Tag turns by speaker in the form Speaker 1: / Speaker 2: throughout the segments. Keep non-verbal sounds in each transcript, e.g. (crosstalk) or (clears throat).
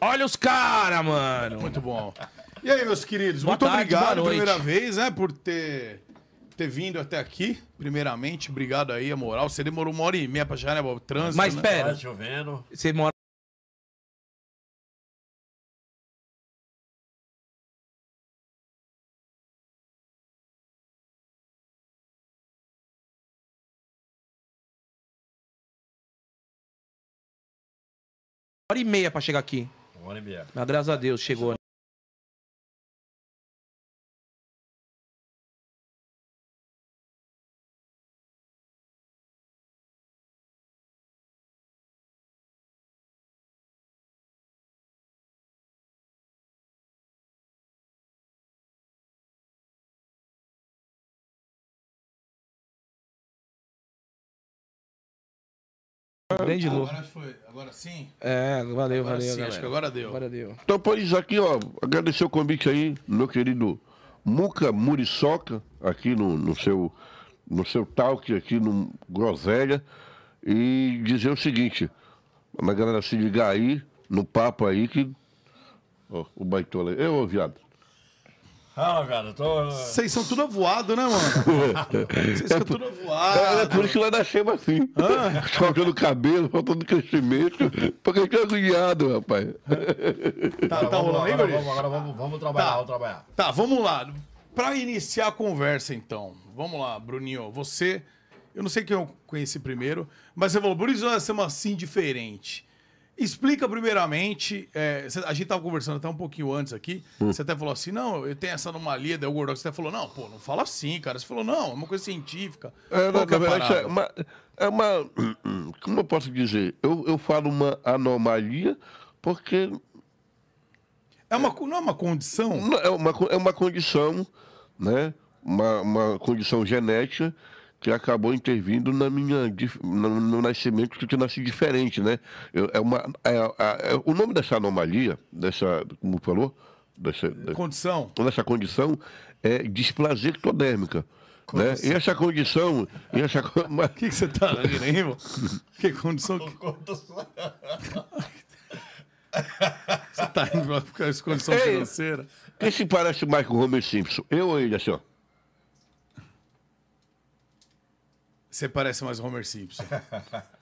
Speaker 1: Caralho, É! os caras, mano.
Speaker 2: Muito bom. E aí, meus queridos,
Speaker 1: Boa
Speaker 2: muito
Speaker 1: tarde,
Speaker 2: obrigado
Speaker 1: boa noite.
Speaker 2: primeira vez, né, por ter, ter vindo até aqui. Primeiramente, obrigado aí, a moral. Você demorou uma hora e meia pra chegar, né, Bob? Trânsito,
Speaker 1: Mas
Speaker 2: né?
Speaker 1: pera,
Speaker 3: Tá chovendo.
Speaker 1: você mora. Hora e meia pra chegar aqui.
Speaker 3: Uma hora e meia.
Speaker 1: Mas graças a Deus chegou. né? Grande louco.
Speaker 2: Agora foi, agora sim?
Speaker 1: É, valeu,
Speaker 2: Agora
Speaker 1: valeu,
Speaker 2: sim, acho que
Speaker 1: galera.
Speaker 2: agora deu.
Speaker 1: Agora deu.
Speaker 4: Então, pois aqui, ó, agradecer o convite aí, do meu querido Muca Muriçoca, aqui no, no seu no seu talk, aqui no Groselha, e dizer o seguinte, pra galera se ligar aí, no papo aí, que ó, o baitola aí, eu, ô, viado.
Speaker 3: Fala, cara. Tô...
Speaker 2: Vocês são tudo avoado, né, mano?
Speaker 1: (laughs)
Speaker 2: Vocês são tudo
Speaker 4: É, é
Speaker 2: avoado.
Speaker 4: por isso que nós nascemos assim, (laughs) faltando cabelo, faltando crescimento, porque a gente é agoniado, rapaz.
Speaker 2: Tá, tá
Speaker 3: vamos,
Speaker 2: rolando
Speaker 3: lá,
Speaker 2: aí,
Speaker 3: agora,
Speaker 2: Maurício?
Speaker 3: vamos, agora vamos, vamos trabalhar,
Speaker 2: Tá.
Speaker 3: vamos trabalhar.
Speaker 2: Tá, vamos lá. Pra iniciar a conversa, então. Vamos lá, Bruninho. Você. Eu não sei quem eu conheci primeiro, mas você falou, Bruninho, nós somos assim diferente. Explica primeiramente. é, cê- a gente tava conversando até um pouquinho antes aqui.
Speaker 4: Hum.
Speaker 2: Você até falou assim: não, eu tenho essa anomalia. Daí o Gordox até falou: não, pô, não fala assim, cara. Você falou: não, é uma coisa científica.
Speaker 4: É,
Speaker 2: Qual
Speaker 4: na,
Speaker 2: que é
Speaker 4: na
Speaker 2: a
Speaker 4: verdade, isso é
Speaker 2: parada?
Speaker 4: uma, é uma- (clears throat) Como eu posso dizer? Eu, eu falo uma anomalia porque
Speaker 2: É uma, co- não é uma condição?
Speaker 4: não- é uma, co- é uma condição, né? Uma, uma condição genética que acabou intervindo na minha, dif- no, no nascimento, que eu nasci diferente, né? Eu- é uma, é, é- é- o nome dessa anomalia, dessa, como falou, dessa, dessa-
Speaker 2: Condição?
Speaker 4: toda essa condição é displasia ectodérmica. Né? E essa condição. E essa, co- (laughs) mas-
Speaker 2: O que que você tá rindo aí, irmão? Que condição que você tá indo pra ficar essa condição
Speaker 4: Ei.
Speaker 2: financeira?
Speaker 4: Quem se parece mais com o Homer Simpson? Eu ou ele, assim, ó?
Speaker 2: Você parece mais Homer Simpson.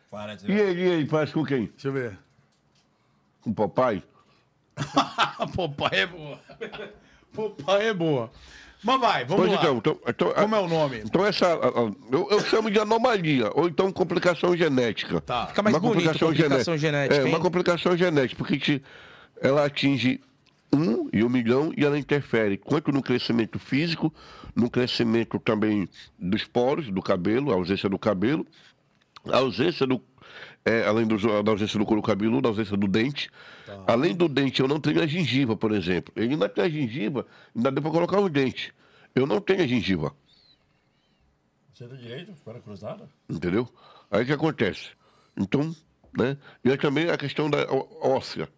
Speaker 3: Quarenta
Speaker 4: E
Speaker 3: e-
Speaker 2: É.
Speaker 4: ele, e ele parece com quem?
Speaker 2: Deixa eu ver.
Speaker 4: Com o papai?
Speaker 2: A Popeye é (laughs) boa. Popeye é boa. Mas vai, vamos
Speaker 4: Pois
Speaker 2: lá.
Speaker 4: então, então, então,
Speaker 2: Como
Speaker 4: a-
Speaker 2: é o nome?
Speaker 4: Então essa, a- a- eu, eu chamo de anomalia, ou então complicação genética.
Speaker 2: Tá.
Speaker 1: Fica mais bonito, complicação genética,
Speaker 4: É,
Speaker 1: hein?
Speaker 4: uma complicação genética, porque te- ela atinge um e um milhão e ela interfere quanto no crescimento físico, no crescimento também dos poros, do cabelo, a ausência do cabelo, a ausência do. é, além do, da ausência do couro cabeludo, da ausência do dente.
Speaker 1: Tá.
Speaker 4: Além do dente, eu não tenho a gengiva, por exemplo. Ele ainda tem a gengiva, ainda deu para colocar o dente. Eu não tenho a gengiva.
Speaker 3: Você tem direito? Perna cruzada?
Speaker 4: Entendeu? Aí o que acontece? Então, né? E aí também a questão da ó- óssea.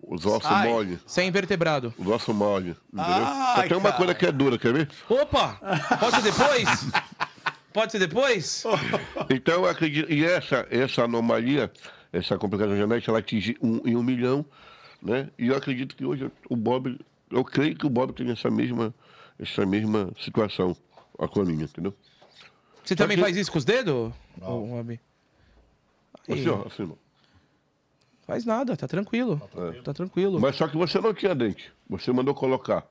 Speaker 4: Os ossos
Speaker 2: Ai.
Speaker 4: mole.
Speaker 1: Sem vertebrado.
Speaker 4: Os ossos mole. Entendeu?
Speaker 2: Ai,
Speaker 4: Só tem uma
Speaker 2: cara.
Speaker 4: coisa que é dura, quer ver?
Speaker 1: Opa! Pode ser depois? Pode ser depois?
Speaker 4: Então, eu acredito. E essa, essa anomalia, essa complicação genética, ela atinge um em um milhão, né? E eu acredito que hoje o Bob. Eu creio que o Bob tem essa mesma, essa mesma situação a com a minha, entendeu?
Speaker 1: Você também
Speaker 4: Porque-
Speaker 1: faz isso com os dedos? Ô, Rob? Aí,
Speaker 4: Assim, ó, assim, ó.
Speaker 1: Faz nada, tá tranquilo. Tá tranquilo.
Speaker 4: Mas só que você não tinha dente. Você mandou colocar.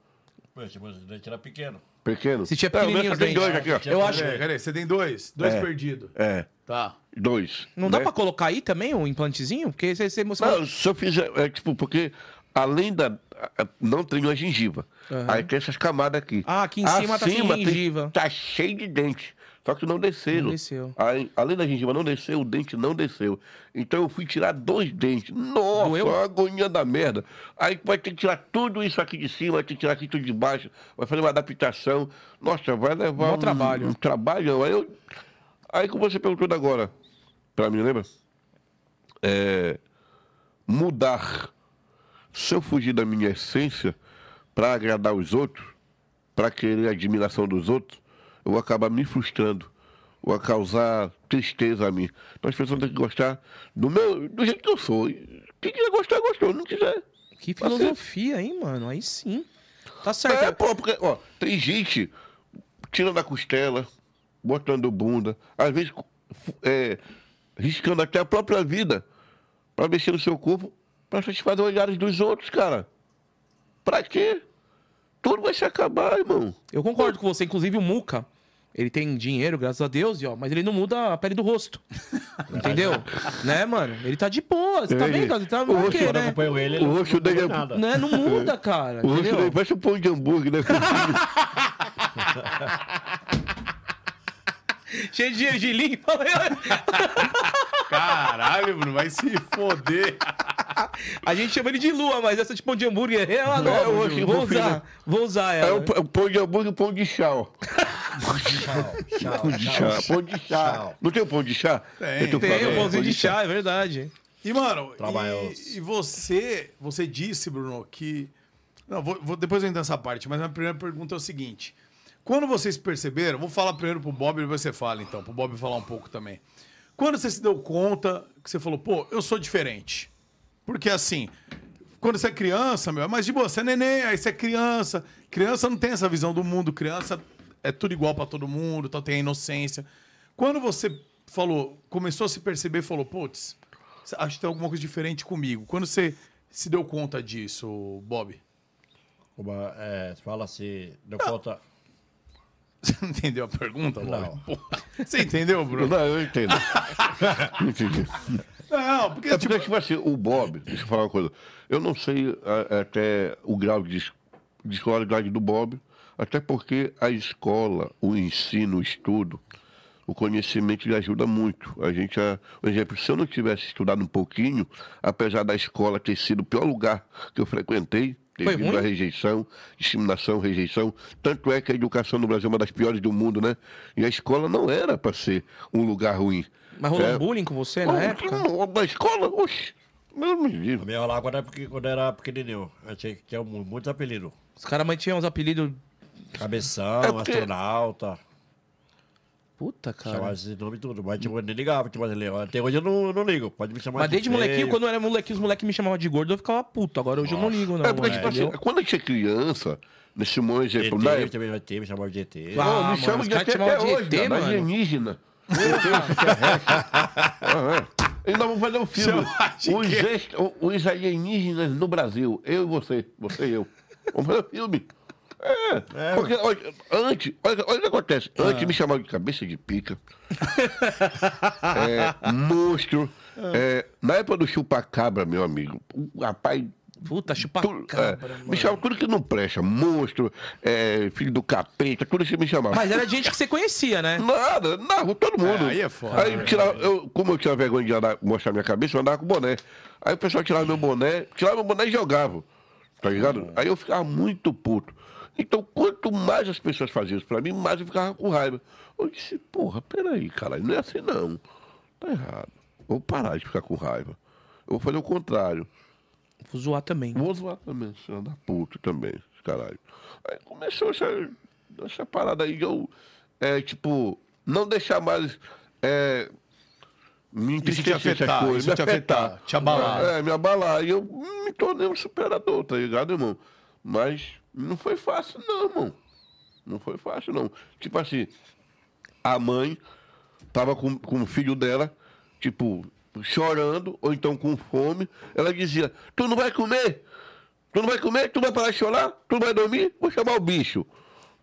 Speaker 3: Pô, esse meu dente era pequeno.
Speaker 4: Pequeno.
Speaker 1: Se tinha
Speaker 4: É, o meu
Speaker 1: pequenininho
Speaker 4: só tem
Speaker 1: os dentes.
Speaker 4: dois aqui, ó.
Speaker 1: Eu acho.
Speaker 2: Cadê, cadê? Você tem dois? Dois
Speaker 4: É.
Speaker 2: perdidos.
Speaker 4: É,
Speaker 2: Tá.
Speaker 4: dois.
Speaker 1: Não dá
Speaker 4: né?
Speaker 1: pra colocar aí também um implantezinho? Porque você, você
Speaker 4: Não, se eu fizer. É tipo, porque além da. a- a- Não tem uma gengiva.
Speaker 1: Aham.
Speaker 4: Aí tem essas camadas aqui.
Speaker 1: Ah, aqui em cima tá sem
Speaker 4: Acima tem-
Speaker 1: gengiva.
Speaker 4: Tá cheio de dente. Só que não desceram.
Speaker 1: Não desceu.
Speaker 4: Aí, além da gengiva não desceu, o dente não desceu. Então eu fui tirar dois dentes. Nossa,
Speaker 1: Doeu?
Speaker 4: uma agonia da merda. Aí vai ter que tirar tudo isso aqui de cima, vai ter que tirar aqui tudo de baixo, vai fazer uma adaptação. Nossa, vai levar
Speaker 1: Mó trabalho.
Speaker 4: um trabalhão. Aí, eu... Aí como você perguntou agora, pra mim, lembra? É, mudar. Se eu fugir da minha essência para agradar os outros, para querer a admiração dos outros, eu vou acabar me frustrando, vou causar tristeza a mim. Então as pessoas têm que gostar do meu, do jeito que eu sou. E Quem quiser gostar, gostou. Não quiser,
Speaker 1: Que filosofia, hein, mano? Aí sim. Tá certo.
Speaker 4: É, pô, porque, ó, tem gente tirando a costela, botando bunda, às vezes fu- é, riscando até a própria vida pra mexer no seu corpo, pra satisfazer os olhares dos outros, cara. Pra quê? Tudo vai se acabar, irmão.
Speaker 1: Eu concordo com você. Inclusive, o Muca, ele tem dinheiro, graças a Deus, e, ó, mas ele não muda a pele do
Speaker 4: (laughs)
Speaker 1: rosto. entendeu? né, mano? Ele tá de boa. Você tá
Speaker 4: Ei,
Speaker 1: bem, cara? Ele tá
Speaker 4: o rosto
Speaker 1: ok,
Speaker 4: agora
Speaker 1: né?
Speaker 3: Acompanhou ele,
Speaker 4: O
Speaker 3: ele não
Speaker 4: rosto dele
Speaker 3: falou
Speaker 4: é-
Speaker 3: nada.
Speaker 1: né? Não muda, cara.
Speaker 4: O rosto
Speaker 1: entendeu?
Speaker 4: dele parece um pão de hambúrguer, né?
Speaker 1: Cheio de gergelim.
Speaker 2: Caralho, Bruno, vai se foder.
Speaker 1: (laughs) a gente chama ele de lua, mas essa de pão de hambúrguer é uma
Speaker 4: É,
Speaker 1: nova.
Speaker 4: hoje,
Speaker 1: Vou,
Speaker 4: vou
Speaker 1: usar. Vou usar
Speaker 4: É
Speaker 1: ela. né?
Speaker 4: o, p- o pão de hambúrguer e o pão de chá, ó.
Speaker 3: Tchau,
Speaker 4: (laughs) Pão de chá, pão de chá. Não tem o pão de chá?
Speaker 2: Tem,
Speaker 4: Eu tô
Speaker 1: Tem
Speaker 4: falando,
Speaker 1: o
Speaker 4: é,
Speaker 1: pãozinho de chá, é verdade.
Speaker 2: E, mano,
Speaker 3: Trabalhoso.
Speaker 2: e, e você, você disse, Bruno, que. Não, vou, vou- depois eu entro nessa parte, mas a minha primeira pergunta é o seguinte. Quando vocês perceberam, vou falar primeiro pro Bob e depois você fala, então, pro Bob falar um pouco também. Quando você se deu conta que você falou, pô, eu sou diferente. Porque assim, quando você é criança, meu, é mais de boa, você é neném, aí você é criança. Criança não tem essa visão do mundo, criança é tudo igual pra todo mundo, tal, tem a inocência. Quando você falou, começou a se perceber e falou, putz, acho que tem alguma coisa diferente comigo. Quando você se deu conta disso, Bob? (laughs)
Speaker 3: Como, é, fala-se, deu conta...
Speaker 2: Você não entendeu a pergunta, Bob?
Speaker 3: Não.
Speaker 2: Porra. Você entendeu,
Speaker 4: (laughs)
Speaker 2: Bruno?
Speaker 4: Não, eu entendo. Não entendi.
Speaker 2: Não, porque,
Speaker 4: É
Speaker 2: tipo,
Speaker 4: porque, tipo assim, o Bob, deixa eu falar uma coisa. Eu não sei a- até o grau de, es- de escolaridade do Bob, até porque a escola, o ensino, o estudo, o conhecimento lhe ajuda muito. A gente, a- por exemplo, se eu não tivesse estudado um pouquinho, apesar da escola ter sido o pior lugar que eu frequentei,
Speaker 1: Foi
Speaker 4: devido à
Speaker 1: ruim?
Speaker 4: rejeição, discriminação, rejeição, tanto é que a educação no Brasil é uma das piores do mundo, né? E a escola não era para ser um lugar ruim.
Speaker 1: Mas rolou
Speaker 4: É.
Speaker 1: um bullying com você
Speaker 4: Não,
Speaker 1: na época?
Speaker 4: não, Da escola? Oxi, meu me livre.
Speaker 3: Eu me rolava quando era, pequ- quando era pequenininho. Eu tinha, um, tinha mu- muitos apelidos.
Speaker 1: Os caras mantinham uns apelidos.
Speaker 3: Cabeção,
Speaker 4: É porque-
Speaker 3: astronauta,
Speaker 1: Puta, cara.
Speaker 3: chamava esse nome e tudo. Mas tipo, eu nem ligava, tipo, mas eu- até hoje eu não, eu não ligo. Pode me chamar
Speaker 1: Mas desde molequinho,
Speaker 3: feio.
Speaker 1: quando eu era molequinho, os moleques me chamavam de gordo, eu ficava puto. Agora hoje eu não ligo, não.
Speaker 4: é porque,
Speaker 1: mano,
Speaker 4: tipo assim,
Speaker 1: entendeu?
Speaker 4: quando a gente é criança, nesse bom exemplo, né?
Speaker 3: ET, também vai ter, me chamava de ET.
Speaker 1: Ah,
Speaker 4: Não,
Speaker 1: mano,
Speaker 4: me chama
Speaker 1: os
Speaker 4: de
Speaker 1: caras
Speaker 4: até,
Speaker 1: te chamavam de
Speaker 4: hoje,
Speaker 1: ET,
Speaker 4: cara,
Speaker 1: mano.
Speaker 4: alienígena. Aham. Ainda vamos fazer um filme.
Speaker 2: Chama
Speaker 4: Os,
Speaker 2: de
Speaker 1: é?
Speaker 2: quê?
Speaker 4: ex- o- os alienígenas no Brasil. Eu e você. Você e eu. Vamos fazer um filme. É, porque olha, antes, olha, olha o que acontece.
Speaker 1: Ah.
Speaker 4: Antes me chamavam de cabeça de pica, é, monstro.
Speaker 1: Ah.
Speaker 4: é, na época do chupacabra, meu amigo, o rapaz
Speaker 1: Puta, chupa
Speaker 4: Tu-
Speaker 1: cabra,
Speaker 4: é,
Speaker 1: mano.
Speaker 4: me chamava tudo que não presta. Monstro, é, filho do capeta, tudo isso me chamava.
Speaker 1: Mas era gente que você conhecia, né?
Speaker 4: Nada, na rua, todo mundo.
Speaker 2: É, aí é foda.
Speaker 4: Aí eu tirava, eu, como eu tinha vergonha de andar, mostrar minha cabeça, eu andava com boné. Aí o pessoal tirava meu boné, tirava meu boné e jogava. Tá
Speaker 2: Hum.
Speaker 4: ligado? Aí eu ficava muito puto. Então, quanto mais as pessoas faziam isso pra mim, mais eu ficava com raiva. Eu disse, porra, peraí, caralho, não é assim não. Tá errado. Vou parar de ficar com raiva. Eu vou fazer o contrário.
Speaker 1: Vou zoar também.
Speaker 4: Vou zoar também, filha da puta também, esse caralho. Aí começou essa, essa parada aí de eu, é, tipo, não deixar mais é, me
Speaker 2: Isso te
Speaker 4: entristecer
Speaker 2: afetar,
Speaker 4: essas coisas,
Speaker 2: isso te afetar, te abalar.
Speaker 4: É, me abalar. E eu me tornei um superador, tá ligado, irmão? Mas não foi fácil não, irmão. Não foi fácil não. Tipo assim, a mãe tava com, com o filho dela, tipo, chorando, ou então com fome. Ela dizia, tu não vai comer? Tu não vai comer? Tu vai parar de chorar? Tu não vai dormir? Vou chamar o bicho.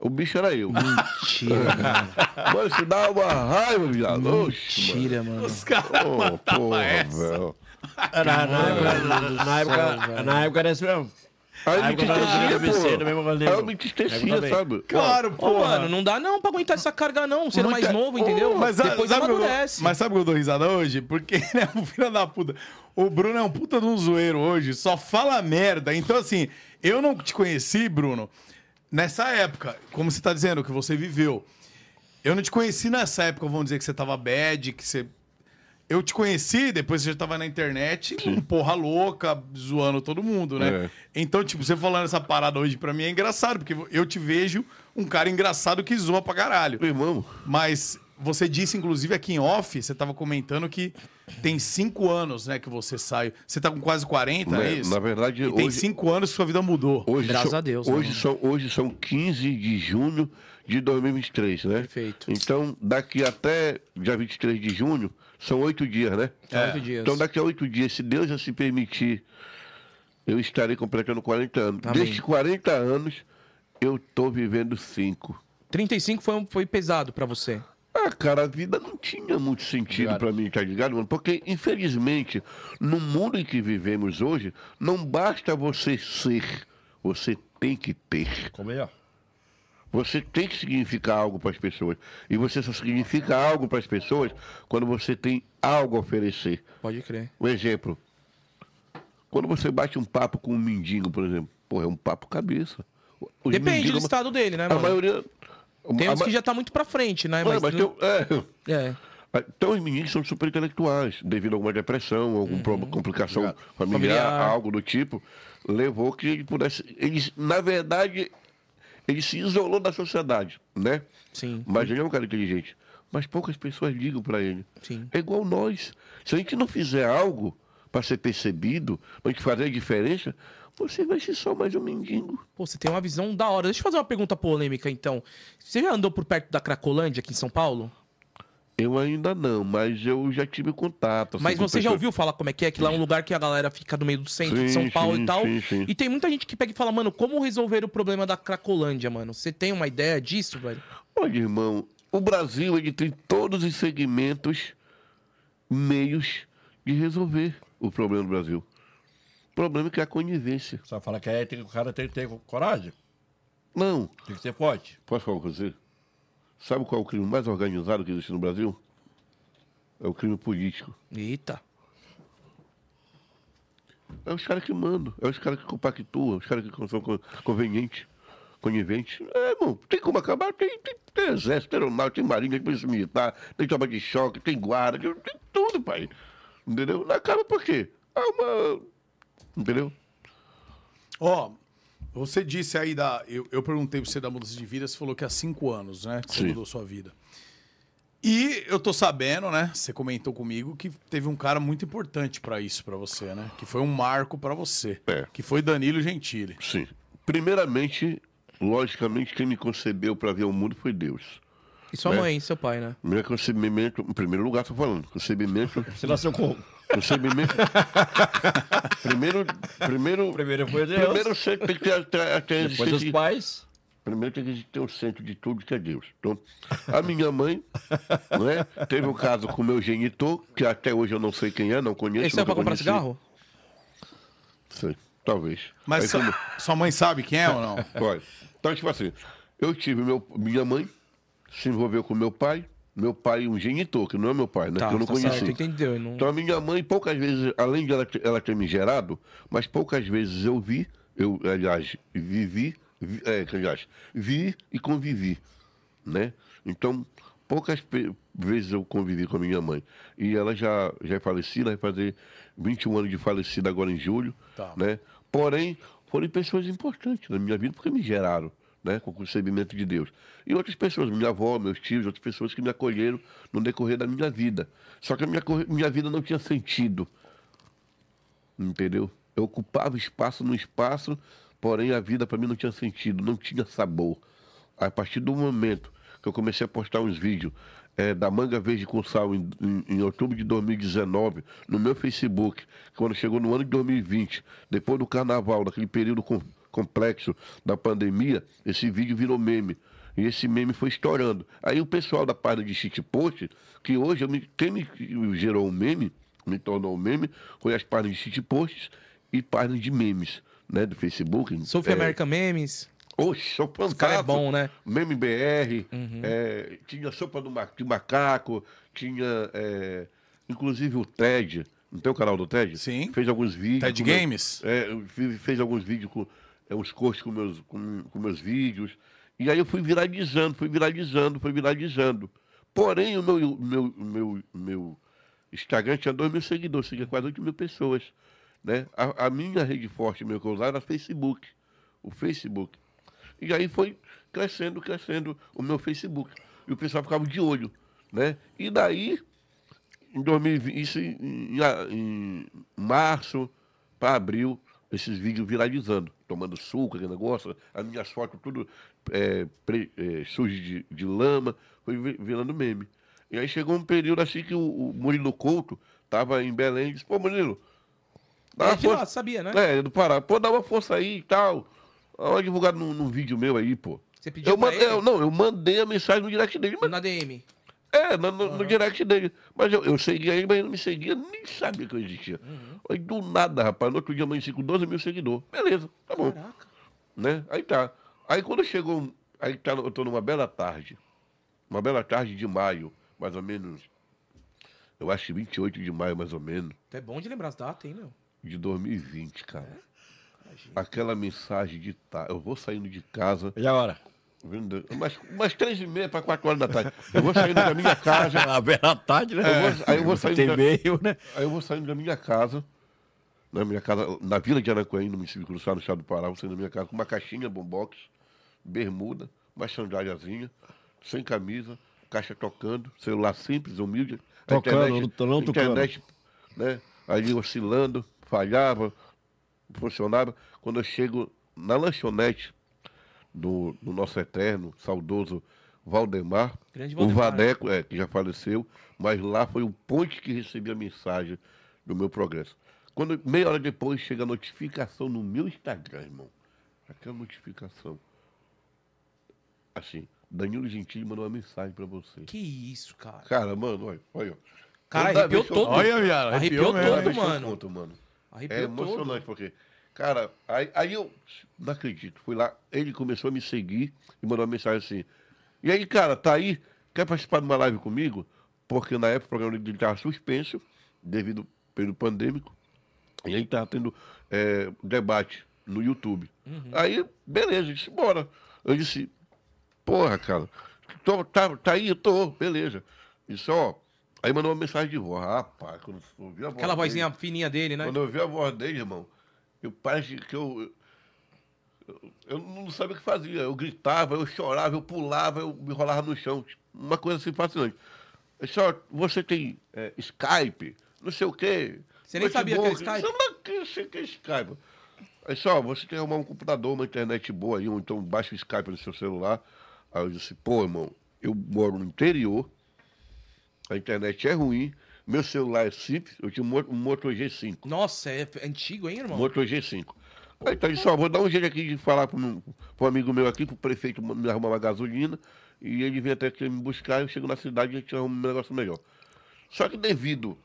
Speaker 4: O bicho era eu.
Speaker 1: Mentira, mano.
Speaker 4: Mano, isso dá uma raiva, viado. Oxe, mano.
Speaker 1: Mentira, mano.
Speaker 2: (laughs) os caras
Speaker 4: Ô,
Speaker 2: mandavam
Speaker 4: porra,
Speaker 2: essa.
Speaker 4: velho.
Speaker 3: Na, na, época, na, época, na época era assim, isso mesmo.
Speaker 4: Aí eu
Speaker 3: Aí
Speaker 4: me
Speaker 3: quando eu dormia, me
Speaker 4: entristecia,
Speaker 3: cedo,
Speaker 4: pô.
Speaker 3: mesmo
Speaker 4: Aí
Speaker 3: valeu.
Speaker 4: eu me
Speaker 3: Aí eu
Speaker 4: entristecia,
Speaker 3: também.
Speaker 4: sabe?
Speaker 2: Claro,
Speaker 1: Ô,
Speaker 2: porra.
Speaker 1: mano, não dá não pra aguentar essa carga, não. Sendo
Speaker 4: Muita-
Speaker 1: mais novo,
Speaker 4: Ô,
Speaker 1: entendeu?
Speaker 2: Mas, a-
Speaker 1: Depois
Speaker 2: sabe o que eu-
Speaker 1: amadurece.
Speaker 2: mas sabe o que eu dou risada hoje? Porque (laughs) ele é um filho da puta. O Bruno é um puta de um zoeiro hoje, só fala merda. Então, assim, eu não te conheci, Bruno, nessa época, como você tá dizendo, que você viveu. Eu não te conheci nessa época, vamos dizer que você tava bad, que você. Eu te conheci, depois você já tava na internet, um porra louca, zoando todo mundo, né?
Speaker 4: É.
Speaker 2: Então, tipo, você falando essa parada hoje pra mim é engraçado, porque eu te vejo um cara engraçado que zoa pra caralho.
Speaker 4: Meu irmão,
Speaker 2: Mas Você disse, inclusive, aqui em off, você estava comentando que tem cinco anos, né, que você saiu. Você tá com quase 40, é
Speaker 4: né?
Speaker 2: isso?
Speaker 4: Na verdade,
Speaker 2: E tem
Speaker 4: hoje,
Speaker 2: cinco anos que sua vida mudou.
Speaker 4: hoje
Speaker 1: Graças
Speaker 4: são,
Speaker 1: a Deus,
Speaker 4: Hoje,
Speaker 1: né?
Speaker 4: são, hoje são 15 de junho de 2023, né?
Speaker 1: Perfeito.
Speaker 4: Então, daqui até dia 23 de junho, são oito dias, né?
Speaker 1: São oito dias.
Speaker 4: Então, daqui a oito dias, se Deus já se permitir, eu estarei completando 40 anos.
Speaker 1: Amém.
Speaker 4: Desses 40 anos, eu tô vivendo cinco.
Speaker 1: 35 foi, um- foi pesado pra você.
Speaker 4: Ah, cara, a vida não tinha muito sentido
Speaker 3: Obrigado.
Speaker 4: pra mim, tá ligado, mano? Porque, infelizmente, no mundo em que vivemos hoje, não basta você ser, você tem que ter.
Speaker 3: Como é? ó?
Speaker 4: Você tem que significar algo para as pessoas. E você só significa algo para as pessoas quando você tem algo a oferecer.
Speaker 1: Pode crer.
Speaker 4: Um exemplo. Quando você bate um papo com um mendigo, por exemplo, pô, é um papo cabeça. Os
Speaker 1: Depende do
Speaker 4: mendigos,
Speaker 1: estado dele, né,
Speaker 4: A
Speaker 1: mano?
Speaker 4: maioria.
Speaker 1: Tem
Speaker 4: a
Speaker 1: uns
Speaker 4: ma-
Speaker 1: que já tá muito pra frente, né?
Speaker 4: Ué, mas
Speaker 1: não-
Speaker 4: tem um- é.
Speaker 1: É.
Speaker 4: Então, os meninos são super intelectuais, devido a alguma depressão, alguma prob- complicação familiar,
Speaker 1: Uhum. Familiar.
Speaker 4: algo do tipo, levou que ele pudesse. Ele, na verdade, ele se isolou da sociedade, né?
Speaker 1: Sim,
Speaker 4: Mas ele é um cara inteligente. Mas poucas pessoas ligam para ele.
Speaker 1: sim.
Speaker 4: É igual nós. Se a gente não fizer algo para ser percebido, para a gente fazer a diferença, você vai ser só mais um mendigo.
Speaker 1: Pô, você tem uma visão da hora. Deixa eu fazer uma pergunta polêmica, então. Você já andou por perto da Cracolândia aqui em São Paulo?
Speaker 4: Eu ainda não, mas eu já tive contato. assim,
Speaker 1: Mas
Speaker 4: com
Speaker 1: você já
Speaker 4: pessoas-
Speaker 1: ouviu falar como é que é? Que lá é um lugar que a galera fica no meio do centro de
Speaker 4: Sim,
Speaker 1: São Paulo
Speaker 4: sim,
Speaker 1: e tal.
Speaker 4: sim, sim.
Speaker 1: E tem muita gente que pega e fala, mano, como resolver o problema da Cracolândia, mano? Você tem uma ideia disso, velho?
Speaker 4: Olha, irmão, o Brasil ele tem todos os segmentos, meios de resolver o problema do Brasil. O problema é que é a conivência.
Speaker 3: Só fala que é, tem, o cara tem que ter coragem,
Speaker 4: Não,
Speaker 3: tem que ser forte.
Speaker 4: posso falar com você? Sabe qual é o crime mais organizado que existe no Brasil? É o crime político.
Speaker 1: Eita.
Speaker 4: É os caras que mandam, é os caras que compactuam, é os caras que são co- convenientes, coniventes. É, irmão, tem como acabar, tem, tem, tem exército, tem aeronáutica, tem marinha, tem polícia militar, tem tropa de choque, tem guarda, tem, tem tudo, pai. Entendeu? Acaba por quê? É uma... Entendeu?
Speaker 2: Ó, você disse aí da. Eu, eu perguntei pra você da mudança de vida, você falou que há cinco anos, né? Que você
Speaker 4: Sim.
Speaker 2: mudou sua vida. E eu tô sabendo, né? Você comentou comigo que teve um cara muito importante pra isso, pra você, né? Que foi um marco pra você.
Speaker 4: É.
Speaker 2: Que foi Danilo Gentili.
Speaker 4: Sim. Primeiramente, logicamente, quem me concebeu para ver o mundo foi Deus.
Speaker 1: E sua
Speaker 4: Né?
Speaker 1: mãe, e seu pai, né?
Speaker 4: Meu concebimento, em primeiro lugar, estou falando, concebimento,
Speaker 3: Você nasceu como?
Speaker 4: concebimento... primeiro, primeiro,
Speaker 3: Primeiro foi Deus,
Speaker 4: primeiro sempre tem que ter a- a- a- a
Speaker 3: depois
Speaker 4: existência
Speaker 3: os pais.
Speaker 4: Primeiro tem que ter o centro de tudo que é Deus. Então, a minha mãe
Speaker 1: (laughs)
Speaker 4: não é, teve um caso com o meu genitor, que até hoje eu não sei quem é, não conheço.
Speaker 1: Esse é
Speaker 4: nunca
Speaker 1: pra comprar
Speaker 4: conheci.
Speaker 1: cigarro?
Speaker 4: Sei, talvez.
Speaker 2: Mas
Speaker 4: Aí
Speaker 2: sua-
Speaker 4: quando-
Speaker 2: sua mãe sabe quem é ou
Speaker 4: (laughs)
Speaker 2: não?
Speaker 4: Olha, então, tipo assim, eu tive meu, minha mãe, se envolveu com meu pai, meu pai um genitor, que não é meu pai, né?
Speaker 1: Tá,
Speaker 4: que eu não
Speaker 1: tá
Speaker 4: conheci.
Speaker 1: certo, entendeu? eu Não...
Speaker 4: Então a minha mãe, poucas vezes, além de ela, ter- ela ter me gerado, mas poucas vezes eu vi, eu, aliás, vivi, vi, é, que, aliás, vi e convivi, né? Então, poucas pe- vezes eu convivi com a minha mãe. E ela já, já é falecida, vai fazer 21 anos de falecida agora em julho,
Speaker 2: Tá.
Speaker 4: né? Porém, foram pessoas importantes na minha vida, porque me geraram, né? Com o concebimento de Deus. E outras pessoas, minha avó, meus tios, outras pessoas que me acolheram no decorrer da minha vida. Só que a minha, corre- minha vida não tinha sentido, entendeu? Eu ocupava espaço no espaço, porém a vida para mim não tinha sentido, não tinha sabor. A partir do momento que eu comecei a postar uns vídeos eh, da Manga Verde com Sal em, em- em outubro de 2019, no meu Facebook, quando chegou no ano de 2020, depois do carnaval, daquele período com- complexo da pandemia, esse vídeo virou meme. E esse meme foi estourando. Aí o pessoal da página de shitpost, que hoje eu me- quem me gerou o meme, me tornou um meme, foi as páginas de shitposts e páginas de memes, né? Do Facebook.
Speaker 1: Sophie American Memes.
Speaker 4: Oxe, sou fantástico.
Speaker 1: cara é bom, né? Uhum.
Speaker 4: Meme BR, é, tinha sopa do ma- de macaco, tinha é, inclusive o TED, não tem o canal do TED?
Speaker 2: Sim.
Speaker 4: Fez alguns vídeos.
Speaker 2: TED
Speaker 4: com meu-
Speaker 2: Games?
Speaker 4: é, eu fiz- fez alguns vídeos com é, uns cortes com meus, com, com meus vídeos. E aí eu fui viralizando, fui viralizando, fui viralizando. Porém, o meu, meu, meu, meu Instagram tinha 2 mil seguidores, tinha quase 8 mil pessoas. Né? A, a minha rede forte, meu que eu usava, era Facebook. O Facebook. E aí foi crescendo, crescendo o meu Facebook. E o pessoal ficava de olho. né? E daí, em 2020, isso em, em a- em março para abril, esses vídeos viralizando, tomando suco, aquele negócio, as minhas fotos tudo é, pre- é, sujas de, de lama, foi vi- virando meme. E aí chegou um período assim que o, o Murilo Couto estava em Belém e disse, pô, Murilo, dá
Speaker 1: É
Speaker 4: uma
Speaker 1: de lá,
Speaker 4: força-
Speaker 1: sabia, né?
Speaker 4: é, do Pará. Pô, dá uma força aí e tal. Olha divulgado num, num vídeo meu aí, pô.
Speaker 1: Você pediu
Speaker 4: Eu
Speaker 1: pra
Speaker 4: mandei,
Speaker 1: ele?
Speaker 4: eu- não, eu mandei a mensagem no direct dele. Mas,
Speaker 1: Na DM.
Speaker 4: é, no, no- no direct dele. Mas eu, eu seguia ele, mas ele não me seguia, nem sabia que eu existia. Aí do nada, rapaz, no outro dia eu amanheci com 12 mil seguidores. Beleza, tá bom.
Speaker 1: Caraca.
Speaker 4: Né? Aí tá. Aí quando chegou, um- aí tá, eu tô numa bela tarde. Uma bela tarde de maio, mais ou menos. Eu acho que 28 de maio, mais ou menos
Speaker 1: É bom de lembrar as datas, hein, meu?
Speaker 4: de 2020, cara. Aquela mensagem de tá, eu vou saindo de casa,
Speaker 3: E agora?
Speaker 4: vendo- umas, umas três e meia para quatro horas da tarde. Eu vou saindo da minha casa,
Speaker 3: A bela tarde, né?
Speaker 1: É,
Speaker 4: Eu vou- aí eu vou sair
Speaker 3: Tem
Speaker 4: da-
Speaker 3: meio, né?
Speaker 4: aí eu vou saindo da minha casa, na minha casa, na vila de Aracuaí, no município de Cruzado, no estado do Pará, vou saindo da minha casa com uma caixinha bombox, bermuda, uma sandáliazinha, sem camisa, caixa tocando, celular simples, humilde, a
Speaker 3: Tocando, não- não tocando.
Speaker 4: internet, né? Aí oscilando, falhava, funcionava. Quando eu chego na lanchonete do, do nosso eterno, saudoso Valdemar,
Speaker 1: Grande
Speaker 4: o
Speaker 1: Valdemar,
Speaker 4: Vadeco, é, que já faleceu, mas lá foi o ponte que recebi a mensagem do meu progresso. Quando, meia hora depois, chega a notificação no meu Instagram, irmão. Aquela notificação. Assim, Danilo Gentili mandou uma mensagem pra você.
Speaker 1: Que isso, cara.
Speaker 4: Cara, mano, olha, olha.
Speaker 1: Cara,
Speaker 4: Toda
Speaker 1: arrepiou
Speaker 4: vez que eu-
Speaker 1: todo.
Speaker 2: Olha, viado,
Speaker 1: Arrepiou
Speaker 2: arrepiou
Speaker 4: toda
Speaker 2: mesmo.
Speaker 1: todo,
Speaker 4: vez que eu
Speaker 1: mano.
Speaker 4: conto, mano.
Speaker 1: Arrepiou
Speaker 4: É
Speaker 1: todo.
Speaker 4: emocionante, porque, cara, aí, aí eu não acredito. Fui lá, ele começou a me seguir e mandou uma mensagem assim. E aí, cara, tá aí? Quer participar de uma live comigo? Porque na época o programa dele estava suspenso devido ao período pandêmico. E aí tava tendo é, debate no YouTube.
Speaker 1: Uhum.
Speaker 4: Aí, beleza, eu disse, bora. Eu disse, porra, cara, tô, tá, tá aí, eu tô, beleza. Isso, ó. Aí mandou uma mensagem de voz. Rapaz, quando eu ouvi a voz
Speaker 1: Aquela
Speaker 4: dele-
Speaker 1: vozinha fininha dele, né?
Speaker 4: quando eu vi a voz dele, irmão, eu parece que eu. eu- Eu não sabia o que fazia. Eu gritava, eu chorava, eu pulava, eu me rolava no chão. Uma coisa assim fascinante. Eu Só, você tem é, Skype, não sei o quê.
Speaker 1: Você nem sabia
Speaker 4: Facebook,
Speaker 1: que era Skype?
Speaker 4: Eu não que- sei que é Skype. Aí só, você tem que arrumar um computador, uma internet boa aí, ou então baixa o Skype no seu celular. Aí eu disse, pô, irmão, eu moro no interior, a internet é ruim, meu celular é simples, eu tinha um Mo- um Moto G5.
Speaker 1: Nossa, é é antigo, hein, irmão?
Speaker 4: Moto G5. Aí tá, só vou dar um jeito aqui de falar para um, pra um amigo meu aqui, pro prefeito me arrumar uma gasolina, e ele vem até aqui me buscar, eu chego na cidade e a gente arruma um negócio melhor. Só que devido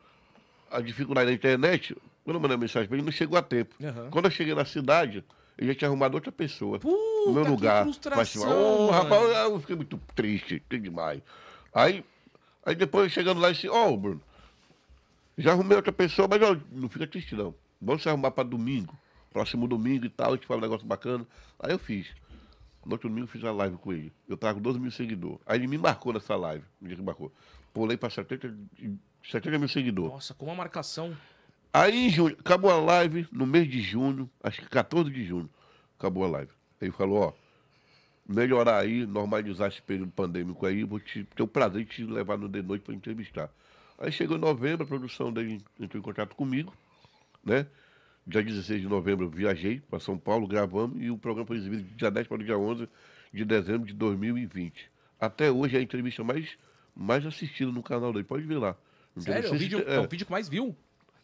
Speaker 4: à dificuldade da internet, quando eu mandei uma mensagem para ele, não chegou a tempo.
Speaker 1: Aham.
Speaker 4: Quando eu cheguei na cidade, ele já tinha arrumado outra pessoa.
Speaker 1: Puta,
Speaker 4: no meu
Speaker 1: que
Speaker 4: lugar.
Speaker 1: frustração,
Speaker 4: Mas, ô, rapaz,
Speaker 1: mano.
Speaker 4: eu fiquei muito triste, que demais. Aí, aí depois chegando lá, eu disse, ó, Bruno, já arrumei outra pessoa, mas ó, não fica triste não. Vamos se arrumar para domingo, próximo domingo e tal, a gente faz um negócio bacana. Aí eu fiz. No outro domingo eu fiz a live com ele. Eu tava com 12 mil seguidores. Aí ele me marcou nessa live, no dia que marcou. Pulei para 70, e- 70 mil seguidores.
Speaker 1: Nossa, como a marcação.
Speaker 4: Aí em junho, acabou a live no mês de junho, acho que 14 de junho, acabou a live. Ele falou, ó, melhorar aí, normalizar esse período pandêmico aí, vou te, ter o prazer de te levar no de noite para entrevistar. Aí chegou em novembro, a produção dele entrou em contato comigo, né? Dia 16 de novembro eu viajei para São Paulo, gravamos e o programa foi exibido de dia 10 para o dia 11 de dezembro de 2020. Até hoje é a entrevista mais, mais assistida no canal dele, pode ver lá.
Speaker 1: Sério, é o,
Speaker 4: Não sei se-
Speaker 1: vídeo, é
Speaker 4: é.
Speaker 1: o vídeo que mais viu.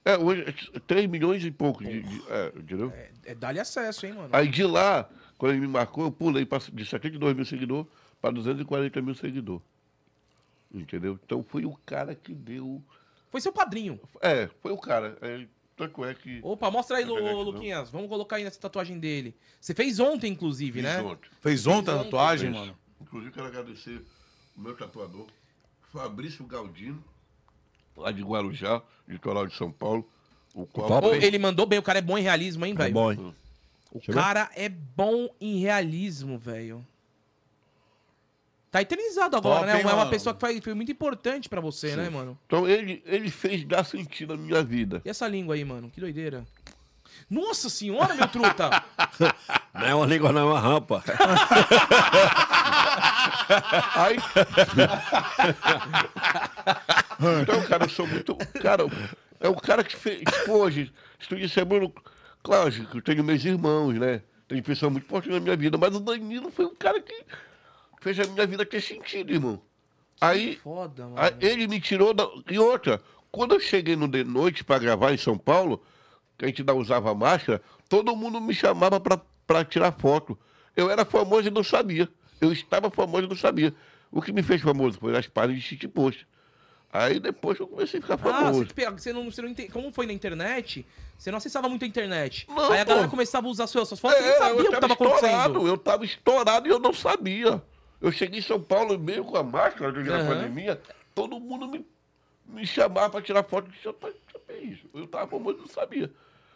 Speaker 4: É, hoje é 3 milhões e pouco, de, de- é, entendeu?
Speaker 1: É, é dá-lhe acesso, hein, mano?
Speaker 4: Aí de lá, quando ele me marcou, eu pulei pra- de 72 mil seguidores para 240 mil seguidores. Entendeu? Então foi o cara que deu.
Speaker 1: Foi seu padrinho.
Speaker 4: É, foi o cara. É, tanto é que.
Speaker 1: Opa, mostra aí,
Speaker 4: Deixa eu pegar
Speaker 1: Lu,
Speaker 4: aqui, não. é
Speaker 1: Luquinhas. Vamos colocar aí nessa tatuagem dele. Você fez ontem, inclusive,
Speaker 4: fiz
Speaker 1: né?
Speaker 4: ontem.
Speaker 2: Fez ontem a
Speaker 1: Fez
Speaker 2: tatuagem, mano.
Speaker 4: Inclusive, quero agradecer o meu tatuador, Fabrício Galdino, lá de Guarujá, litoral de São Paulo, o qual.
Speaker 3: Top,
Speaker 1: Pô,
Speaker 3: hein?
Speaker 1: ele mandou bem, o cara é bom em realismo, hein,
Speaker 3: Tá
Speaker 1: velho?
Speaker 3: bom, hein?
Speaker 1: O
Speaker 3: Deixa eu ver.
Speaker 1: cara é bom em realismo, velho. Tá eternizado agora,
Speaker 2: Top,
Speaker 1: né?
Speaker 2: hein,
Speaker 1: é uma
Speaker 2: mano?
Speaker 1: pessoa que foi, foi muito importante pra você, né, mano?
Speaker 4: Então ele, ele fez dar sentido à minha vida.
Speaker 1: E essa língua aí, mano? Que doideira. Nossa senhora, meu
Speaker 4: (laughs)
Speaker 1: truta!
Speaker 3: Não é uma língua, não, é uma rampa.
Speaker 4: Aí. então, cara, eu sou muito. Cara, é o cara que fez. que Hoje, se tu disser, Bruno, claro, que eu tenho meus irmãos, né? Tem pessoas muito importantes na minha vida, mas o Danilo foi um cara que fez a minha vida ter sentido, irmão. Aí.
Speaker 1: Foda, mano.
Speaker 4: Aí Ah, ele me tirou da. E outra, quando eu cheguei no de noite para gravar em São Paulo, que a gente não usava máscara, todo mundo me chamava para tirar foto. Eu era famoso e não sabia. Eu estava famoso e não sabia. O que me fez famoso foi as páginas de City Post. Aí depois eu comecei a ficar
Speaker 1: Ah, você,
Speaker 4: famoso.
Speaker 1: que pega- você não, você não ente- Como foi na internet, você não acessava muito a internet.
Speaker 4: Não,
Speaker 1: Aí a galera
Speaker 4: pô.
Speaker 1: começava a usar suas suas fotos, você
Speaker 4: É,
Speaker 1: nem sabia o que
Speaker 4: tava
Speaker 1: tava acontecendo.
Speaker 4: estourado, eu estava estourado e eu não sabia. Eu cheguei em São Paulo meio com a máscara durante a
Speaker 1: Aham.
Speaker 4: pandemia, todo mundo me, me chamava para tirar foto de Santa isso. Eu estava famoso e não sabia.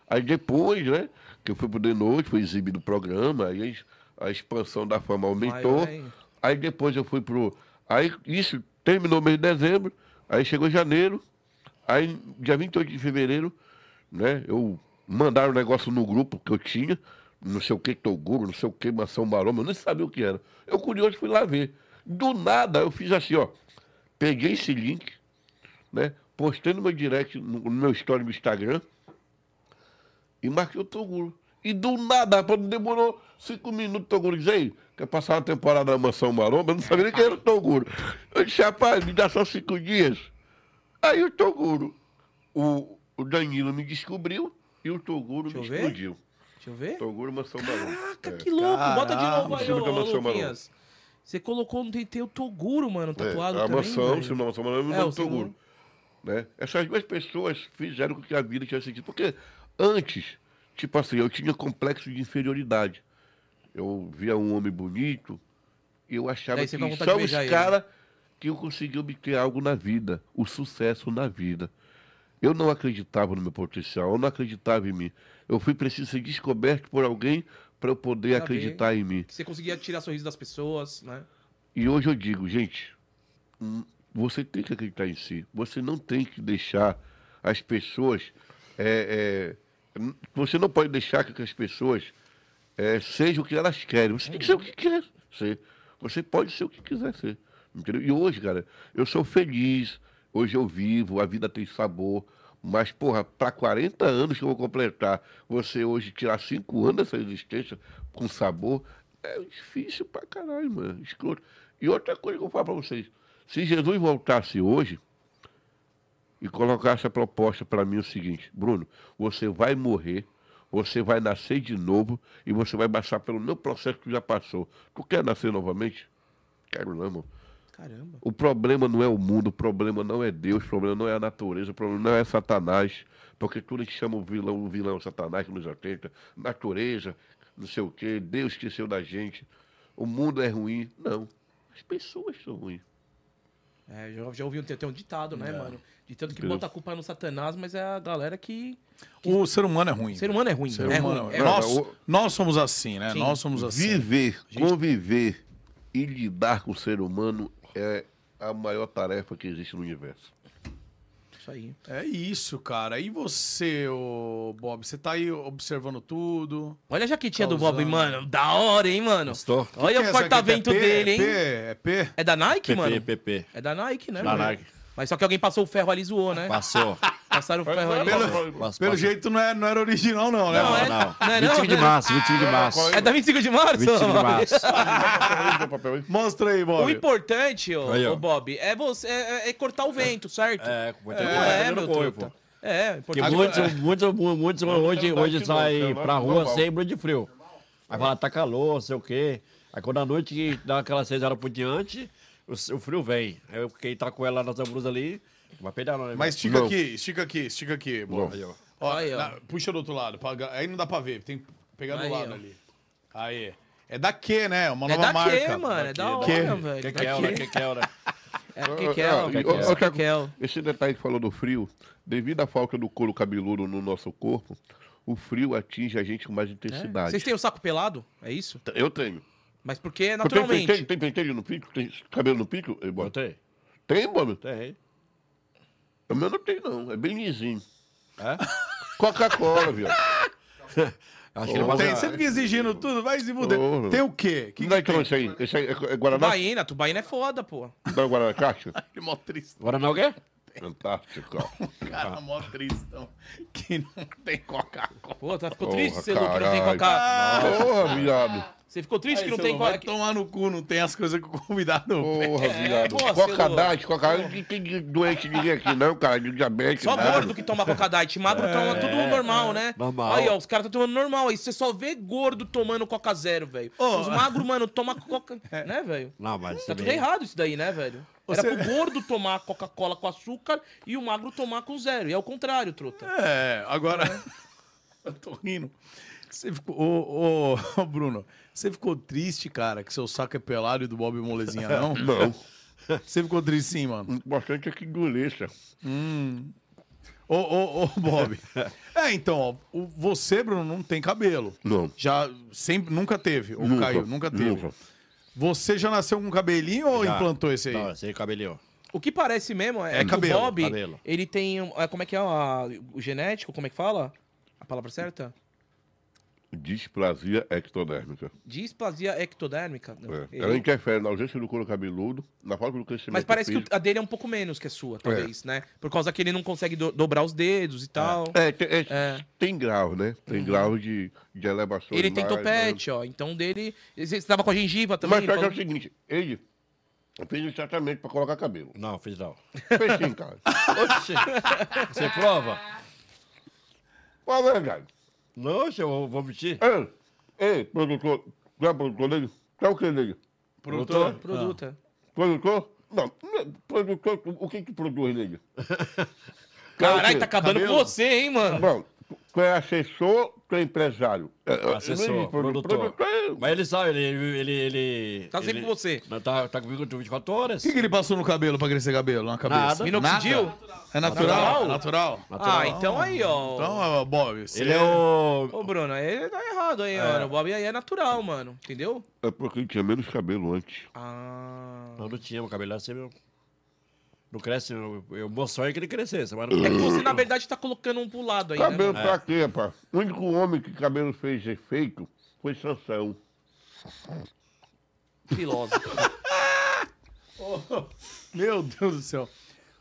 Speaker 4: Aí depois, né, que eu fui pro De Noite, fui exibido o programa, aí a es- a expansão da fama aumentou.
Speaker 1: Maior ainda.
Speaker 4: Aí depois eu fui pro. Aí isso terminou o mês de dezembro, aí chegou janeiro, aí dia 28 de fevereiro, né? Eu mandaram um negócio no grupo que eu tinha, não sei o que, Toguro, não sei o que, maçã maroma, eu nem sabia o que era. Eu curioso fui lá ver. Do nada eu fiz assim, ó. Peguei esse link, né? Postei no meu direct, no no meu story do Instagram, e marquei o Toguro. E do nada, quando demorou cinco minutos, o Toguro disse, ei, quer passar uma temporada na Mansão Maromba? Eu não sabia nem quem era o Toguro. Eu disse, rapaz, me dá só cinco dias. Aí o Toguro, o, o Danilo me descobriu e o Toguro
Speaker 1: Deixa
Speaker 4: me
Speaker 1: eu ver.
Speaker 4: explodiu.
Speaker 1: Deixa eu ver.
Speaker 4: Toguro Mansão Maromba.
Speaker 1: Caraca,
Speaker 4: É.
Speaker 1: que louco! Bota de
Speaker 2: Caramba.
Speaker 1: novo aí,
Speaker 4: Deixa eu
Speaker 1: ô,
Speaker 4: botar uma maçã
Speaker 1: Luquinhas. Você colocou no TT o Toguro, mano,
Speaker 4: É,
Speaker 1: tatuado
Speaker 4: a
Speaker 1: também.
Speaker 4: mansão,
Speaker 1: velho.
Speaker 4: se não, a mansão não
Speaker 1: É,
Speaker 4: é
Speaker 1: o
Speaker 4: o Toguro. Né? Essas duas pessoas fizeram com que a vida tivesse sentido. Porque antes, tipo assim, eu tinha complexo de inferioridade. Eu via um homem bonito, eu achava
Speaker 1: Daí
Speaker 4: que
Speaker 1: você ficava com vontade
Speaker 4: só
Speaker 1: de
Speaker 4: os
Speaker 1: beijar ele.
Speaker 4: caras que eu conseguia obter algo na vida, o sucesso na vida. Eu não acreditava no meu potencial, eu não acreditava em mim. Eu fui preciso ser descoberto por alguém para eu poder
Speaker 1: Pra ver.
Speaker 4: acreditar em mim.
Speaker 1: Que Você conseguia tirar sorriso das pessoas, né?
Speaker 4: E hoje eu digo, gente, hum, você tem que acreditar em si. Você não tem que deixar as pessoas. é, é, n- você não pode deixar que as pessoas é, sejam o que elas querem. Você tem que ser o que quer ser. Você pode ser o que quiser ser. Entendeu? E hoje, cara, eu sou feliz. Hoje eu vivo, a vida tem sabor. Mas, porra, para 40 anos que eu vou completar, você hoje tirar 5 anos dessa existência com sabor, é difícil pra caralho, mano. Escroto. E outra coisa que eu falo pra vocês: se Jesus voltasse hoje e colocasse a proposta pra mim, é o seguinte, Bruno, você vai morrer, você vai nascer de novo e você vai passar pelo meu processo que já passou. Tu quer nascer novamente? Quero não, irmão.
Speaker 1: Caramba.
Speaker 4: O problema não é o mundo, o problema não é Deus, o problema não é a natureza, o problema não é Satanás, porque tudo eles chamam o vilão, o vilão Satanás que nos atenta, natureza, não sei o quê, Deus esqueceu da gente, o mundo é ruim. Não, as pessoas são ruins.
Speaker 1: É, já, já ouvi um, tem, tem um ditado,
Speaker 2: É.
Speaker 1: né, mano? De tanto que
Speaker 4: Entendeu?
Speaker 1: bota a culpa no Satanás, mas é a galera que.
Speaker 2: O ser humano é ruim.
Speaker 1: Ser humano é ruim.
Speaker 2: Ser
Speaker 1: é
Speaker 2: humano
Speaker 1: ruim.
Speaker 2: é
Speaker 1: É
Speaker 2: Nós,
Speaker 4: ruim. Não,
Speaker 2: nós somos assim, né?
Speaker 1: Sim.
Speaker 2: Nós somos assim.
Speaker 4: Viver, conviver e lidar com o ser humano é a maior tarefa que existe no universo.
Speaker 1: Isso aí.
Speaker 2: É isso, cara. E você, ô, Bob? Você tá aí observando tudo?
Speaker 1: Olha a jaquetinha do Bob,
Speaker 2: Causando.
Speaker 1: mano. Da hora, hein, mano?
Speaker 3: Gostou?
Speaker 1: Olha
Speaker 2: Que
Speaker 1: o
Speaker 2: é essa aqui?
Speaker 1: corta-vento
Speaker 2: É P?
Speaker 1: dele, hein?
Speaker 2: É P? É P?
Speaker 1: É da Nike, (laughs)
Speaker 3: PP,
Speaker 1: mano?
Speaker 3: PP.
Speaker 1: É da Nike, né,
Speaker 3: Da
Speaker 1: mano?
Speaker 3: Nike.
Speaker 1: Mas só que alguém passou o ferro ali e zoou, né? (laughs)
Speaker 3: Passou.
Speaker 1: Passaram o ferro ali.
Speaker 3: Passou,
Speaker 2: Pelo
Speaker 3: passou.
Speaker 2: jeito não, é, não era original, não, né?
Speaker 1: Não,
Speaker 2: mano?
Speaker 1: é- não é não?
Speaker 3: 25 um de março, 25 de março.
Speaker 1: É da 25 de março?
Speaker 3: 25 de
Speaker 1: mano?
Speaker 3: março.
Speaker 2: Mostra
Speaker 1: (laughs)
Speaker 2: aí,
Speaker 1: O
Speaker 2: Bob.
Speaker 1: importante, ô,
Speaker 3: Aí, ó.
Speaker 1: ô, Bob, é você é, é- é cortar o vento, certo?
Speaker 3: É, com muita coisa,
Speaker 1: é,
Speaker 3: eu não
Speaker 1: meu
Speaker 3: corro,
Speaker 1: truta.
Speaker 3: pô.
Speaker 1: É,
Speaker 3: Porque
Speaker 1: importante.
Speaker 3: muitos, muitos, muitos, muitos hoje,
Speaker 4: não dá
Speaker 3: hoje
Speaker 4: aqui não, tem
Speaker 3: saem
Speaker 4: lá
Speaker 3: pra
Speaker 4: no
Speaker 3: rua
Speaker 4: normal.
Speaker 3: sempre de frio. Aí fala, tá calor, não sei o quê. Aí quando a noite que dá aquelas seis horas por diante, o, o frio vem. Aí quem tá com ela nessa blusa ali, não vai pegar não, né?
Speaker 2: Mas estica
Speaker 4: Não.
Speaker 2: aqui, estica aqui, estica aqui, Bob.
Speaker 3: Aí, ó.
Speaker 2: Ó,
Speaker 1: Aí, ó.
Speaker 2: na- puxa do outro lado. pra- Aí não dá pra ver, tem que pegar do
Speaker 1: Aí,
Speaker 2: lado
Speaker 1: ó.
Speaker 2: ali. Aí. É da Q, né? Uma
Speaker 1: É
Speaker 2: nova
Speaker 1: da
Speaker 2: marca.
Speaker 1: Q, mano. É da hora,
Speaker 2: Q.
Speaker 3: O
Speaker 1: velho.
Speaker 3: que
Speaker 1: É
Speaker 3: que é,
Speaker 1: da
Speaker 3: né? O
Speaker 1: Q.
Speaker 3: que que é, né?
Speaker 1: É da Kekel.
Speaker 4: Ah, e- ô,
Speaker 1: É
Speaker 4: ô,
Speaker 1: da
Speaker 4: Thiago,
Speaker 1: Kekel.
Speaker 4: Esse detalhe que falou do frio, devido à falta do couro cabeludo no nosso corpo, o frio atinge a gente com mais intensidade.
Speaker 1: Vocês têm o saco pelado? É isso?
Speaker 4: Eu tenho.
Speaker 1: Mas porque é
Speaker 4: Tem pentelho,
Speaker 1: naturalmente.
Speaker 4: tem pentelho no pico? Tem cabelo no pico? Ei, Bob?
Speaker 3: Botei.
Speaker 4: Tem, Bob?
Speaker 3: Tem.
Speaker 4: O meu não tem, não. É bem lisinho.
Speaker 3: É?
Speaker 4: Coca-Cola, viu?
Speaker 3: Acho
Speaker 4: Ô,
Speaker 3: que ele
Speaker 2: Tem,
Speaker 3: passa...
Speaker 2: sempre que exigindo tudo, vai se fuder.
Speaker 4: Ô.
Speaker 2: Tem o quê? Que
Speaker 4: não é
Speaker 2: que tem?
Speaker 4: então isso aí? Isso aí é Guaraná?
Speaker 1: Tubaína, Tubaína é foda, pô.
Speaker 4: Não é Guaraná Caixa?
Speaker 2: Ele mó tristão,
Speaker 3: Agora não é o quê?
Speaker 4: Fantástico.
Speaker 2: cara, mó tristão. Que não tem Coca-Cola.
Speaker 1: Pô, tá, ficou
Speaker 4: Porra,
Speaker 1: triste você, Lu, que não tem
Speaker 4: caralho. Ah!
Speaker 1: coca.
Speaker 4: Porra, viado.
Speaker 1: Você ficou triste que não tem
Speaker 2: Vai
Speaker 1: coca.
Speaker 2: tomar no cu, não tem as coisas que o convidado
Speaker 4: Porra, viado.
Speaker 1: você,
Speaker 4: Coca
Speaker 1: Lu.
Speaker 4: Diet, Coca Não tem doente ninguém aqui, não, cara. De diabetes,
Speaker 1: Só
Speaker 4: nada.
Speaker 1: gordo que toma coca diet. Magro
Speaker 4: É,
Speaker 1: toma tudo normal, né?
Speaker 3: Normal.
Speaker 1: Aí, ó, os caras estão tomando normal. Aí você só vê gordo tomando coca zero, velho.
Speaker 2: Ô.
Speaker 1: Os magros, mano, toma coca. Né, velho?
Speaker 3: Não, mas...
Speaker 1: Tá tudo
Speaker 3: também-
Speaker 1: errado isso daí, né, velho? Era
Speaker 2: Você-
Speaker 1: pro gordo tomar Coca-Cola com açúcar e o magro tomar com zero. E é o contrário, truta.
Speaker 2: É, agora.
Speaker 1: É.
Speaker 2: (laughs) Eu tô rindo. Você ficou. Ô, ô, ô, Bruno, você ficou triste, cara, que seu saco é pelado e do Bob Molezinha, não?
Speaker 4: Não.
Speaker 2: Você ficou triste sim, mano.
Speaker 4: O importante é que endureça.
Speaker 2: Ô, ô, ô, Bob. É, então, ó, o- você, Bruno, não tem cabelo.
Speaker 4: Não.
Speaker 2: Já sempre, nunca teve, ou
Speaker 4: nunca,
Speaker 2: caiu, nunca teve.
Speaker 4: Nunca.
Speaker 2: Você já nasceu com cabelinho ou
Speaker 3: Já.
Speaker 2: implantou esse aí?
Speaker 3: Não, esse aí cabelinho.
Speaker 1: O que parece mesmo é,
Speaker 2: É
Speaker 1: que
Speaker 2: cabelo,
Speaker 1: o Bob,
Speaker 3: cabelo.
Speaker 1: ele tem. um- é, Como é que é a- o genético? Como é que fala? A palavra certa?
Speaker 4: Displasia ectodérmica.
Speaker 1: Displasia ectodérmica. Não,
Speaker 4: É.
Speaker 1: ele-
Speaker 4: Ela interfere na ausência do couro cabeludo, na falta do crescimento
Speaker 1: Mas parece
Speaker 4: físico.
Speaker 1: que a dele é um pouco menos que a sua, talvez, né? Por causa que ele não consegue do- dobrar os dedos e tal.
Speaker 4: É, tem, é,
Speaker 1: É. Uhum.
Speaker 4: tem grau, né? Tem grau de, de elevação.
Speaker 1: Ele tem
Speaker 4: mais,
Speaker 1: topete, ó. Então dele. Você você tava com a gengiva
Speaker 4: né? Mas
Speaker 1: também? então.
Speaker 4: pior que é
Speaker 1: falou-
Speaker 4: o seguinte, ele fez um tratamento pra colocar cabelo.
Speaker 3: Não, fiz não.
Speaker 4: Fez sim,
Speaker 1: (laughs)
Speaker 4: cara.
Speaker 3: Oxi. (laughs) Você prova?
Speaker 4: Qual é, cara?
Speaker 3: Não, oxe, eu vou mentir.
Speaker 4: Ei, ei, produtor, tu é produtor dele? Tu é o que dele?
Speaker 2: Produtor?
Speaker 1: Produta.
Speaker 4: Ah. Produtor? Não, não, é produtor, o que que produz nele?
Speaker 1: (laughs) Caralho, tá acabando
Speaker 2: Cabelo?
Speaker 1: com você, hein, mano?
Speaker 4: Tá Bom, tu é assessor, tu é empresário. É, é, não
Speaker 3: Assessor,
Speaker 4: existe produ-
Speaker 3: produtor.
Speaker 4: produtor
Speaker 3: Mas ele sabe, ele... ele, ele
Speaker 1: Tá sempre
Speaker 3: ele-
Speaker 1: com você.
Speaker 3: Não, Tá, tá comigo 24 horas.
Speaker 2: O que, que ele passou no cabelo pra crescer cabelo? Na cabeça?
Speaker 3: Nada.
Speaker 1: Minoxidil?
Speaker 2: É natural? É natural?
Speaker 1: Ah, então aí, ó.
Speaker 2: Então, ó, Bob, você...
Speaker 3: Ele é o...
Speaker 1: Ô, Bruno, aí tá errado aí, mano. O Bob aí é natural, mano. Entendeu?
Speaker 4: é, é porque ele tinha menos cabelo antes.
Speaker 1: Ah.
Speaker 3: Eu não tinha, meu cabelo era assim mesmo. Não cresce, eu, eu, meu sonho é que ele crescesse, mas
Speaker 1: É que
Speaker 3: não
Speaker 2: Hum.
Speaker 1: você, na verdade, tá colocando um pro lado aí,
Speaker 4: Cabelo
Speaker 1: né?
Speaker 4: pra quê, rapaz? O único homem que cabelo fez efeito foi Sansão.
Speaker 1: mano? Filósofo.
Speaker 2: Meu Deus do céu.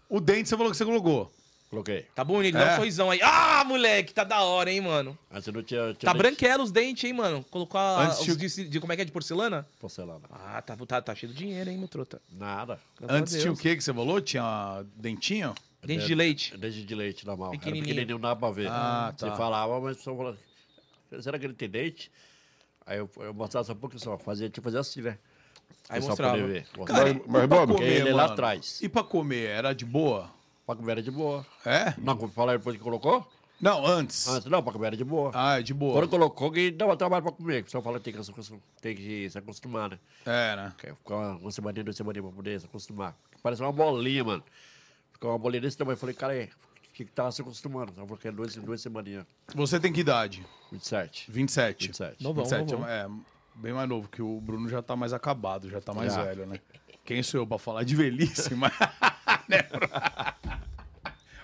Speaker 2: O dente você falou que você colocou.
Speaker 3: Coloquei.
Speaker 1: Tá bonito, dá
Speaker 2: É.
Speaker 1: um sorrisão aí. Ah, moleque, tá da hora, hein, mano.
Speaker 3: Antes não tinha, tinha
Speaker 1: Tá
Speaker 3: nem
Speaker 1: branquelo os dentes, hein, mano. Colocou a-
Speaker 2: Antes
Speaker 1: os
Speaker 2: tinha-
Speaker 1: de, de- como é que é, de porcelana?
Speaker 3: porcelana.
Speaker 1: Ah, tá, tá, tá cheio de dinheiro, hein, meu trota.
Speaker 3: Nada.
Speaker 1: Graças a
Speaker 2: Antes
Speaker 1: Deus.
Speaker 2: tinha o que que você falou? Tinha dentinho?
Speaker 1: Dente de leite.
Speaker 3: Desde de leite normal. Era
Speaker 1: Pequenininho.
Speaker 3: pequenininho, não dava pra ver. Hum.
Speaker 2: Ah, tá.
Speaker 3: Você falava, mas só falava... assim, Será que ele tem dente? Aí eu, eu mostrava só um pouquinho só. Fazia, tipo, fazia assim, né?
Speaker 1: Aí
Speaker 3: Só
Speaker 1: mostrava.
Speaker 3: poder ver.
Speaker 4: Cara,
Speaker 2: e
Speaker 4: mas,
Speaker 2: pra
Speaker 4: Bob,
Speaker 2: comer,
Speaker 3: ele é lá
Speaker 2: mano?
Speaker 3: atrás.
Speaker 2: E pra comer, era de boa?
Speaker 3: Pra comer era de boa.
Speaker 2: É?
Speaker 3: Não, como falar depois que colocou?
Speaker 2: Não, antes.
Speaker 3: Antes, não, pra comer era de boa.
Speaker 2: Ah, é de boa.
Speaker 3: Quando colocou, que dava trabalho pra comer. O pessoal fala que tem que, se acostum- tem que se acostumar, né?
Speaker 2: É, né?
Speaker 3: Que Ficou uma, uma semana, duas semanas pra poder se acostumar. Parece uma bolinha, mano. Ficou uma bolinha desse tamanho. Eu Falei, cara, é, o que que tava se acostumando? Ela falou que é duas, duas semaninhas.
Speaker 2: Você tem que idade?
Speaker 3: 27.
Speaker 2: 27.
Speaker 3: 27.
Speaker 1: Novão,
Speaker 2: 27
Speaker 1: novão.
Speaker 2: é bem mais novo, que o Bruno já tá mais acabado, já tá mais
Speaker 3: Já.
Speaker 2: velho, né? Quem sou eu pra falar de velhice, (laughs) mas... né, Bruno?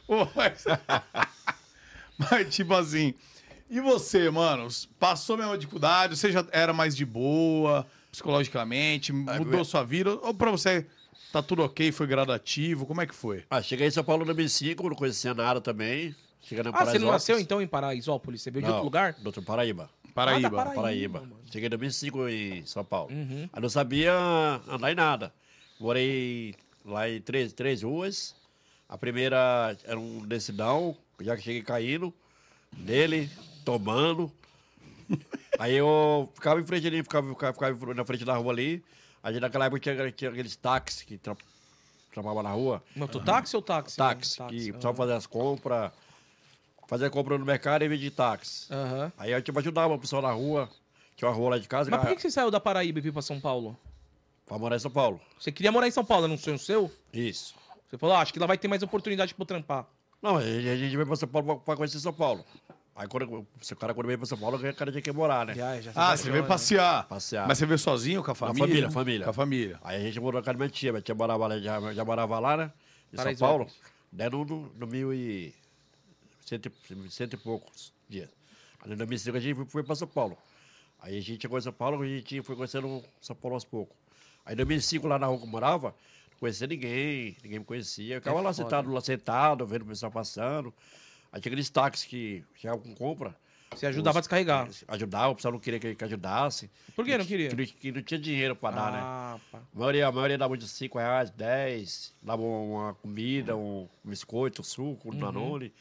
Speaker 2: Ô, mas... (laughs) mas, tipo assim... E você, mano? Passou mesmo a dificuldade? Você já era mais de boa, psicologicamente? Mudou
Speaker 3: Ah, eu-
Speaker 2: sua vida? Ou pra você tá tudo ok, foi gradativo? Como é que foi?
Speaker 3: Ah, cheguei em São Paulo em 2005, não conhecia nada também. Cheguei na
Speaker 1: Ah, você não
Speaker 3: Paraisópolis.
Speaker 1: nasceu então em Paraisópolis? Você veio de
Speaker 3: Não,
Speaker 1: outro lugar?
Speaker 3: Do outro Paraíba.
Speaker 1: Ah,
Speaker 2: Paraíba.
Speaker 1: da Paraíba.
Speaker 3: Paraíba.
Speaker 1: mano.
Speaker 3: Cheguei em 2005 em São Paulo.
Speaker 1: Uhum.
Speaker 3: Aí não sabia andar em nada. Morei lá em três, três ruas. A primeira era um decidão, já que cheguei caindo nele,
Speaker 1: (laughs)
Speaker 3: tomando. Aí eu ficava em frente ali, ficava, ficava, ficava na frente da rua ali. Aí naquela época tinha, tinha aqueles táxis que tra trabalhavam na rua.
Speaker 1: Não, tu táxi ou táxi?
Speaker 3: Táxi,
Speaker 1: Táxi, é. ah.
Speaker 3: que
Speaker 1: aham.
Speaker 3: precisavam fazer as compras, fazer a compra no mercado e vender táxi.
Speaker 1: Aham.
Speaker 3: Aí eu tipo, ajudava o pessoal na rua. Tinha uma rua lá de casa
Speaker 1: Mas por
Speaker 3: pra,
Speaker 1: que que você saiu da Paraíba e veio pra São Paulo?
Speaker 3: pra morar em São Paulo.
Speaker 1: Você queria morar em São Paulo, era um sonho seu?
Speaker 3: Isso.
Speaker 1: Você falou, ah, acho que lá vai ter mais oportunidade pra eu trampar.
Speaker 3: Não, a gente, a gente veio pra São Paulo pra, pra conhecer São Paulo. Aí quando eu- o cara quando veio pra São Paulo, o cara tinha que morar, né?
Speaker 1: Já, já
Speaker 2: Ah, você veio passear.
Speaker 3: Passear.
Speaker 2: Mas você veio sozinho, com a família?
Speaker 3: família, família.
Speaker 2: Com a família.
Speaker 3: Aí a gente morou na casa da minha tia. Minha tia morava lá, já, já morava lá, né? Em São Paulo. né,
Speaker 1: Paraisópolis.
Speaker 3: Daí no, no, no mil e cento, e- cento e poucos dias. Aí, em 2005 a gente foi para São Paulo. Aí a gente chegou em São Paulo, a gente foi conhecendo São Paulo aos poucos. Aí em 2005, lá na rua que eu morava, não conhecia ninguém, ninguém me conhecia. Eu ficava
Speaker 1: É
Speaker 3: lá
Speaker 1: foda.
Speaker 3: sentado, lá sentado, vendo o pessoal passando. Aí tinha aqueles táxis que chegavam com compra.
Speaker 1: Você ajudava a descarregar.
Speaker 3: Ajudava, o pessoal não queria que, que ajudasse.
Speaker 1: Por que não queria?
Speaker 3: Que, que não tinha dinheiro para dar, né?
Speaker 1: Ah, pá.
Speaker 3: A maioria, a maioria dava de 5 reais, 10, dava uma comida, um biscoito, um suco, um
Speaker 1: Uhum.
Speaker 3: danone.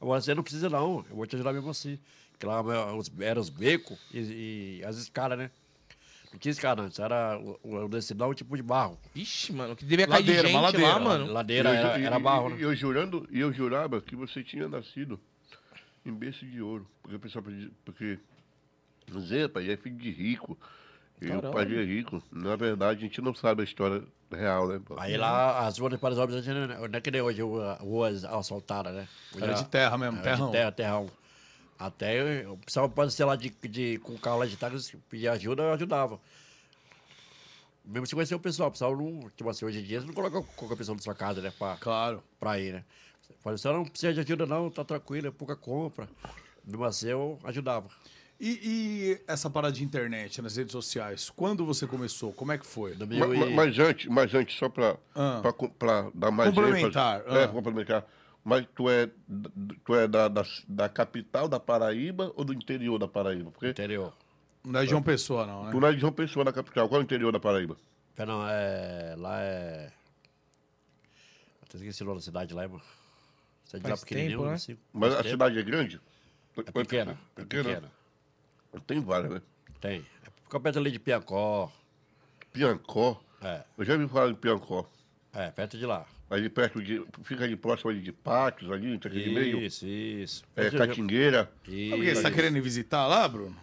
Speaker 3: Agora você não precisa não, eu vou te ajudar mesmo assim. Porque lá os- eram os becos e, e as escadas, né? Não tinha escada antes, era o, o decidão tipo de barro.
Speaker 1: Vixe, mano, que devia cair
Speaker 2: Ladeira,
Speaker 1: de gente
Speaker 2: uma ladeira,
Speaker 1: lá, mano.
Speaker 3: Ladeira
Speaker 4: E eu ju-
Speaker 3: era,
Speaker 4: e-
Speaker 3: era barro,
Speaker 4: e-
Speaker 3: né?
Speaker 4: E eu, jurando, e eu jurava que você tinha nascido em berço de ouro. Porque o pessoal podia- porque Zé, pai, é filho de rico. E o
Speaker 1: Caramba.
Speaker 4: pai dele é rico. Na verdade, a gente não sabe a história real, né? pô?
Speaker 3: Aí lá, as ruas de Paraisópolis, a gente não não é que nem hoje, rua- ruas asfaltadas, né? Hoje
Speaker 2: Era
Speaker 3: a-
Speaker 2: de terra mesmo,
Speaker 3: Era
Speaker 2: terrão.
Speaker 3: de terra, terrão. Até eu- eu precisava aparecer lá de, de, com o carro lá de táxi, pedir ajuda, eu ajudava. Mesmo se conhecer o pessoal, o pessoal não. Tipo assim, hoje em dia você não coloca qualquer pessoa na sua casa, né? Pra,
Speaker 2: Claro.
Speaker 3: pra ir, né? Falei, você não precisa de ajuda, não, tá tranquilo, é pouca compra. Mesmo assim, eu ajudava.
Speaker 2: E, e essa parada de internet, nas redes sociais, quando você começou? Como é que foi?
Speaker 3: Do
Speaker 4: Ma-
Speaker 3: meu
Speaker 4: ma-
Speaker 3: e...
Speaker 4: Mas antes, mas antes só para
Speaker 2: Ah.
Speaker 4: dar mais
Speaker 2: Complementar,
Speaker 4: ênfase. É,
Speaker 2: ah.
Speaker 4: complementar. Mas tu é, tu é da, da, da capital da Paraíba ou do interior da Paraíba? Porque
Speaker 3: Interior.
Speaker 2: Não é de uma pessoa, não,
Speaker 4: tu
Speaker 2: né?
Speaker 4: não é de João Pessoa na capital. Qual é o interior da Paraíba?
Speaker 3: Pera, não, é. Lá é. Até esqueci o nome da cidade lá, mano. Cidade lá
Speaker 1: Faz
Speaker 3: pequenininha,
Speaker 1: tempo, né?
Speaker 3: assim.
Speaker 4: Mas
Speaker 3: Faz
Speaker 4: a
Speaker 3: tempo.
Speaker 4: cidade é grande?
Speaker 3: É pequena. É
Speaker 4: Pequena?
Speaker 3: pequena.
Speaker 4: Tem várias, né?
Speaker 3: Tem. Fica perto ali de Piacó.
Speaker 4: Piancó.
Speaker 3: É,
Speaker 4: Eu já ouvi falar de Piancó.
Speaker 3: é, perto de lá.
Speaker 4: Ali perto de. Fica ali próximo ali de Patos, ali, entre aquele meio.
Speaker 3: Isso, isso.
Speaker 4: É,
Speaker 3: Isso,
Speaker 4: Catingueira.
Speaker 2: Ah, Por quê?
Speaker 3: Isso.
Speaker 2: Você tá querendo ir visitar lá, Bruno?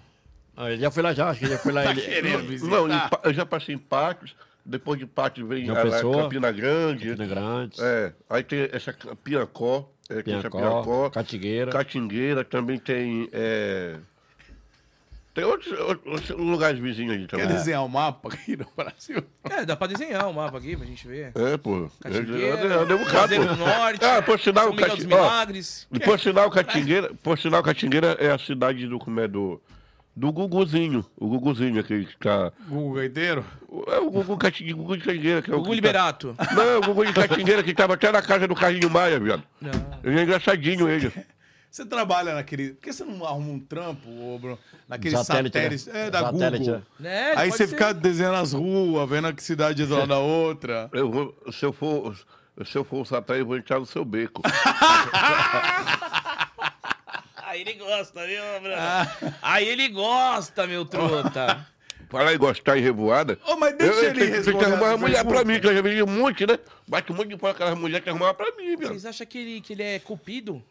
Speaker 3: Ah, ele já foi lá já, acho que ele já foi lá.
Speaker 2: Tá
Speaker 3: ele...
Speaker 2: querendo visitar?
Speaker 4: Não, em Pa- eu já passei em Patos, depois de Patos vem
Speaker 3: João
Speaker 4: a, a
Speaker 3: Pessoa.
Speaker 4: Campina Grande.
Speaker 3: Campina Grande.
Speaker 4: É, aí tem essa ca- Piancó, é, que essa
Speaker 3: Piancó,
Speaker 4: Piancó,
Speaker 3: Catingueira.
Speaker 4: Catingueira, também tem. é, tem outros, outros lugares vizinhos aí também.
Speaker 2: Quer desenhar o mapa aqui no Brasil?
Speaker 3: (laughs)
Speaker 1: É, dá pra desenhar o mapa aqui pra gente ver.
Speaker 4: É, pô. Eu, eu, um
Speaker 1: Catingueira,
Speaker 4: eu, eu devo cá,
Speaker 1: Cruzeiro do
Speaker 4: pô.
Speaker 1: Norte,
Speaker 4: Ah, por sinal,
Speaker 1: São Miguel dos
Speaker 4: Cati- ó.
Speaker 1: Milagres.
Speaker 4: E por sinal, Catingueira, por sinal, Catingueira é a cidade do como é do do Guguzinho, o Guguzinho aquele que tá
Speaker 2: Google Gaiteiro?
Speaker 4: é o Gugu Catingueira, Gugu de Catingueira que é o
Speaker 1: Gugu
Speaker 4: que tá-
Speaker 1: Liberato.
Speaker 4: Não, o Gugu de Catingueira que tava até na casa do Carlinho Maia, viado.
Speaker 1: Não.
Speaker 4: Ele é engraçadinho ele.
Speaker 2: Você trabalha naquele. Por que você não arruma um trampo, ô, Bruno? Naquele satélite.
Speaker 3: Satélite, né?
Speaker 2: É, da
Speaker 3: Satélite,
Speaker 2: Google.
Speaker 3: né?
Speaker 1: Né,
Speaker 2: Aí
Speaker 1: pode
Speaker 2: você
Speaker 1: ser.
Speaker 2: fica desenhando as ruas, vendo a que cidade é do lado
Speaker 3: (laughs)
Speaker 2: da outra.
Speaker 4: Eu vou, se eu for, se eu for o Satã, eu vou entrar no seu beco.
Speaker 1: Aí ele gosta, viu, Bruno? Aí ele gosta, meu trota.
Speaker 4: Falar em gostar em revoada.
Speaker 2: Ô, mas deixa
Speaker 4: eu,
Speaker 2: ele
Speaker 4: tem- Tem
Speaker 2: responder
Speaker 4: que arrumar
Speaker 2: essa
Speaker 4: uma mulher pra
Speaker 2: pergunta.
Speaker 4: mim, que eu já vi um monte, né? Bate um monte de pau aquelas mulheres que arrumavam pra mim, viado.
Speaker 1: Vocês acham que ele, que ele é cupido?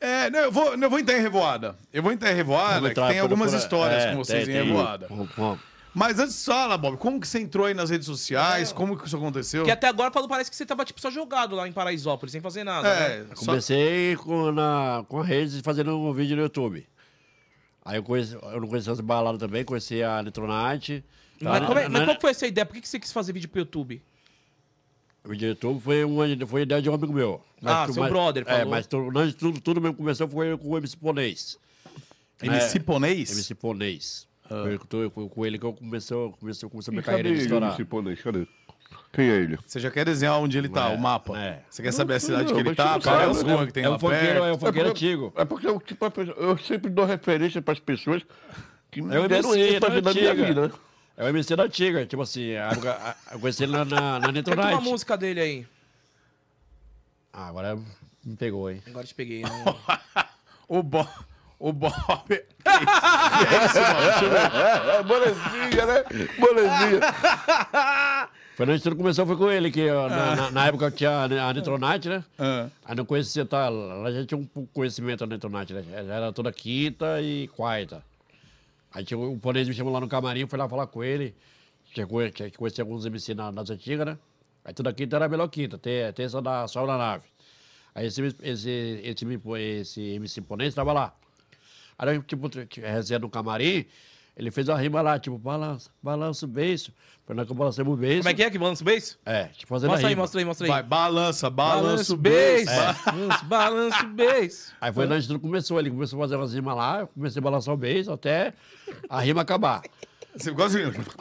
Speaker 2: É, não, eu vou, não, eu vou entrar em Revoada. Eu vou entrar em Revoada,
Speaker 3: Vamos
Speaker 2: que
Speaker 3: entrar
Speaker 2: tem
Speaker 3: por-
Speaker 2: algumas
Speaker 3: por-
Speaker 2: histórias
Speaker 3: é,
Speaker 2: com vocês
Speaker 3: tem,
Speaker 2: em
Speaker 3: tem.
Speaker 2: Revoada.
Speaker 3: Vamos, vamos.
Speaker 2: Mas antes, fala, Bob, como que você entrou aí nas redes sociais?
Speaker 1: É.
Speaker 2: Como que isso aconteceu?
Speaker 1: Porque até agora falou, parece que você tava tipo, só jogado lá em Paraisópolis, sem fazer nada. né?
Speaker 2: É, só...
Speaker 3: Comecei com, na, com a rede fazendo um vídeo no YouTube. Aí eu, conheci, eu não conhecia as baladas também, conheci a Electronite.
Speaker 1: Mas,
Speaker 3: Tá,
Speaker 1: como é-
Speaker 3: né,
Speaker 1: mas
Speaker 3: né?
Speaker 1: qual que foi essa ideia? Por que, que você quis fazer vídeo pro YouTube?
Speaker 3: O diretor foi uma foi ideia de um amigo meu.
Speaker 1: Ah,
Speaker 3: tu-
Speaker 1: seu brother
Speaker 3: É,
Speaker 1: falou.
Speaker 3: mas tu- nós, tudo, tudo mesmo começou foi com o MC Ponês. é.
Speaker 2: MC Ponês?
Speaker 3: MC Ponês.
Speaker 2: Ah.
Speaker 3: Foi com- Foi, com- com ele que eu comecei, comecei, comecei a minha
Speaker 4: Cadê
Speaker 3: carreira de
Speaker 4: ele,
Speaker 3: estourar.
Speaker 4: esse ponente? Cadê? Quem é ele?
Speaker 2: Você já quer desenhar onde ele tá,
Speaker 3: É,
Speaker 2: o mapa.
Speaker 3: é.
Speaker 2: Você quer saber a cidade
Speaker 4: não,
Speaker 2: que ele
Speaker 4: mas
Speaker 2: tá,
Speaker 4: tipo,
Speaker 2: qual é
Speaker 4: cara,
Speaker 2: as ruas que tem
Speaker 3: é
Speaker 2: lá
Speaker 3: o funkeiro, é
Speaker 2: perto.
Speaker 3: o funkeiro
Speaker 4: porque-
Speaker 3: antigo.
Speaker 4: É porque eu, tipo, a pessoa- eu sempre dou referência pras pessoas que me
Speaker 3: É o
Speaker 4: deram
Speaker 3: MC
Speaker 4: isso pra
Speaker 3: da
Speaker 4: ajudar a minha
Speaker 3: antiga. (laughs)
Speaker 4: vida, né?
Speaker 3: É o MC da antiga, tipo assim, a- a- eu conheci ele na, na,
Speaker 2: É
Speaker 3: na
Speaker 2: tipo
Speaker 3: Neto
Speaker 1: Canta uma
Speaker 3: Night.
Speaker 1: música dele aí.
Speaker 3: Ah, agora me pegou, hein?
Speaker 1: Agora te peguei. Né?
Speaker 2: (laughs) O Bob. O Bob.
Speaker 3: (laughs)
Speaker 4: É, é, bolezinha, né? Bolezinha.
Speaker 3: Foi onde tudo começou, foi com ele, que ó, na, na- na época eu tinha a a Netronite, né?
Speaker 2: Ah.
Speaker 3: Aí não conhecia, tá? Lá já tinha um pouco de conhecimento da Netronite, né? Era toda quinta e quarta. Aí tinha, o polonês me chamou lá no camarim, fui lá falar com ele. Chegou, tinha que conhecer alguns MC na, nas antigas, né? Aí toda quinta era a melhor quinta, ter- terça da sol na nave. Aí esse, esse, esse, esse MC polonês estava lá. Aí, nós, tipo, t- t- resenha no camarim, Ele fez a rima lá, tipo, balança, balança o beiço. Pra nós que balançamos o beiço.
Speaker 1: Como é que é que balança o beijo?
Speaker 3: É, tipo, fazendo
Speaker 1: Mostra
Speaker 3: a
Speaker 1: aí,
Speaker 3: rima.
Speaker 1: mostra aí, mostra aí.
Speaker 2: Vai, balança, balança
Speaker 1: Balança
Speaker 2: o beijo.
Speaker 1: Balança, balança o beijo.
Speaker 3: Aí foi nós não começou, ele começou a fazer umas rimas lá, eu comecei a balançar o beijo até a rima acabar.
Speaker 2: Você ficou assim.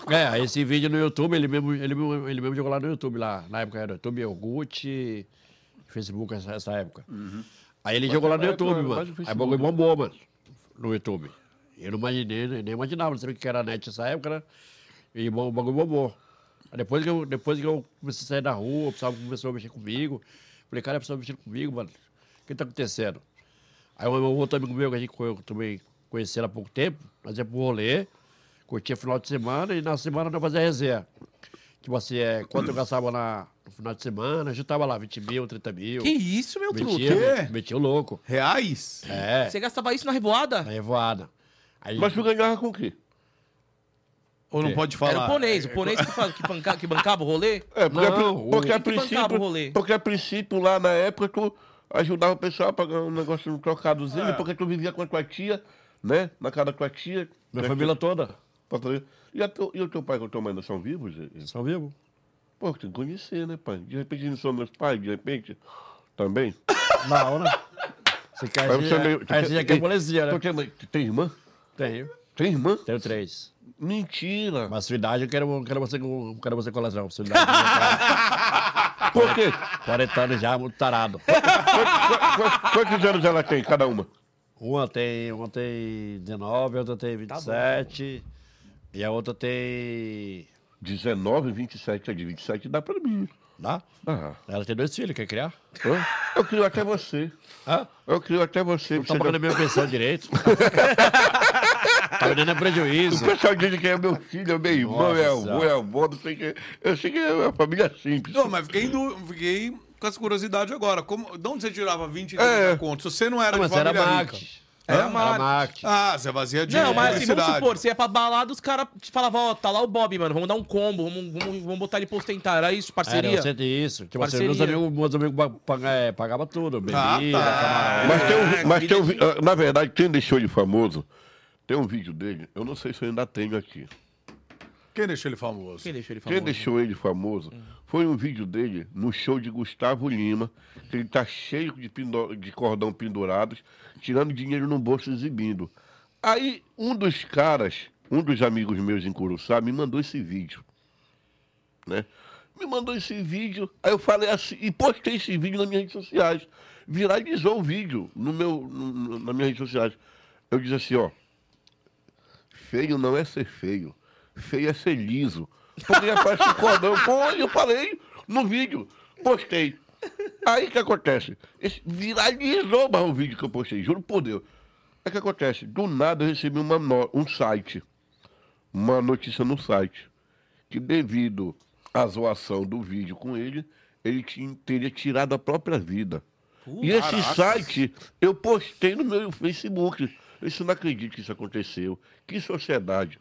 Speaker 3: É, esse vídeo no YouTube, ele mesmo, ele mesmo, ele mesmo jogou lá no YouTube, lá. Na época era YouTube, Orkut, Facebook, essa, essa época. Aí ele jogou lá no
Speaker 4: Uhum. na
Speaker 3: YouTube,
Speaker 4: época, mais
Speaker 3: mano. Aí
Speaker 4: no
Speaker 3: o
Speaker 4: Facebook,
Speaker 3: bagulho bombou, mano, no YouTube. Eu não imaginei, né? nem imaginava, não sabia o que era a net nessa época, né? E bom, o bagulho bombou. Aí Depois que, eu, depois que eu comecei a sair da rua, o pessoal começou a mexer comigo. Falei, cara, a pessoa mexendo comigo, mano. O que tá acontecendo? Aí um outro amigo meu que a gente co- eu também conhecendo há pouco tempo, nós ia pro rolê, curtia final de semana e na semana nós fazia resenha. Tipo assim, é, quanto eu gastava na, no final de semana, juntava lá 20 mil, 30 mil.
Speaker 1: Que isso, meu truto?
Speaker 3: metia,
Speaker 2: quê?
Speaker 3: me- metia o louco.
Speaker 2: Reais?
Speaker 3: É,
Speaker 1: Você gastava isso na revoada?
Speaker 3: na revoada. Aí,
Speaker 4: Mas tu ganhava com o quê?
Speaker 2: Ou
Speaker 3: É.
Speaker 2: não pode falar? É,
Speaker 1: Era o ponês, o ponês que, faz, que, banca- que bancava o rolê.
Speaker 4: É, porque,
Speaker 3: Não,
Speaker 4: a, pri-
Speaker 3: o-
Speaker 4: porque a
Speaker 1: que bancava o rolê?
Speaker 4: princípio, porque a princípio lá na época tu ajudava o pessoal a pagar um negócio, um trocadozinho,
Speaker 2: É.
Speaker 4: porque tu vivia com a tua tia, né? Na casa da tua tia.
Speaker 3: minha
Speaker 4: né,
Speaker 3: família toda.
Speaker 4: pra tu- E, a teu- e o teu pai e a tua mãe ainda são vivos?
Speaker 3: São vivo?
Speaker 4: Pô, tem que conhecer, né, pai? De repente não são meus pais, de repente também.
Speaker 3: Não, né? Você quer
Speaker 4: Aí você é meio-
Speaker 3: aí você já quer
Speaker 4: Ei,
Speaker 3: molezinha, né?
Speaker 4: Tu tem, mãe- tu tem irmã?
Speaker 3: Tenho.
Speaker 4: Tem irmã?
Speaker 3: Tenho três.
Speaker 4: Mentira!
Speaker 3: Mas sua idade eu quero, quero você com quero você com elas, não. Sua idade,
Speaker 4: Por quê?
Speaker 3: 40 anos já, muito tarado.
Speaker 4: Quantos- quantos- Quantos anos ela tem, cada uma?
Speaker 3: Uma tem, uma tem 19, a outra tem 27. e a outra tem.
Speaker 4: 19, 27, é de 27 dá pra mim.
Speaker 3: Dá?
Speaker 4: Ah.
Speaker 3: né? Ela tem dois filhos, quer criar?
Speaker 4: Hã? Eu crio até você.
Speaker 3: Hã?
Speaker 4: Eu crio até você.
Speaker 3: Não tá
Speaker 4: Você
Speaker 3: pagando a minha pensão direito. tá me dando prejuízo.
Speaker 4: O pessoal diz que é meu filho, é meu irmão, é
Speaker 3: Nossa.
Speaker 4: avô, é avó, não sei o que. Eu sei que é uma família simples.
Speaker 2: Não, mas fiquei, em dú- fiquei com essa curiosidade agora. Como, de onde você tirava 20 e 30
Speaker 4: É.
Speaker 2: contos? Se você não era
Speaker 3: Ah,
Speaker 2: de
Speaker 3: mas era
Speaker 2: família rica.
Speaker 3: marketing.
Speaker 1: Era
Speaker 3: Hã?
Speaker 1: marketing.
Speaker 3: marketing.
Speaker 2: Ah, você vazia de
Speaker 1: Não, mas assim, vamos
Speaker 2: publicidade.
Speaker 1: supor, você ia pra balada, os caras te falavam, ó, tá lá o Bob, mano, vamos dar um combo, vamos, vamos, vamos botar ele pra ostentar. Era isso,
Speaker 3: Era,
Speaker 1: parceria?
Speaker 3: eu senti isso. Tipo assim, meus
Speaker 1: Parceria.
Speaker 3: amigos, meus amigos ba- pag- é, pagavam tudo. Bebida,
Speaker 2: Ah, tá.
Speaker 3: camarão.
Speaker 4: Mas tem um, vi- mas tem um vi- ah, na verdade, quem deixou ele famoso, tem um vídeo dele, eu não sei se eu ainda tenho aqui.
Speaker 2: Quem deixou ele famoso?
Speaker 1: Quem deixou ele
Speaker 4: Quem
Speaker 1: famoso? né?
Speaker 4: deixou ele famoso foi um vídeo dele no show de Gustavo Lima, que ele tá cheio de, pindo- de cordão pendurados, tirando dinheiro no bolso e exibindo. Aí um dos caras, um dos amigos meus em Curuçá, me mandou esse vídeo. Né? Me mandou esse vídeo, aí eu falei assim, e postei esse vídeo nas minhas redes sociais. Viralizou o vídeo no meu, no- no- nas minhas redes sociais. Eu disse assim, ó. Feio não é ser feio. Feio é ser liso. Porque aparece um cordão. Pô, eu falei no vídeo. Postei. Aí o que acontece? Esse viralizou mas, o vídeo que eu postei, juro por Deus. Aí o que acontece? Do nada eu recebi uma no- um site, uma notícia no site, que devido à zoação do vídeo com ele, ele tinha- teria tirado a própria vida. e esse site eu postei no meu Facebook. Isso não acredito que isso aconteceu. Que sociedade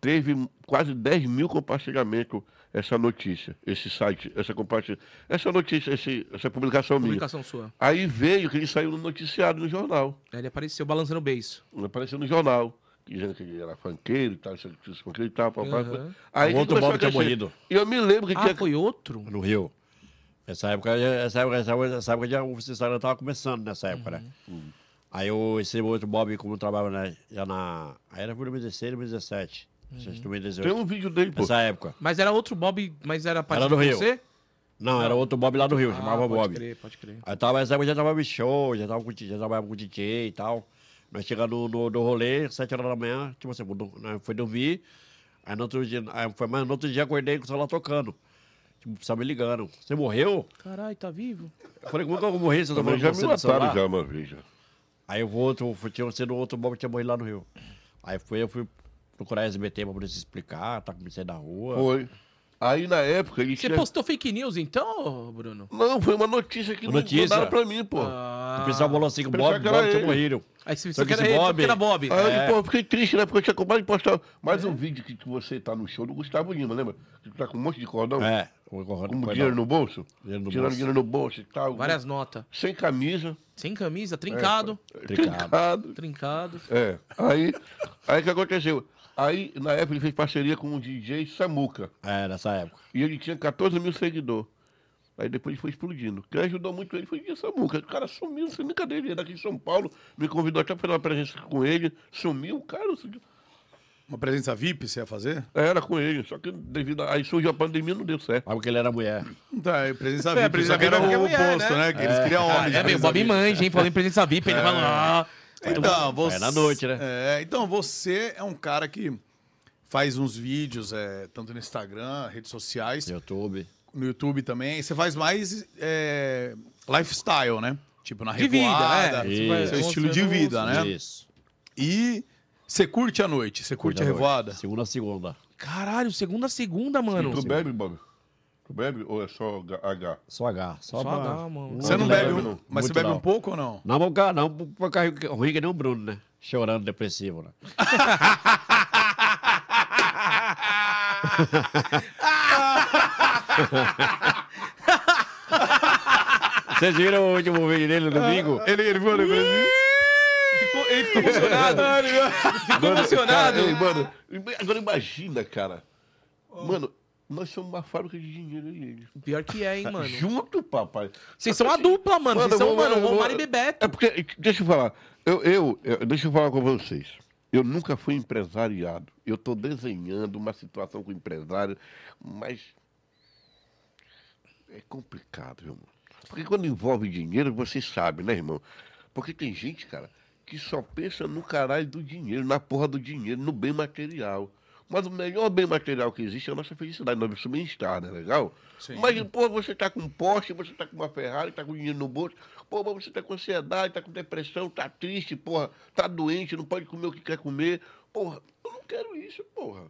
Speaker 4: teve quase 10 mil compartilhamentos essa notícia, esse site, essa compartilha, essa notícia, esse- essa publicação,
Speaker 1: Publicação sua.
Speaker 4: minha. Aí veio que ele saiu no noticiário no jornal,
Speaker 1: Aí Ele apareceu balançando o beiço.
Speaker 4: apareceu no jornal, dizendo que ele era funkeiro e tal, isso, isso, funkeiro e tal, papai.
Speaker 1: Aham.
Speaker 4: Aí
Speaker 3: Ah, O
Speaker 4: que
Speaker 3: outro
Speaker 4: começou
Speaker 3: Bob
Speaker 4: a
Speaker 3: tinha
Speaker 4: crescer.
Speaker 3: morrido.
Speaker 4: E eu me lembro que
Speaker 1: Ah,
Speaker 4: tinha
Speaker 1: foi outro?
Speaker 3: no Rio. Essa época, essa época, essa época, essa época já, o Instagram estava começando nessa época, né?
Speaker 1: Uhum.
Speaker 3: Aí eu, esse outro Bob, como eu trabalhava na, já na. Aí era por 2016, 2017. Uhum.
Speaker 4: tem
Speaker 3: 2018.
Speaker 4: um vídeo dele, pô.
Speaker 3: Nessa época.
Speaker 1: Mas era outro Bob, mas era
Speaker 3: Era
Speaker 1: parecido
Speaker 3: do
Speaker 1: com
Speaker 3: Rio.
Speaker 1: você?
Speaker 3: Não, era outro Bob lá do Rio, chamava
Speaker 1: ah, pode
Speaker 3: Bob.
Speaker 1: crer, pode crer.
Speaker 3: Aí tava, essa época já tava em show, já, tava com, já trabalhava com DJ e tal. Nós chegamos no, no, no rolê, 7 horas da manhã, tipo assim, mudou- né, foi dormir. Aí no outro dia, aí foi, mas no outro dia acordei com o celular tocando. Tipo, o pessoal me ligando. Você morreu?
Speaker 1: Caralho, tá vivo?
Speaker 3: Eu falei, como é que eu vou morrer se eu tô
Speaker 4: Também
Speaker 3: falando
Speaker 4: já
Speaker 3: com
Speaker 4: me
Speaker 3: você no
Speaker 4: mataram
Speaker 3: celular?
Speaker 4: já uma vez. já.
Speaker 3: Aí eu vou, outro, fui- tinha sido outro bom que tinha morrido lá no Rio. Aí foi, eu fui procurar SBT pra poder se explicar, tá comecei da rua.
Speaker 4: Foi. Aí na época ele
Speaker 1: Você
Speaker 4: tinha.
Speaker 1: postou fake news então, Bruno?
Speaker 4: Não, foi uma notícia que
Speaker 3: Notícia?
Speaker 4: não mandaram pra mim, pô.
Speaker 1: Ah,
Speaker 3: O pessoal falou assim:
Speaker 4: Pensava
Speaker 3: Bob,
Speaker 4: que era
Speaker 3: Bob,
Speaker 4: ele.
Speaker 3: tem um hero.
Speaker 1: Aí você
Speaker 3: Só
Speaker 1: que
Speaker 3: que
Speaker 1: era
Speaker 3: esse
Speaker 1: ele,
Speaker 3: Bob-
Speaker 1: porque era Bob. Ah, É,
Speaker 4: Aí
Speaker 3: É.
Speaker 4: eu, pô, eu fiquei triste, né? Porque eu tinha acabado de postar mais um vídeo que, que você tá no show do Gustavo Lima, lembra? Que tu tá com um monte de cordão,
Speaker 3: É, o Corrado
Speaker 4: com
Speaker 3: foi
Speaker 4: dinheiro
Speaker 3: lá.
Speaker 4: no bolso,
Speaker 3: Dinheiro no
Speaker 4: tirando
Speaker 3: bolso.
Speaker 4: dinheiro no bolso e tal.
Speaker 1: Várias notas.
Speaker 4: Sem camisa,
Speaker 1: Sem camisa, trincado.
Speaker 3: Trincado.
Speaker 4: trincado.
Speaker 1: Trincado.
Speaker 4: É. Aí, aí o que aconteceu? Aí, na época, ele fez parceria com o DJ Samuca.
Speaker 3: É, nessa época.
Speaker 4: E ele tinha 14 mil seguidores. Aí depois foi explodindo. Quem ajudou muito ele foi o Dia Samuca. O cara sumiu, sem brincadeira. Ele era aqui em São Paulo, me convidou até para uma presença com ele. Sumiu, o cara. sumiu.
Speaker 2: Uma presença VIP você ia fazer?
Speaker 4: Era com ele, só que devido a... aí surgiu a pandemia, não deu certo.
Speaker 3: Sabe que ele era mulher.
Speaker 2: Tá, e presença
Speaker 1: É,
Speaker 2: VIP.
Speaker 1: presença
Speaker 2: só que era
Speaker 1: VIP é
Speaker 2: o
Speaker 1: porque é mulher,
Speaker 2: oposto,
Speaker 1: né?
Speaker 2: né? Que eles queriam
Speaker 1: Ah,
Speaker 2: homens.
Speaker 1: é, meu, Bob manja, hein? Falando em presença VIP, ele "Ah." vai lá.
Speaker 2: Então, você...
Speaker 3: É na noite, né?
Speaker 2: É, então, você é um cara que faz uns vídeos, é, tanto no Instagram, redes sociais,
Speaker 3: YouTube.
Speaker 2: no YouTube também. Você faz mais é, lifestyle, né? Tipo, na
Speaker 1: De vida,
Speaker 2: revoada.
Speaker 1: é.
Speaker 3: Isso. vai
Speaker 2: Seu estilo de vida, né?
Speaker 3: Isso.
Speaker 2: E você curte a noite, você curte a
Speaker 3: Cuidador.
Speaker 2: revoada.
Speaker 3: Segunda a segunda.
Speaker 1: Caralho, segunda a segunda, mano.
Speaker 4: tu bebe, Bob? Tu bebe ou é só H? H?
Speaker 3: Só H.
Speaker 1: Só
Speaker 3: Só, pra-
Speaker 1: H, mano.
Speaker 2: Você não
Speaker 4: Muito
Speaker 2: bebe,
Speaker 4: leve,
Speaker 2: um,
Speaker 4: não.
Speaker 2: mas você
Speaker 3: Muito
Speaker 2: bebe um
Speaker 3: não.
Speaker 2: pouco ou não?
Speaker 3: Não, vou cá, não. Pra cá, o Riga nem o Bruno, né? Chorando, depressivo, né? Vocês viram o último vídeo dele no domingo?
Speaker 4: É.
Speaker 2: Ele, ele viu, ele viu.
Speaker 1: Ficou- Ele ficou emocionado. Ficou emocionado.
Speaker 4: Cara, ei, mano, agora imagina, cara. Mano, nós somos uma fábrica de dinheiro e ele.
Speaker 1: Pior que é, hein, mano.
Speaker 4: Junto, papai.
Speaker 1: Vocês são a dupla, mano. Vocês
Speaker 4: eu
Speaker 1: são,
Speaker 4: vou-
Speaker 1: mano,
Speaker 4: eu vou-
Speaker 1: Romário e Bebeto.
Speaker 4: É porque, deixa eu falar, eu, eu, eu- deixa eu falar com vocês. Eu nunca fui empresariado. Eu estou desenhando uma situação com o empresário, mas é complicado, meu irmão. Porque quando envolve dinheiro, você sabe, né, irmão? Porque tem gente, cara, que só pensa no caralho do dinheiro, na porra do dinheiro, no bem material. Mas o melhor bem material que existe é a nossa felicidade, nosso bem-estar, né? Legal?
Speaker 2: Sim.
Speaker 4: Mas, pô, você tá com um Porsche, você tá com uma Ferrari, tá com dinheiro no bolso. Pô, mas você tá com ansiedade, tá com depressão, tá triste, porra. Tá doente, não pode comer o que quer comer. Porra, eu não quero isso, porra.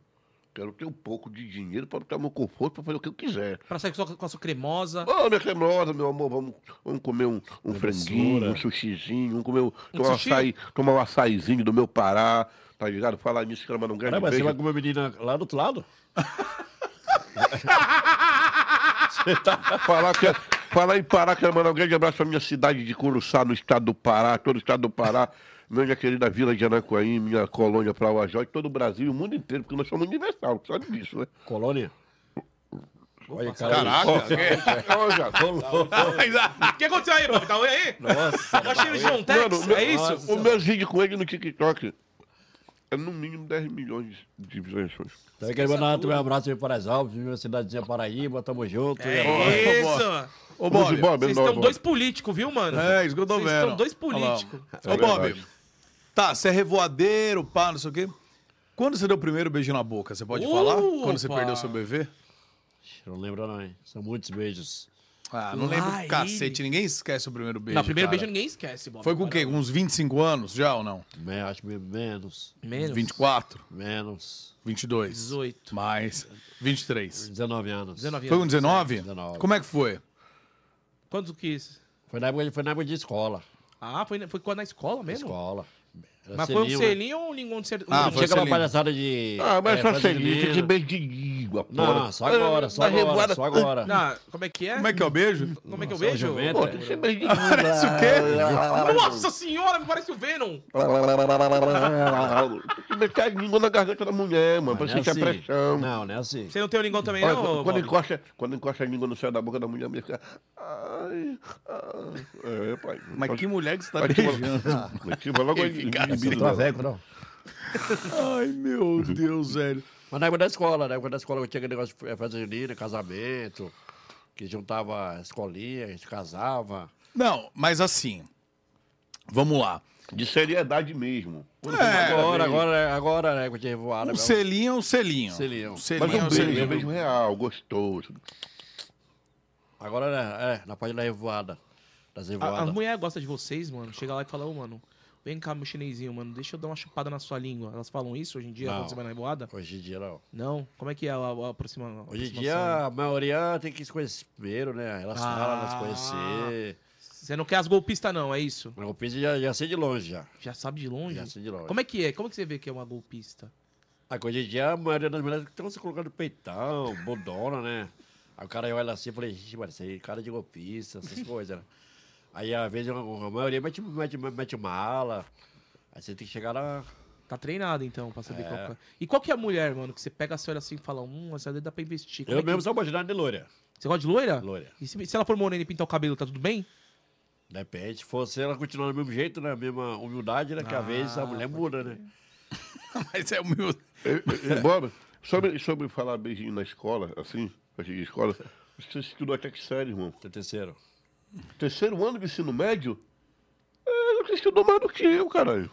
Speaker 4: Quero ter um pouco de dinheiro para ter meu conforto, para fazer o que eu quiser.
Speaker 1: Pra sair só com a sua (laughs) cremosa.
Speaker 4: Ô, minha cremosa, meu amor, vamos, vamos comer um, um franguinho, um sushizinho, vamos comer um, tomar, um
Speaker 1: sushi?
Speaker 4: açaí, tomar um açaizinho do meu Pará, tá ligado? Falar nisso, cara, mas não ganha
Speaker 3: Caramba, você
Speaker 4: beijo.
Speaker 3: vai com uma menina lá do outro lado? Você tá-
Speaker 4: Falar, que, falar em Pará, quero mandar um grande abraço pra minha cidade de Curuçá, no estado do Pará, todo o estado do Pará, minha querida Vila de Anacoim, minha colônia para e todo o Brasil e o mundo inteiro, porque nós somos universal, sabe disso, né?
Speaker 3: Colônia? Olha, cara.
Speaker 2: Caraca,
Speaker 4: Ó, já, vamos-
Speaker 1: O que aconteceu aí, Bob? Tá ruim aí?
Speaker 3: Nossa.
Speaker 1: Tá cheio de John
Speaker 4: Mano,
Speaker 1: Tex?
Speaker 4: meu-
Speaker 1: É isso?
Speaker 4: Os meus vídeos com ele no TikTok é no mínimo 10 milhões de visualizações.
Speaker 3: Então, quero mandar também um abraço aí para as Alves, minha cidadezinha Paraíba, tamo junto. E agora?
Speaker 1: É isso.
Speaker 2: Ô,
Speaker 4: Vamos
Speaker 2: Bob.
Speaker 4: embora,
Speaker 1: Vocês
Speaker 4: menor,
Speaker 1: estão
Speaker 4: Bob. é
Speaker 1: dois políticos, viu, mano?
Speaker 2: É, isso que eu tô
Speaker 1: Vocês
Speaker 2: vendo.
Speaker 1: estão dois
Speaker 2: Olha lá.
Speaker 1: políticos.
Speaker 2: Ô,
Speaker 4: É
Speaker 2: Bob.
Speaker 4: verdade.
Speaker 2: Tá, você é revoadeiro, pá, não sei o quê. Quando você deu o primeiro beijo na boca, você pode
Speaker 1: Opa!
Speaker 2: falar? Quando você perdeu seu bebê?
Speaker 3: Não lembro não, hein? São muitos beijos.
Speaker 2: Ah, não
Speaker 1: Lá
Speaker 2: lembro
Speaker 1: ele.
Speaker 2: cacete. Ninguém esquece o primeiro beijo.
Speaker 1: Não, primeiro
Speaker 2: cara.
Speaker 1: beijo ninguém esquece, Bob.
Speaker 2: Foi com o quê? Um Com uns 25 anos já ou não?
Speaker 3: Me- Acho que menos,
Speaker 1: Menos.
Speaker 2: 24,
Speaker 3: menos,
Speaker 2: 22.
Speaker 1: 18.
Speaker 2: Mais. 23.
Speaker 3: 19 anos.
Speaker 1: 19
Speaker 2: Foi com 19?
Speaker 3: 19.
Speaker 2: Como é que foi?
Speaker 1: Quanto que isso?
Speaker 3: Foi na época, foi na época de escola.
Speaker 1: Ah, foi, foi quando na escola mesmo?
Speaker 3: Escola. Era
Speaker 1: Mas foi um
Speaker 3: né?
Speaker 1: selinho ou um linguão de ser...
Speaker 2: Ah,
Speaker 1: um-
Speaker 2: foi
Speaker 3: Chega uma
Speaker 2: selinho.
Speaker 3: palhaçada de...
Speaker 4: Ah, mas
Speaker 3: é,
Speaker 4: só
Speaker 3: festa
Speaker 4: selinho, tem
Speaker 3: junina.
Speaker 4: que beijo de língua,
Speaker 3: Não,
Speaker 4: porra.
Speaker 3: só agora, só
Speaker 4: Na
Speaker 3: agora,
Speaker 4: revoada-
Speaker 3: só agora.
Speaker 1: Não, como é que é?
Speaker 2: Como é que é o
Speaker 4: (laughs)
Speaker 2: beijo?
Speaker 1: Como é que eu
Speaker 3: Nossa,
Speaker 1: vejo?
Speaker 3: hoje eu entro.
Speaker 4: Pô, tem que ser beijo de língua.
Speaker 2: Parece o quê?
Speaker 4: é.
Speaker 1: Nossa senhora, me parece o Venom.
Speaker 4: Tem que meter a língua na garganta da mulher, mano, pra
Speaker 3: Mas não é
Speaker 4: sentir a
Speaker 3: assim.
Speaker 4: pressão.
Speaker 3: Não, não é assim.
Speaker 1: Você não tem o lingão também,
Speaker 4: Olha,
Speaker 1: não?
Speaker 4: quando,
Speaker 1: Bob?
Speaker 4: quando encosta, quando encosta a língua no céu da boca da mulher, a mulher fica. Ai, ai. É, pai.
Speaker 2: Mas que mulher que você tá
Speaker 4: Mas que-
Speaker 2: beijando?
Speaker 4: (laughs) Mas que- mas logo
Speaker 2: Que
Speaker 4: ele- ele-
Speaker 2: eficácia.
Speaker 4: ele-
Speaker 3: Você não é velho, não.
Speaker 2: Ai, meu Deus, velho.
Speaker 3: Mas na época da escola, na época da escola eu tinha aquele negócio de fe- festa junina, casamento, que juntava a escolinha, a gente casava.
Speaker 2: Não, mas assim. Vamos lá.
Speaker 4: De seriedade mesmo. Quando
Speaker 2: É,
Speaker 4: tem uma
Speaker 3: agora,
Speaker 4: cara bem-
Speaker 3: agora, agora, né, que eu tinha voado.
Speaker 2: Um
Speaker 3: agora-
Speaker 2: selinho é um selinho.
Speaker 3: Selinho.
Speaker 2: Um
Speaker 4: Mas
Speaker 2: selinho é
Speaker 4: um
Speaker 2: um
Speaker 4: beijo, um
Speaker 2: selinho.
Speaker 4: beijo real, gostoso.
Speaker 3: Agora, né, é, na parte da revoada.
Speaker 1: A,
Speaker 3: Das
Speaker 1: as
Speaker 3: revoadas.
Speaker 1: mulheres gostam de vocês, mano. Chega lá e fala, ô, mano, vem cá, meu chinesinho, mano, deixa eu dar uma chupada na sua língua. Elas falam isso hoje em dia,
Speaker 3: Não.
Speaker 1: quando você vai na revoada?
Speaker 3: Hoje em dia, não.
Speaker 1: Não? Como é que é a, a aproxima-
Speaker 3: Hoje em
Speaker 1: aproximação?
Speaker 3: dia, a maioria tem que se conhecer primeiro, né?
Speaker 1: Ah.
Speaker 3: Elas falam, elas conhecer.
Speaker 1: Você não quer as golpistas, não, é isso?
Speaker 3: O golpista já, já sei de longe, já.
Speaker 1: Já sabe de longe?
Speaker 3: Já sei de longe.
Speaker 1: Como é que é? Como que você vê que é uma golpista?
Speaker 3: Aí, hoje em dia, a maioria das mulheres estão se colocando peitão, bodona, né? Aí o cara olha assim e fala, gente, mano, isso aí é cara de golpista, essas coisas, né? Aí, às vezes, a a maioria mete, mete, mete mala. Aí você tem que chegar lá.
Speaker 1: Tá treinado, então, pra saber
Speaker 3: É.
Speaker 1: qual que é. E qual que é a mulher, mano, que você pega, você olha assim e fala, hum, essa daí dá pra investir. Como
Speaker 3: Eu
Speaker 1: é que-
Speaker 3: mesmo sou imaginário de loira.
Speaker 1: Você gosta de loira?
Speaker 3: Loira.
Speaker 1: E se, se ela for morena e pintar o cabelo, tá tudo bem?
Speaker 3: Depende, se fosse ela continuar do mesmo jeito, né? Mesma humildade, né? Que às vezes a
Speaker 1: Ah,
Speaker 3: mulher
Speaker 1: pode
Speaker 3: muda, né?
Speaker 2: (laughs) Mas é humilde.
Speaker 4: Eh, eh, Bob, sobre, sobre falar beijinho na escola, assim, pra chegar em escola, você estudou até que sério, irmão?
Speaker 3: Seu terceiro.
Speaker 4: Terceiro ano de ensino médio? É, Você estudou mais do que eu, caralho.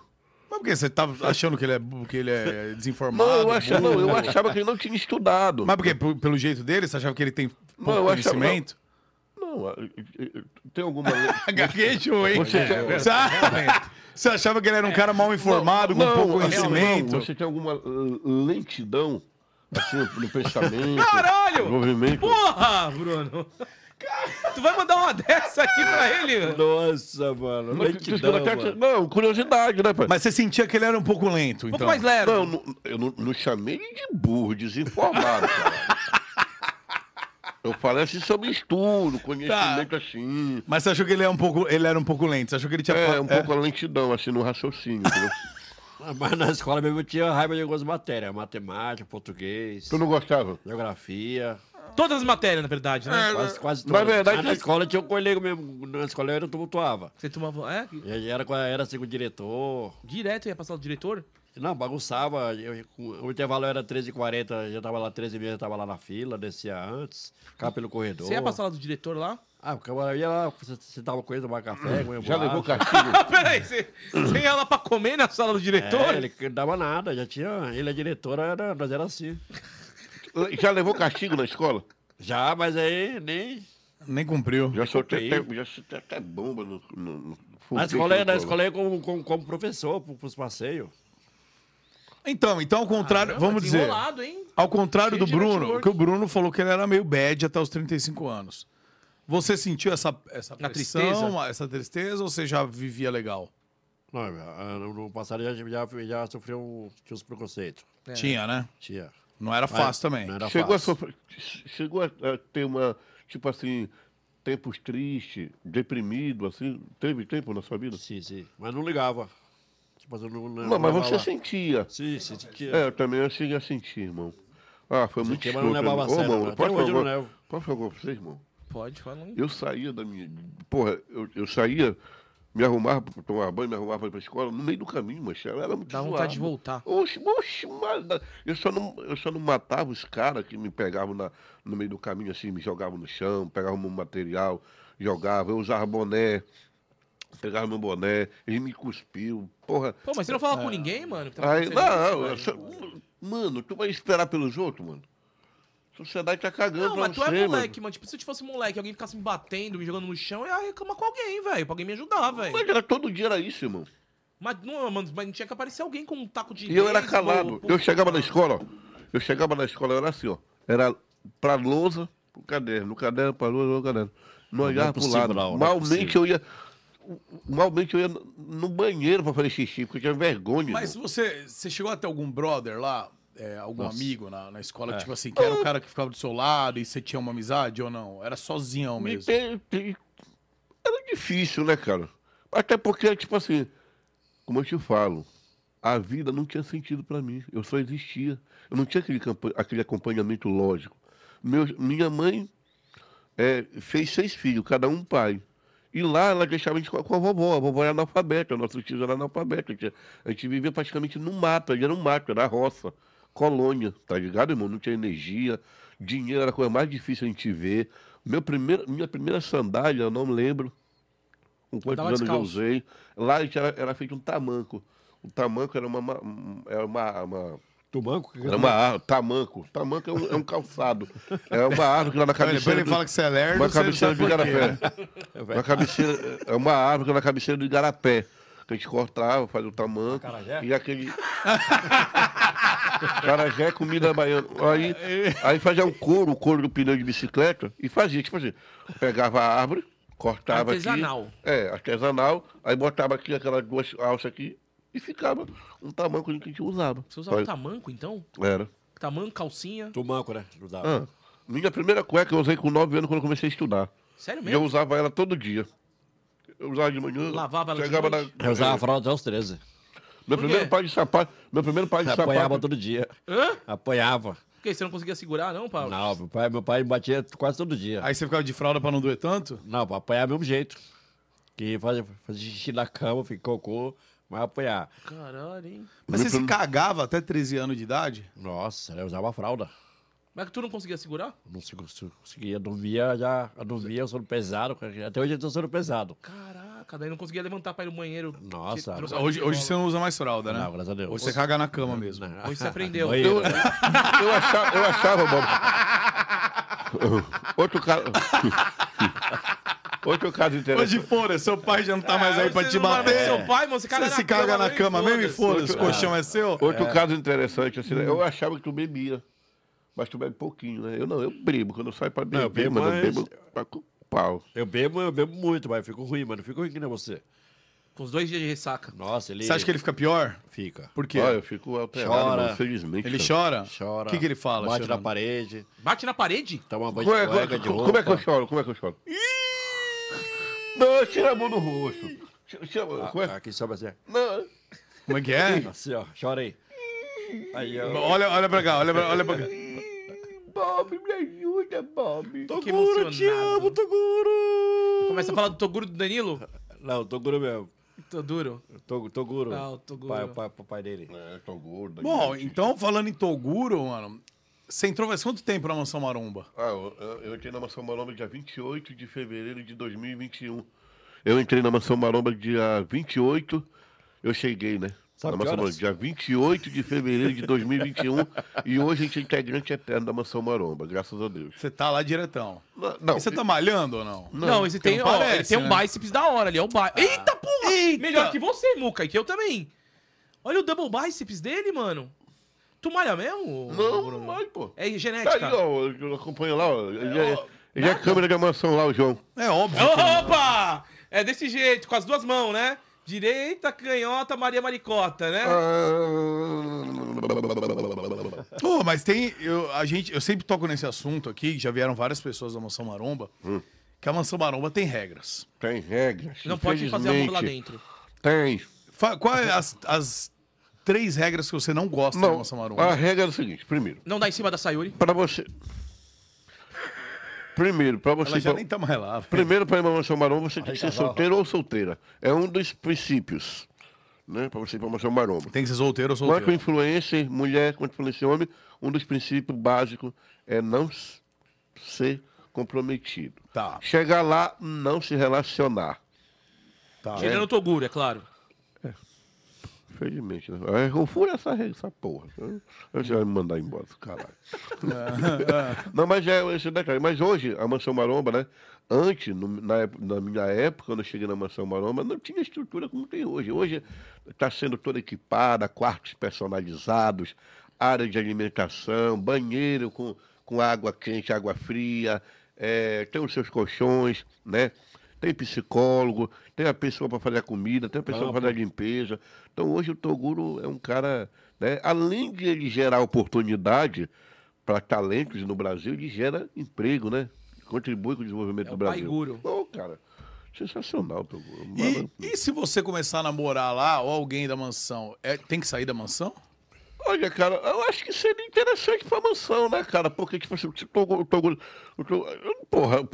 Speaker 2: Mas por que você tá achando que ele é, bu- que ele é desinformado?
Speaker 4: Não, eu achava, não, eu
Speaker 2: burro?
Speaker 4: achava que ele não tinha estudado.
Speaker 2: Mas por quê? Por- Pelo jeito dele, você achava que ele tem pouco
Speaker 4: Não, eu achava-
Speaker 2: (laughs) conhecimento?
Speaker 4: Não, eh, eh, tem alguma.
Speaker 2: (laughs) Gaguejou, Ah, hein? É,
Speaker 4: Você quer-
Speaker 2: Você, você achava que ele era um cara mal informado, com pouco conhecimento?
Speaker 4: Não, você tem alguma eh, lentidão assim, no pensamento?
Speaker 1: Caralho!
Speaker 4: No movimento?
Speaker 1: (laughs) Porra, Bruno! Tu vai mandar uma (laughs) dessa aqui pra ele? Um mano?
Speaker 3: Nossa, mano.
Speaker 4: Mas você estudou
Speaker 3: Lentidão,
Speaker 4: até que-
Speaker 3: mano.
Speaker 4: Não, curiosidade, né, pai?
Speaker 2: Mas você sentia que ele era um pouco lento,
Speaker 1: Um pouco
Speaker 2: então?
Speaker 1: mais leve.
Speaker 4: Não, não- eu não, não chamei ele de burro, desinformado. cara. (laughs) eu falei assim sobre estudo, conhecimento assim.
Speaker 2: Mas você achou que ele era um pouco, ele era um pouco lento? Você achou que ele tinha...
Speaker 4: É, um pouco a lentidão, assim, no raciocínio. entendeu?
Speaker 3: Mas na escola mesmo eu tinha raiva de algumas matérias. Matemática, português,
Speaker 4: (laughs) Tu não gostava?
Speaker 3: geografia.
Speaker 1: Todas as matérias, na verdade, né?
Speaker 3: Quase, quase
Speaker 4: na
Speaker 3: todas.
Speaker 4: verdade,
Speaker 3: Mas na
Speaker 4: eu-
Speaker 3: escola tinha um colega mesmo. Na escola eu era tumultuava.
Speaker 1: Você tomava. É?
Speaker 3: E aí Era, com a- era segundo diretor.
Speaker 1: Direto ia passar do diretor?
Speaker 3: Não, bagunçava. Eu, com- o intervalo era 13h40, já tava lá 13h30, já tava lá na fila, descia antes, ficava pelo corredor.
Speaker 1: Você ia pra sala do diretor lá? (laughs)
Speaker 3: Ah, porque eu ia lá, você sentava com ele, tomava café, comia
Speaker 4: Já levou
Speaker 3: bolacha.
Speaker 4: castigo?
Speaker 1: Ah, peraí, você, você ia lá pra comer na sala do diretor?
Speaker 3: É, ele que dava nada, já tinha. Ele é diretor, era, nós era assim.
Speaker 4: (laughs) Já levou castigo na escola?
Speaker 3: Já, mas aí nem.
Speaker 2: É, Nem cumpriu.
Speaker 4: Já soltei
Speaker 3: Comprei.
Speaker 4: até, já soltei até bomba no. no, no
Speaker 3: Na
Speaker 4: foguete
Speaker 3: escola, na
Speaker 4: escola.
Speaker 3: escola eu como, como, como professor, pro- pros passeios.
Speaker 2: Então, então ao contrário,
Speaker 1: Caramba,
Speaker 2: vamos dizer...
Speaker 1: desenrolado, hein?
Speaker 2: Ao contrário
Speaker 1: Cheio
Speaker 2: do
Speaker 1: de
Speaker 2: Bruno,
Speaker 1: network.
Speaker 2: que o Bruno falou que ele era meio bad até os 35 anos. Você sentiu essa, essa
Speaker 1: Na
Speaker 2: pressão,
Speaker 1: tristeza?
Speaker 2: essa tristeza, ou você já vivia legal?
Speaker 3: Não, ah, no no passado já, já, já sofreu um- tinha uns preconceitos.
Speaker 1: É.
Speaker 2: Tinha, né?
Speaker 3: Tinha.
Speaker 2: Não era
Speaker 3: Mas
Speaker 2: fácil também.
Speaker 3: Não era
Speaker 4: Chegou a,
Speaker 3: fácil.
Speaker 4: sofrer- chegou a a ter uma, tipo assim, tempos tristes, deprimido, assim. Teve tempo na sua vida?
Speaker 3: Sim, sim. Mas não ligava. Tipo, eu não, não,
Speaker 4: Não, mas
Speaker 3: levava
Speaker 4: você
Speaker 3: lá.
Speaker 4: sentia.
Speaker 3: Sim, sim, tinha.
Speaker 4: É, eu também eu cheguei a sentir, irmão. Ah, foi muito
Speaker 3: Sentia,
Speaker 4: escroto.
Speaker 3: mas não levava a
Speaker 4: Ô,
Speaker 3: sério,
Speaker 4: irmão,
Speaker 3: não. Até
Speaker 4: posso
Speaker 3: hoje eu
Speaker 4: falar-
Speaker 3: não levo.
Speaker 4: Posso falar pra vocês, irmão?
Speaker 1: Pode, fala. aí.
Speaker 4: Eu saía da minha... Porra, eu, eu saía, me arrumava pra tomar banho, me arrumava pra ir pra escola, no meio do caminho, mas era muito
Speaker 1: Dá
Speaker 4: zoado.
Speaker 1: vontade de voltar.
Speaker 4: Oxe, oxe, mano, eu só não, eu só não matava os caras que me pegavam na, no meio do caminho, assim, me jogavam no chão, pegavam meu material, jogavam, eu usava boné, pegava meu boné, ele me cuspiu, porra.
Speaker 1: Pô, mas você não fala com ninguém, mano? que tá
Speaker 4: Aí,
Speaker 1: acontecendo isso,
Speaker 4: não,
Speaker 1: velho?
Speaker 4: eu só- mano, tu vai esperar pelos outros, mano? A sociedade tá cagando
Speaker 1: Não,
Speaker 4: pra
Speaker 1: mas tu
Speaker 4: você,
Speaker 1: é
Speaker 4: mano.
Speaker 1: moleque, mano. Tipo, se eu fosse moleque, alguém ficasse me batendo, me jogando no chão, eu ia reclamar com alguém, velho. Pra alguém me ajudar, velho.
Speaker 4: Mas era todo dia era isso, irmão.
Speaker 1: Mas não, mano, mas não tinha que aparecer alguém com um taco de.
Speaker 4: E eu era
Speaker 1: beisebol,
Speaker 4: calado.
Speaker 1: pô.
Speaker 4: Eu chegava na escola, ó. Eu chegava na escola, eu era assim, ó. Era pra lousa, pro caderno. No caderno, pra lousa, no caderno. Não
Speaker 3: é
Speaker 4: olhava pro
Speaker 3: possível,
Speaker 4: lado.
Speaker 3: Raul, não é
Speaker 4: Malmente
Speaker 3: possível.
Speaker 4: eu ia. Malmente eu ia no- no banheiro pra fazer xixi, porque eu tinha vergonha.
Speaker 2: Mas
Speaker 4: irmão.
Speaker 2: você, você chegou até algum brother lá, é, algum
Speaker 3: Nossa. É.
Speaker 2: amigo na, na escola, que, tipo assim, que era o cara que ficava do seu lado e você tinha uma amizade ou não? Era sozinhão
Speaker 4: E
Speaker 2: mesmo.
Speaker 4: tem- tem- Era difícil, né, cara? Até porque, tipo assim, como eu te falo, a vida não tinha sentido pra mim. Eu só existia. Eu não tinha aquele, campa- aquele acompanhamento lógico. Meu, minha mãe é, fez seis filhos, cada um pai. E lá ela deixava a gente com a, com a vovó. A vovó era analfabeta, nossos tios eram analfabetos. A gente, a gente vivia praticamente no mato, ali era um mato, era roça, colônia, tá ligado, irmão? Não tinha energia, dinheiro era a coisa mais difícil a gente ver. Meu primeiro, minha primeira sandália, eu não me lembro com quantos
Speaker 1: Andava
Speaker 4: anos eu
Speaker 1: descalço.
Speaker 4: usei. Lá a gente era, era feito um tamanco. O tamanco era uma. ma- Era uma, uma-
Speaker 3: Tubanco?
Speaker 4: era É uma árvore, tamanco. Tamanco é um, é um calçado. É uma árvore que lá na
Speaker 2: Então, Ele,
Speaker 4: cabeceira.
Speaker 2: ele
Speaker 4: do-
Speaker 2: fala que você é lerdo,
Speaker 4: uma
Speaker 2: você não sabe
Speaker 4: cabeceira de
Speaker 2: por quê, né?
Speaker 4: igarapé. Uma cabeceira, é uma árvore que é na cabeceira do igarapé. Que a gente cortava, fazia o tamanco.
Speaker 1: Ah,
Speaker 3: Acarajé?
Speaker 4: E aquele. (laughs) Carajé, é comida baiana. Aí, um aí fazia um couro, o couro do pneu de bicicleta. E fazia, tipo assim, pegava a árvore, cortava
Speaker 1: Artesanal.
Speaker 4: aqui. É, artesanal. Aí botava aqui aquelas duas alças aqui e ficava um tamanho que a gente usava.
Speaker 1: Você usava
Speaker 4: Olha,
Speaker 1: tamanco, então?
Speaker 4: Era.
Speaker 1: Tamanco, calcinha.
Speaker 3: Tumanco, né? Não dá.
Speaker 4: Ah, minha primeira cueca eu usei com 9 anos quando eu comecei a estudar.
Speaker 1: Sério
Speaker 4: E eu
Speaker 1: É mesmo?
Speaker 4: usava ela todo dia. Eu usava de manhã.
Speaker 1: Lavava ela de
Speaker 4: chegava
Speaker 1: noite?
Speaker 4: na-
Speaker 3: Eu usava fralda até os 13.
Speaker 4: Meu
Speaker 1: Por quê?
Speaker 4: primeiro par de sapato. Meu primeiro par de
Speaker 3: Apanhava
Speaker 4: sapato.
Speaker 3: todo dia.
Speaker 1: Hã?
Speaker 3: Apanhava.
Speaker 1: Por quê? Você não conseguia segurar, não, Paulo?
Speaker 3: Não, meu pai, meu pai me batia quase todo dia.
Speaker 2: Aí você ficava de fralda pra não doer tanto?
Speaker 3: Não, pra apanhar do mesmo jeito. Que fazia, fazia xixi na cama, ficou cocô, mas apanhar.
Speaker 1: Caralho, hein?
Speaker 2: Mas você
Speaker 4: Meu
Speaker 2: se cagava até 13 anos de idade?
Speaker 3: Nossa, eu usava fralda.
Speaker 1: Mas que tu não conseguia segurar?
Speaker 3: Não se- se- conseguia, dormia, já eu dormia, sono pesado. Até hoje eu tô sono pesado.
Speaker 1: Caraca, daí não conseguia levantar pra ir no banheiro.
Speaker 3: Nossa.
Speaker 1: Se- trocar
Speaker 2: Hoje,
Speaker 1: de
Speaker 2: hoje
Speaker 1: bola.
Speaker 2: você não usa mais fralda, né?
Speaker 3: Não, graças a Deus.
Speaker 2: Hoje você caga na cama mesmo.
Speaker 1: Hoje
Speaker 2: (laughs)
Speaker 1: você aprendeu.
Speaker 4: Eu,
Speaker 3: Banheiro.
Speaker 4: eu achava, eu achava, bom.
Speaker 3: (laughs)
Speaker 4: Outro caso. Outro caso
Speaker 2: Hoje
Speaker 4: interessante.
Speaker 2: fora, seu pai já não tá mais aí
Speaker 1: Hoje
Speaker 2: pra
Speaker 1: É, você
Speaker 2: te
Speaker 1: não vai ver
Speaker 2: bater.
Speaker 1: Seu pai, mano, você caga
Speaker 2: Você
Speaker 1: na
Speaker 2: se
Speaker 1: cama,
Speaker 2: caga na
Speaker 1: mano, e
Speaker 2: cama mesmo e foda-se, o
Speaker 4: Outro-
Speaker 2: colchão é seu?
Speaker 4: Outro caso interessante, assim, né?
Speaker 3: Hum.
Speaker 4: eu achava que tu bebia. Mas tu bebe pouquinho, né? Eu não, eu bebo. Quando eu saio pra beber,
Speaker 3: eu bebo,
Speaker 4: mano, eu
Speaker 3: mas-
Speaker 4: bebo pra com pau.
Speaker 3: Eu bebo, eu bebo muito, mas eu fico ruim, mano. Eu Fico ruim que nem você.
Speaker 1: Com os dois dias de ressaca.
Speaker 3: Nossa, ele.
Speaker 2: Você acha que ele fica pior?
Speaker 3: fica?
Speaker 2: Por quê?
Speaker 4: Olha, eu fico alterado,
Speaker 3: Chora.
Speaker 4: mano, felizmente.
Speaker 2: Ele
Speaker 4: cara.
Speaker 2: chora?
Speaker 3: Chora.
Speaker 2: O que, que ele fala?
Speaker 3: Bate
Speaker 2: chorando?
Speaker 3: na parede,
Speaker 1: Bate na parede?
Speaker 3: toma banho
Speaker 4: Como é,
Speaker 3: de cueca, de
Speaker 4: como-
Speaker 3: roupa.
Speaker 4: como é que eu choro? Como é que eu choro? Não, tira a mão do rosto. Tira- tira a mão, como
Speaker 3: Ah,
Speaker 4: é?
Speaker 3: Aqui sobe assim. ó.
Speaker 4: Não.
Speaker 2: Como é que é?
Speaker 3: Assim, ó. Chora aí. Aí, ó.
Speaker 2: Olha, olha pra cá, olha pra, olha pra cá.
Speaker 4: Bob, me ajuda, Bob.
Speaker 1: Fiquei emocionado.
Speaker 3: Toguro!
Speaker 1: Começa a falar do Toguro do Danilo?
Speaker 3: Não, Toguro mesmo.
Speaker 1: Toguro.
Speaker 3: Tog- Toguro.
Speaker 1: Ah, o Toguro.
Speaker 3: Pai, pai, papai dele.
Speaker 4: É, tô gordo.
Speaker 2: Bom,
Speaker 4: gente.
Speaker 2: então falando em Toguro, mano, você entrou faz quanto tempo na Mansão Maromba?
Speaker 4: Ah, eu, eu- eu entrei na Mansão Maromba dia 28 de fevereiro de 2021. Eu entrei na Mansão Maromba dia 28, eu cheguei, né?
Speaker 3: Sabe que
Speaker 4: na Mansão Maromba,
Speaker 3: horas?
Speaker 4: dia 28 de fevereiro de 2021. e hoje a gente é integrante eterno da Mansão Maromba, graças a Deus.
Speaker 2: Você tá lá diretão.
Speaker 4: Não, não,
Speaker 2: E você tá malhando ou não?
Speaker 1: Não, esse
Speaker 2: porque
Speaker 1: tem,
Speaker 2: não
Speaker 1: ó,
Speaker 2: parece,
Speaker 1: ele tem um
Speaker 2: né?
Speaker 1: bíceps da hora ali, é o bíceps. Eita porra!
Speaker 2: Eita!
Speaker 1: Melhor que você, Muca, e que eu também. Olha o double bíceps dele, mano. Tu malha mesmo?
Speaker 4: não,
Speaker 1: Bruno?
Speaker 4: não vai, pô.
Speaker 1: É
Speaker 4: Tá ali,
Speaker 1: genética.
Speaker 4: ó, eu acompanho lá, ó. Ele é, ele é câmera da mansão lá, o João.
Speaker 2: É óbvio. que não.
Speaker 1: Opa! É desse jeito, com as duas mãos, né? Direita, canhota, Maria Maricota, né?
Speaker 4: Ah,
Speaker 2: Pô, mas tem. Eu, a gente, eu sempre toco nesse assunto aqui, que já vieram várias pessoas da Mansão Maromba, que a Mansão Maromba tem regras.
Speaker 4: Tem regras.
Speaker 1: Não pode fazer amor lá
Speaker 4: infelizmente.
Speaker 1: dentro.
Speaker 4: Tem.
Speaker 2: Fa- Qual é as, as três regras que você não gosta da
Speaker 4: Não,
Speaker 2: Mansão Maromba?
Speaker 4: a regra é o seguinte, primeiro,
Speaker 1: Não dá em cima da Sayuri.
Speaker 4: para você... Primeiro, para
Speaker 2: Ela
Speaker 4: você...
Speaker 2: já nem tá mais lá. velho.
Speaker 4: Primeiro, para ir pra Mansão Maromba, você tem que ser
Speaker 3: casal.
Speaker 4: solteiro ou solteira. É um dos princípios, né, para você ir para Mansão Maromba.
Speaker 2: Tem que ser solteiro ou solteiro.
Speaker 4: Quanto influencer, mulher, quanto influencer homem, um dos princípios básicos é não s- ser comprometido.
Speaker 2: Tá,
Speaker 4: Chegar lá, não se relacionar.
Speaker 2: tá.
Speaker 1: Tirando o Toguro, é claro.
Speaker 4: Infelizmente, né? Eu furo essa, re- essa porra. Eu- Eu já ia me mandar embora, caralho. Não, mas é esse detalhe. Mas hoje, a Mansão Maromba, né? Antes, no- na, ép- na minha época, quando eu cheguei na Mansão Maromba, não tinha estrutura como tem hoje. Hoje está sendo toda equipada, quartos personalizados, área de alimentação, banheiro com, com água quente, água fria, eh, tem os seus colchões, né? Tem psicólogo, tem a pessoa para fazer a comida, tem a pessoa para fazer a limpeza. Então hoje o Toguro é um cara, né? Além de ele gerar oportunidade para talentos no Brasil, ele gera emprego, né? Contribui com o desenvolvimento
Speaker 1: É
Speaker 4: do
Speaker 1: o
Speaker 4: Brasil.
Speaker 1: Paiguro.
Speaker 4: Ô, cara, sensacional, Toguro. Malandro.
Speaker 2: E, e se você começar a namorar lá ou alguém da mansão, é- tem que sair da mansão?
Speaker 4: Olha, cara, eu acho que seria interessante pra mansão, né, cara? Porque, tipo assim, se o Toguro. o Toguro- o Toguro- eu- Porra, eu-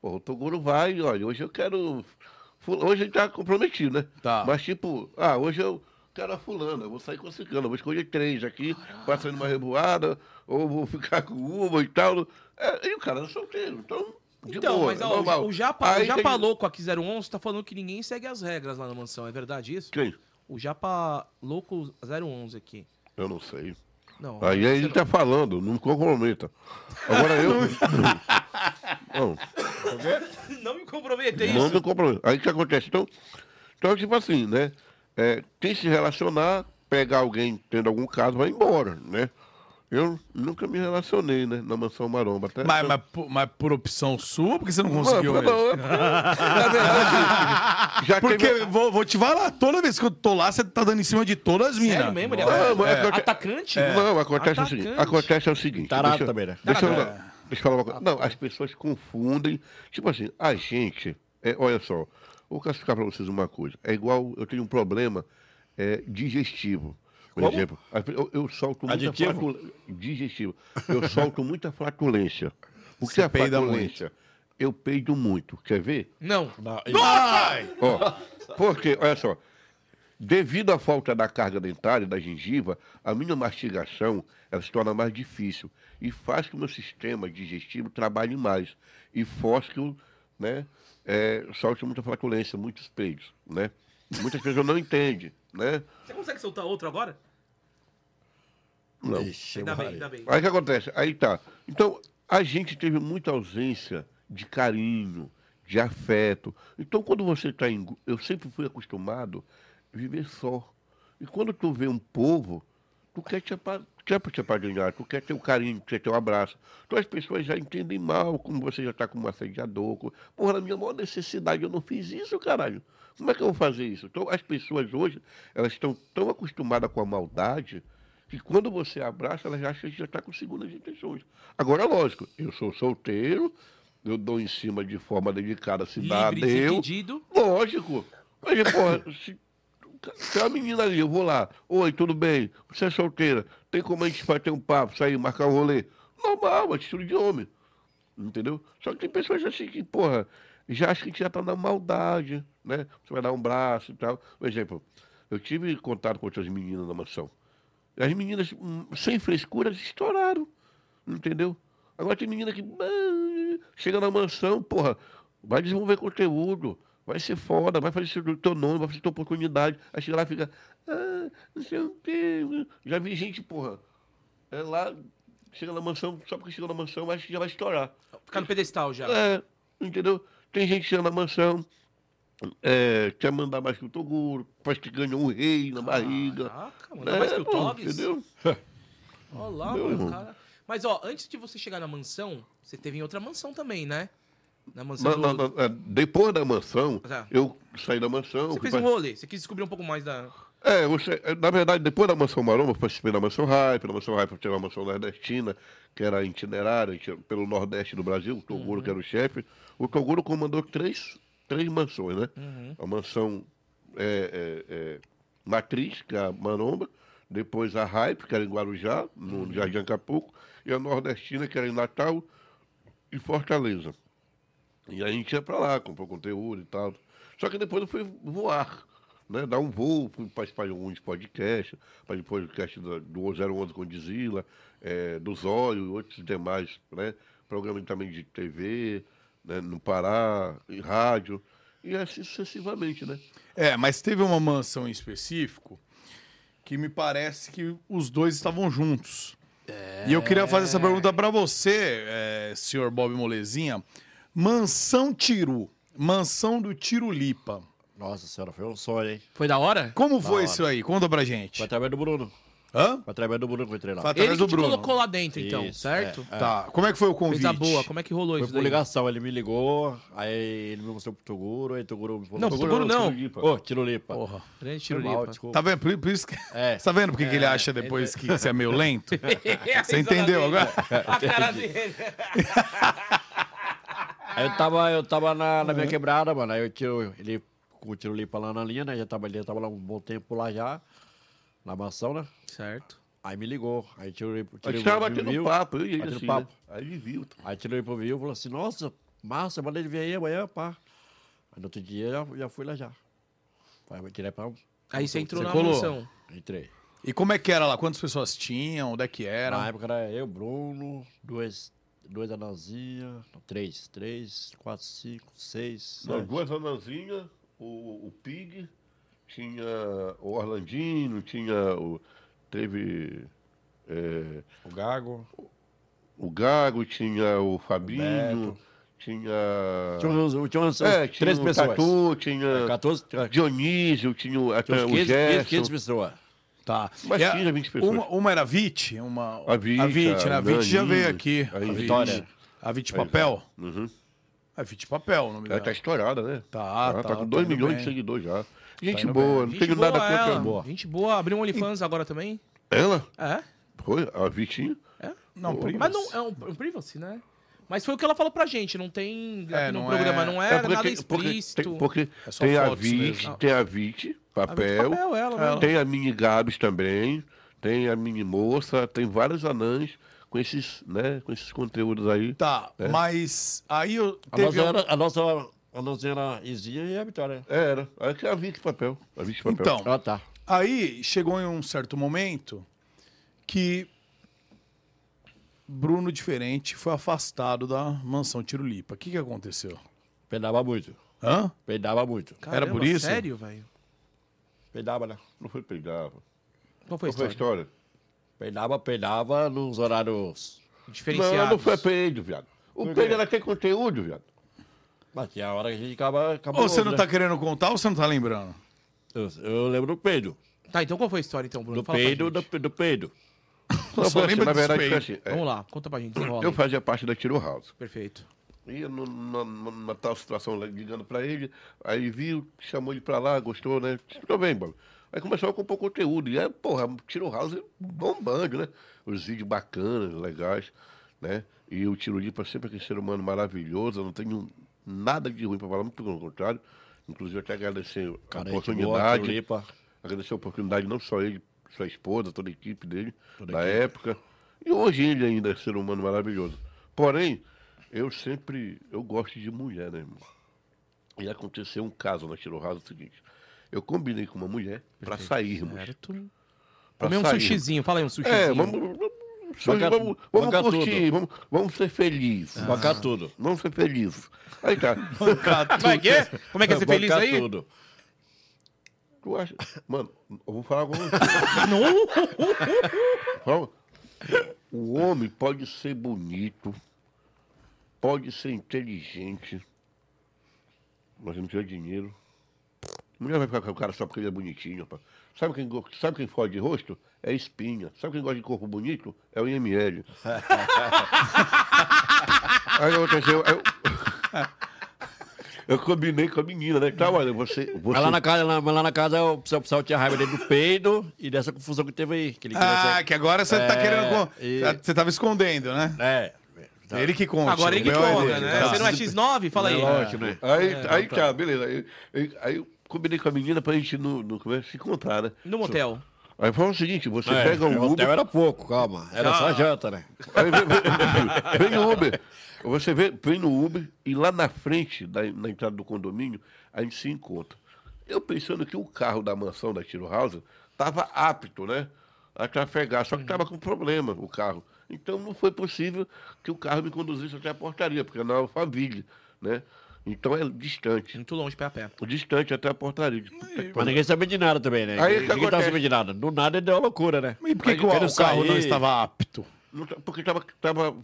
Speaker 4: porra, o Toguro vai, olha, hoje eu quero. fula- Hoje ele tá comprometido, né?
Speaker 2: Tá.
Speaker 4: Mas, tipo, ah, hoje eu quero a fulana, eu vou sair com a cicana, eu vou escolher três aqui, passando uma reboada, ou vou ficar com uma e tal. É, e o cara é solteiro, então. De
Speaker 1: Então,
Speaker 4: boa,
Speaker 1: mas
Speaker 4: é
Speaker 1: ó,
Speaker 4: normal.
Speaker 1: o Japa, o
Speaker 4: Aí
Speaker 1: Japa
Speaker 4: tem-
Speaker 1: Louco aqui 011 tá falando que ninguém segue as regras lá na mansão. É verdade isso?
Speaker 4: Quem?
Speaker 1: O Japa Louco 011 aqui.
Speaker 4: Eu não sei.
Speaker 1: Não.
Speaker 4: Aí ele tá falando, não comprometa. Agora eu. não.
Speaker 1: (laughs) Não me comprometa, é
Speaker 4: Não
Speaker 1: isso?
Speaker 4: me compromete. Aí o que acontece? Então, então tipo assim, né? É, quem se relacionar, pegar alguém tendo algum caso, vai embora, né? Eu nunca me relacionei, né? Na mansão maromba. Até
Speaker 2: Mas, mas por- mas por opção sua, porque você não
Speaker 4: Não,
Speaker 2: conseguiu
Speaker 4: não,
Speaker 2: mesmo?
Speaker 4: não, é porque- na
Speaker 2: (laughs)
Speaker 4: verdade, já
Speaker 2: Porque,
Speaker 4: teve-
Speaker 2: vou, vou te falar, toda vez que eu tô lá, você tá dando em cima de todas as minas.
Speaker 1: Sério mesmo? Ele é,
Speaker 4: Não, mas
Speaker 1: é-
Speaker 4: acontece-
Speaker 1: atacante?
Speaker 4: Não, acontece o seguinte.
Speaker 1: Atacante.
Speaker 4: Acontece é o seguinte.
Speaker 3: Tarado
Speaker 4: deixa eu-
Speaker 3: também, né?
Speaker 4: Deixa eu,
Speaker 2: Tarado.
Speaker 4: deixa eu falar uma coisa. Não, as pessoas confundem. Tipo assim, a gente. é, olha só, vou classificar para vocês uma coisa. É igual eu tenho um problema é, digestivo. Por
Speaker 3: Como?
Speaker 4: exemplo, as pe- eu, eu solto muita
Speaker 3: Aditivo?
Speaker 4: flatulência. Digestivo. Eu solto muita flatulência. O que
Speaker 2: Você
Speaker 4: é
Speaker 2: peida
Speaker 4: flatulência? Eu peido muito. Quer ver?
Speaker 1: Não.
Speaker 3: Não,
Speaker 2: Ai!
Speaker 4: Ó, porque, olha só, devido à falta da carga dentária e da gengiva, a minha mastigação ela se torna mais difícil e faz que o meu sistema digestivo trabalhe mais e faz que eu, né, é, solte muita flaculência, muitos peidos, né? Muitas pessoas não entendem, né?
Speaker 1: Você consegue soltar outro agora?
Speaker 4: Não.
Speaker 3: Ixi, Maria.
Speaker 1: bem.
Speaker 4: Aí o que acontece? Aí tá. Então, a gente teve muita ausência de carinho, de afeto. Então, quando você está em. gru- Eu sempre fui acostumado a viver só. E quando tu vê um povo, tu quer te, apa... quer te apadrinhar, tu quer ter o carinho, tu quer ter o abraço. Então as pessoas já entendem mal como você já está como um assediador. Com... Porra, a minha maior necessidade, eu não fiz isso, caralho. Como é que eu vou fazer isso? Então as pessoas hoje, elas estão tão acostumadas com a maldade que quando você abraça, ela já acha que já está com segundas intenções. Agora, lógico, eu sou solteiro, eu dou em cima de forma dedicada, se dá,
Speaker 1: Livre, sem
Speaker 4: deu.
Speaker 1: pedido.
Speaker 4: Lógico. Mas, porra, se, se a menina ali, eu vou lá, oi, tudo bem, você é solteira, tem como a gente bater um papo, sair, marcar um rolê? Normal, atitude de homem. Entendeu? Só que tem pessoas assim que, porra, já acham que já tá na maldade, né? Você vai dar um braço e tal. Por exemplo, eu tive contato com outras meninas na mansão. As meninas, hum, sem frescura, estouraram. Entendeu? Agora tem menina que ah, chega na mansão, porra, vai desenvolver conteúdo, vai ser foda, vai fazer seu- teu nome, vai fazer tua oportunidade. Aí chega lá e fica, ah, não sei o quê. Já vi gente, porra, é lá, chega na mansão, só porque chega na mansão, acho que já vai estourar.
Speaker 1: Ficar no pedestal já.
Speaker 4: É, entendeu? Tem gente que chega na mansão, é, quer mandar mais que o Toguro, faz que ganha um rei
Speaker 1: Ah,
Speaker 4: na barriga.
Speaker 1: Caraca, mano. É, mais que o
Speaker 4: pô,
Speaker 1: Tobis.
Speaker 4: Entendeu?
Speaker 1: Olha lá,
Speaker 4: Meu
Speaker 1: mano,
Speaker 4: irmão.
Speaker 1: cara. Mas, ó, antes de você chegar na mansão, você teve em outra mansão também, né? Na mansão
Speaker 4: Na-
Speaker 1: do...
Speaker 4: na- na- é, depois da mansão,
Speaker 1: Tá.
Speaker 4: eu saí da mansão.
Speaker 1: Você
Speaker 4: fui
Speaker 1: fez um
Speaker 4: pra-
Speaker 1: rolê, você quis descobrir um pouco mais da...
Speaker 4: É, eu che- é, na verdade, depois da Mansão Maromba, eu participei da Mansão Hype, da Mansão Hype eu tive a Mansão Nordestina, que era itinerária que era pelo Nordeste do Brasil, o Toguro que era o
Speaker 1: Uhum.
Speaker 4: chefe. O Toguro comandou três, três mansões, né?
Speaker 1: Uhum.
Speaker 4: A mansão é, é, é, Matriz, que é a Maromba, depois a Hype, que era em Guarujá, no
Speaker 1: Uhum.
Speaker 4: Jardim Acapulco, e a Nordestina, que era em Natal e Fortaleza. E a gente ia pra lá, comprou conteúdo e tal. Só que depois eu fui voar, né? Dar um voo, fui participar de alguns podcasts, para podcast do, do 011 com Dizila, eh, do Zóio e outros demais, né? Programa também de TV, né? no Pará, em rádio, e assim sucessivamente, né?
Speaker 2: É, mas teve uma mansão em específico que me parece que os dois estavam juntos. E eu queria fazer essa pergunta pra você, é, senhor Bob Molezinha. Mansão Tiru, mansão do Tiro Lipa.
Speaker 3: Nossa senhora, foi um sonho, hein?
Speaker 1: Foi da hora?
Speaker 2: Como foi
Speaker 3: hora.
Speaker 2: isso aí? Conta pra gente.
Speaker 3: Foi através do Bruno.
Speaker 2: Hã?
Speaker 3: Foi através do Bruno que eu entrei lá.
Speaker 2: Foi
Speaker 1: Ele
Speaker 2: através
Speaker 1: que
Speaker 2: do
Speaker 1: te
Speaker 2: Bruno.
Speaker 1: colocou lá dentro, então,
Speaker 3: Isso,
Speaker 1: certo?
Speaker 3: é, é.
Speaker 2: Tá, como é que foi o convite?
Speaker 1: Coisa boa, como é que rolou
Speaker 3: Foi
Speaker 1: isso
Speaker 3: por
Speaker 1: daí?
Speaker 3: ligação, ele me ligou, aí ele me mostrou pro Toguro, aí o Toguro me falou...
Speaker 1: Não, pro Toguro não.
Speaker 3: Ô, Tirolipa.
Speaker 2: Porra.
Speaker 1: Grande
Speaker 3: Foi
Speaker 1: tiro
Speaker 3: mal, desculpa.
Speaker 2: Tá vendo? Por, por isso que... (laughs)
Speaker 3: É.
Speaker 2: Tá vendo porque que ele acha depois que você é meio lento? Você
Speaker 1: (laughs) Você
Speaker 2: entendeu agora?
Speaker 1: (laughs) A cara dele.
Speaker 3: Aí eu tava, eu tava na, na minha quebrada, mano. Aí eu tiro, ele com o Tirolipa lá na linha, né? Já tava, ele já tava lá um bom tempo lá já, na mansão, né?
Speaker 1: Certo.
Speaker 3: Aí me ligou. Aí Tirolipa.
Speaker 4: A gente
Speaker 3: Tirolipa
Speaker 4: tava batendo
Speaker 3: viu,
Speaker 4: papo, eu e ele
Speaker 3: batendo
Speaker 4: assim,
Speaker 3: papo.
Speaker 4: né? Aí ele viu.
Speaker 3: Aí Tirolipa viu e falou assim: Nossa, massa, manda ele vir aí amanhã, pá. Aí no outro dia já, já fui lá já. Aí eu tirei pra. um,
Speaker 1: Aí você entrou
Speaker 2: Você
Speaker 1: na
Speaker 2: colou.
Speaker 1: mansão.
Speaker 3: Entrei.
Speaker 2: E como é que era lá? Quantas pessoas tinham? Onde é que
Speaker 3: Na
Speaker 4: um?
Speaker 2: era?
Speaker 3: época era eu, Bruno, duas, duas anãzinhas, três, três, quatro, cinco, seis.
Speaker 4: Não,
Speaker 3: sete.
Speaker 4: duas anãzinhas, o, o Pig, tinha o Orlandinho, tinha o. Teve. é,
Speaker 3: O Gago.
Speaker 4: o Gago, tinha o Fabinho,
Speaker 3: Beto.
Speaker 4: tinha.
Speaker 3: Tinha uns, tinha uns-
Speaker 4: É,
Speaker 3: uns
Speaker 4: tinha né?
Speaker 3: três É,
Speaker 4: o
Speaker 3: pessoas.
Speaker 4: Tatu, tinha
Speaker 3: 14, tinha
Speaker 1: É,
Speaker 4: Dionísio, tinha o- até
Speaker 3: um uns
Speaker 4: o
Speaker 3: 15, 15,
Speaker 4: Gerson.
Speaker 3: 15 pessoas.
Speaker 2: Tá.
Speaker 4: Umas
Speaker 2: E a-
Speaker 4: 15 a 20 pessoas.
Speaker 2: uma, uma era a VIT, uma...
Speaker 4: A Vit,
Speaker 2: a VIT, né?
Speaker 4: a
Speaker 2: A VIT já
Speaker 4: Nani,
Speaker 2: veio aqui.
Speaker 4: a
Speaker 2: A VIT.
Speaker 3: Vitória.
Speaker 2: A VIT Papel?
Speaker 4: Uhum.
Speaker 2: A VIT Papel, o nome dela.
Speaker 4: Ela tá estourada, né?
Speaker 2: Tá,
Speaker 4: ela tá,
Speaker 2: tá,
Speaker 4: com 2
Speaker 2: tá indo
Speaker 4: milhões
Speaker 2: bem.
Speaker 4: de seguidores já. Gente
Speaker 2: indo
Speaker 4: boa, não
Speaker 1: Gente
Speaker 4: tenho
Speaker 1: boa é.
Speaker 4: nada contra
Speaker 1: ela.
Speaker 4: ela.
Speaker 1: Gente boa, abriu um OnlyFans agora também.
Speaker 4: Ela?
Speaker 1: É,
Speaker 4: Foi? A Vitinha?
Speaker 1: é.
Speaker 2: Não, prima.
Speaker 1: Mas não é um, é um privacy, né? Mas foi o que ela falou pra gente, não tem aqui
Speaker 2: É,
Speaker 1: no
Speaker 2: não
Speaker 1: programa,
Speaker 2: é-
Speaker 1: não era
Speaker 4: porque
Speaker 1: nada
Speaker 4: tem- porque
Speaker 1: explícito.
Speaker 4: Tem, porque
Speaker 2: É só
Speaker 4: tem, a
Speaker 2: fotos
Speaker 4: Vit,
Speaker 2: mesmo.
Speaker 4: tem a Vit, papel, É.
Speaker 1: papel, ela, né?
Speaker 4: tem a Mini Gabs também, tem a Mini Moça, tem vários anãs com esses, né, com esses conteúdos aí.
Speaker 2: Tá,
Speaker 4: É.
Speaker 2: mas aí eu...
Speaker 3: A
Speaker 2: teve
Speaker 3: nossa,
Speaker 2: um-
Speaker 3: era, a nossa a nossa era Izinha e a Vitória.
Speaker 4: Era, é que a Vit papel, a Vit papel.
Speaker 2: Então,
Speaker 3: Ah, tá.
Speaker 2: Aí chegou em um certo momento que Bruno Diferente foi afastado da mansão Tirulipa. O que, que aconteceu?
Speaker 3: Pedava muito.
Speaker 2: Hã?
Speaker 3: Pedava muito.
Speaker 2: Era por isso?
Speaker 1: Sério, velho?
Speaker 3: Pedava, né?
Speaker 4: não foi pegar. pô.
Speaker 1: Qual foi a
Speaker 4: Não foi a
Speaker 1: história?
Speaker 4: história?
Speaker 3: Pedava, pedava nos horários.
Speaker 1: Diferenciado.
Speaker 4: Não, não foi peido, viado. O
Speaker 3: Por
Speaker 4: peido
Speaker 2: é.
Speaker 3: quê?
Speaker 4: era ter conteúdo, viado.
Speaker 3: Mas tinha a hora que a gente acaba. acabou
Speaker 2: Ou você não
Speaker 3: né?
Speaker 2: tá querendo contar ou você não tá lembrando?
Speaker 3: eu, eu lembro do peido.
Speaker 1: Tá, então qual foi a história, então, Bruno?
Speaker 3: Do
Speaker 1: Fala pra
Speaker 3: peido, do,
Speaker 1: gente.
Speaker 3: do peido.
Speaker 4: Não,
Speaker 2: só
Speaker 4: foi assim,
Speaker 2: lembro
Speaker 4: na
Speaker 2: dos
Speaker 4: verdade, foi
Speaker 2: peidos.
Speaker 4: assim. é,
Speaker 1: Vamos lá, conta pra gente, desenrola.
Speaker 4: eu fazia parte da Tiro House.
Speaker 1: Perfeito.
Speaker 4: E eu nu- nu- nu- numa tal situação lá, ligando pra ele, aí viu, chamou ele pra lá, gostou, né? Disse, Tudo bem, mano. Aí começou a compor conteúdo. E aí, porra, Tiro House bombando, né? Os vídeos bacanas, legais, né? E o Tiro Lipa sempre aquele ser humano maravilhoso, eu não tenho nada de ruim pra falar, muito pelo contrário. Inclusive, eu até agradecer a
Speaker 3: Carente, boa,
Speaker 4: oportunidade.
Speaker 3: tulipa.
Speaker 4: Agradecer a oportunidade, não só ele, sua esposa, toda a equipe dele,
Speaker 3: Toda a
Speaker 4: da
Speaker 3: equipe.
Speaker 4: época. E hoje ele ainda é ser humano maravilhoso. Porém, eu sempre. Eu gosto de mulher, né, irmão? E aconteceu um caso na Tiro Raso o seguinte. Eu combinei com uma mulher pra sairmos.
Speaker 1: Certo.
Speaker 4: Pra
Speaker 1: Comer um
Speaker 4: sairmos.
Speaker 1: sushizinho, fala aí um sushizinho.
Speaker 4: É, vamos. vamos-
Speaker 3: Banca-
Speaker 4: vamos, vamos
Speaker 3: banca
Speaker 4: curtir, vamos, vamos ser felizes.
Speaker 3: Bancar tudo.
Speaker 4: Vamos ser felizes. Aí tá.
Speaker 1: Ah.
Speaker 3: (laughs)
Speaker 1: Como é que é? Como é que é ser feliz
Speaker 3: Bancar
Speaker 1: aí?
Speaker 3: tudo.
Speaker 4: Tu acha. Mano, eu vou falar com você.
Speaker 1: um
Speaker 2: (laughs)
Speaker 1: Não!
Speaker 4: Vamos. O homem pode ser bonito, pode ser inteligente, mas não tiver dinheiro. A mulher vai ficar com o cara só porque ele é bonitinho, rapaz. Sabe quem, go- sabe quem foge de rosto? É espinha. Sabe quem gosta de corpo bonito? É o IML. Aí aconteceu. Eu, eu combinei com a menina, né? Tá, olha, você. você
Speaker 3: Mas lá na casa, lá, mas lá na casa o pessoal, o pessoal tinha raiva dele do peido e dessa confusão que teve aí. Que ele
Speaker 2: Ah, que agora você tá
Speaker 3: É,
Speaker 2: querendo. con-
Speaker 3: e-
Speaker 2: tá- Você tava escondendo, né?
Speaker 3: É. Tá.
Speaker 2: Ele que conta.
Speaker 1: Agora
Speaker 2: o
Speaker 1: ele que
Speaker 2: meu é
Speaker 1: conta,
Speaker 2: dele,
Speaker 1: né?
Speaker 2: tá.
Speaker 1: Você não é X9? Fala aí.
Speaker 3: Lógico, né?
Speaker 4: Aí, aí tá, beleza. Aí, aí, aí eu combinei com a menina pra gente no, no, como é, se encontrar, né?
Speaker 1: No motel.
Speaker 4: Aí fala o seguinte, você
Speaker 3: É,
Speaker 4: pega
Speaker 3: o
Speaker 4: um Uber.
Speaker 3: hotel era pouco, calma. Era só janta, né?
Speaker 4: Aí vem, vem- vem no Uber. Você vem, vem no Uber e lá na frente, da, na entrada do condomínio, a gente se encontra. Eu pensando que o carro da mansão da Tiro House estava apto, né? A trafegar, só
Speaker 1: Uhum.
Speaker 4: que estava com problema o carro. Então não foi possível que o carro me conduzisse até a portaria, porque não é Alphaville, né? Então é distante.
Speaker 1: Muito longe, pé a pé.
Speaker 4: Distante até a portaria. Puta que
Speaker 3: Mas ninguém sabia de nada também, né?
Speaker 4: Aí que
Speaker 3: ninguém tava
Speaker 4: acontece?
Speaker 3: sabendo de nada. Do nada deu uma loucura, né?
Speaker 2: E por que,
Speaker 3: Aí
Speaker 2: que o, o carro
Speaker 3: querendo sair,
Speaker 2: não estava apto?
Speaker 4: Não tá- porque tava, tava.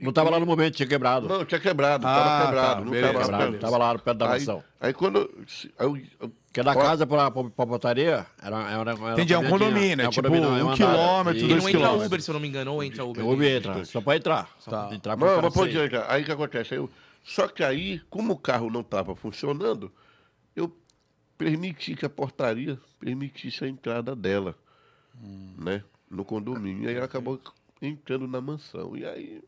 Speaker 3: Não tava lá no momento, tinha quebrado.
Speaker 4: Não, tinha quebrado,
Speaker 2: Ah,
Speaker 4: tava
Speaker 2: tá,
Speaker 4: quebrado.
Speaker 2: beleza,
Speaker 4: não tava,
Speaker 3: quebrado. Tava lá perto da
Speaker 4: aí,
Speaker 3: mansão.
Speaker 4: aí quando. se- Aí, eu- eu-
Speaker 3: Porque da
Speaker 4: ó,
Speaker 3: casa pra, pra, pra portaria era, era, era
Speaker 2: Entendi, é um
Speaker 3: caminhadinha.
Speaker 2: condomínio, é
Speaker 3: um
Speaker 2: tipo
Speaker 3: condomínio, é
Speaker 2: um
Speaker 3: andar.
Speaker 2: quilômetro,
Speaker 3: E
Speaker 1: E
Speaker 2: dois
Speaker 1: não entra
Speaker 2: quilômetros. É
Speaker 1: Uber, se eu não me engano, ou entra Uber.
Speaker 3: Eu ouvi entrar, só pra entrar. Só
Speaker 2: Tá.
Speaker 3: pra entrar pra
Speaker 4: Não,
Speaker 3: entrar.
Speaker 4: mas pode entrar. Aí o que acontece? Aí eu- só que aí, como o carro não estava funcionando, eu permiti que a portaria permitisse a entrada dela,
Speaker 2: Hum.
Speaker 4: né? No condomínio. E aí ela acabou entrando na mansão. E aí.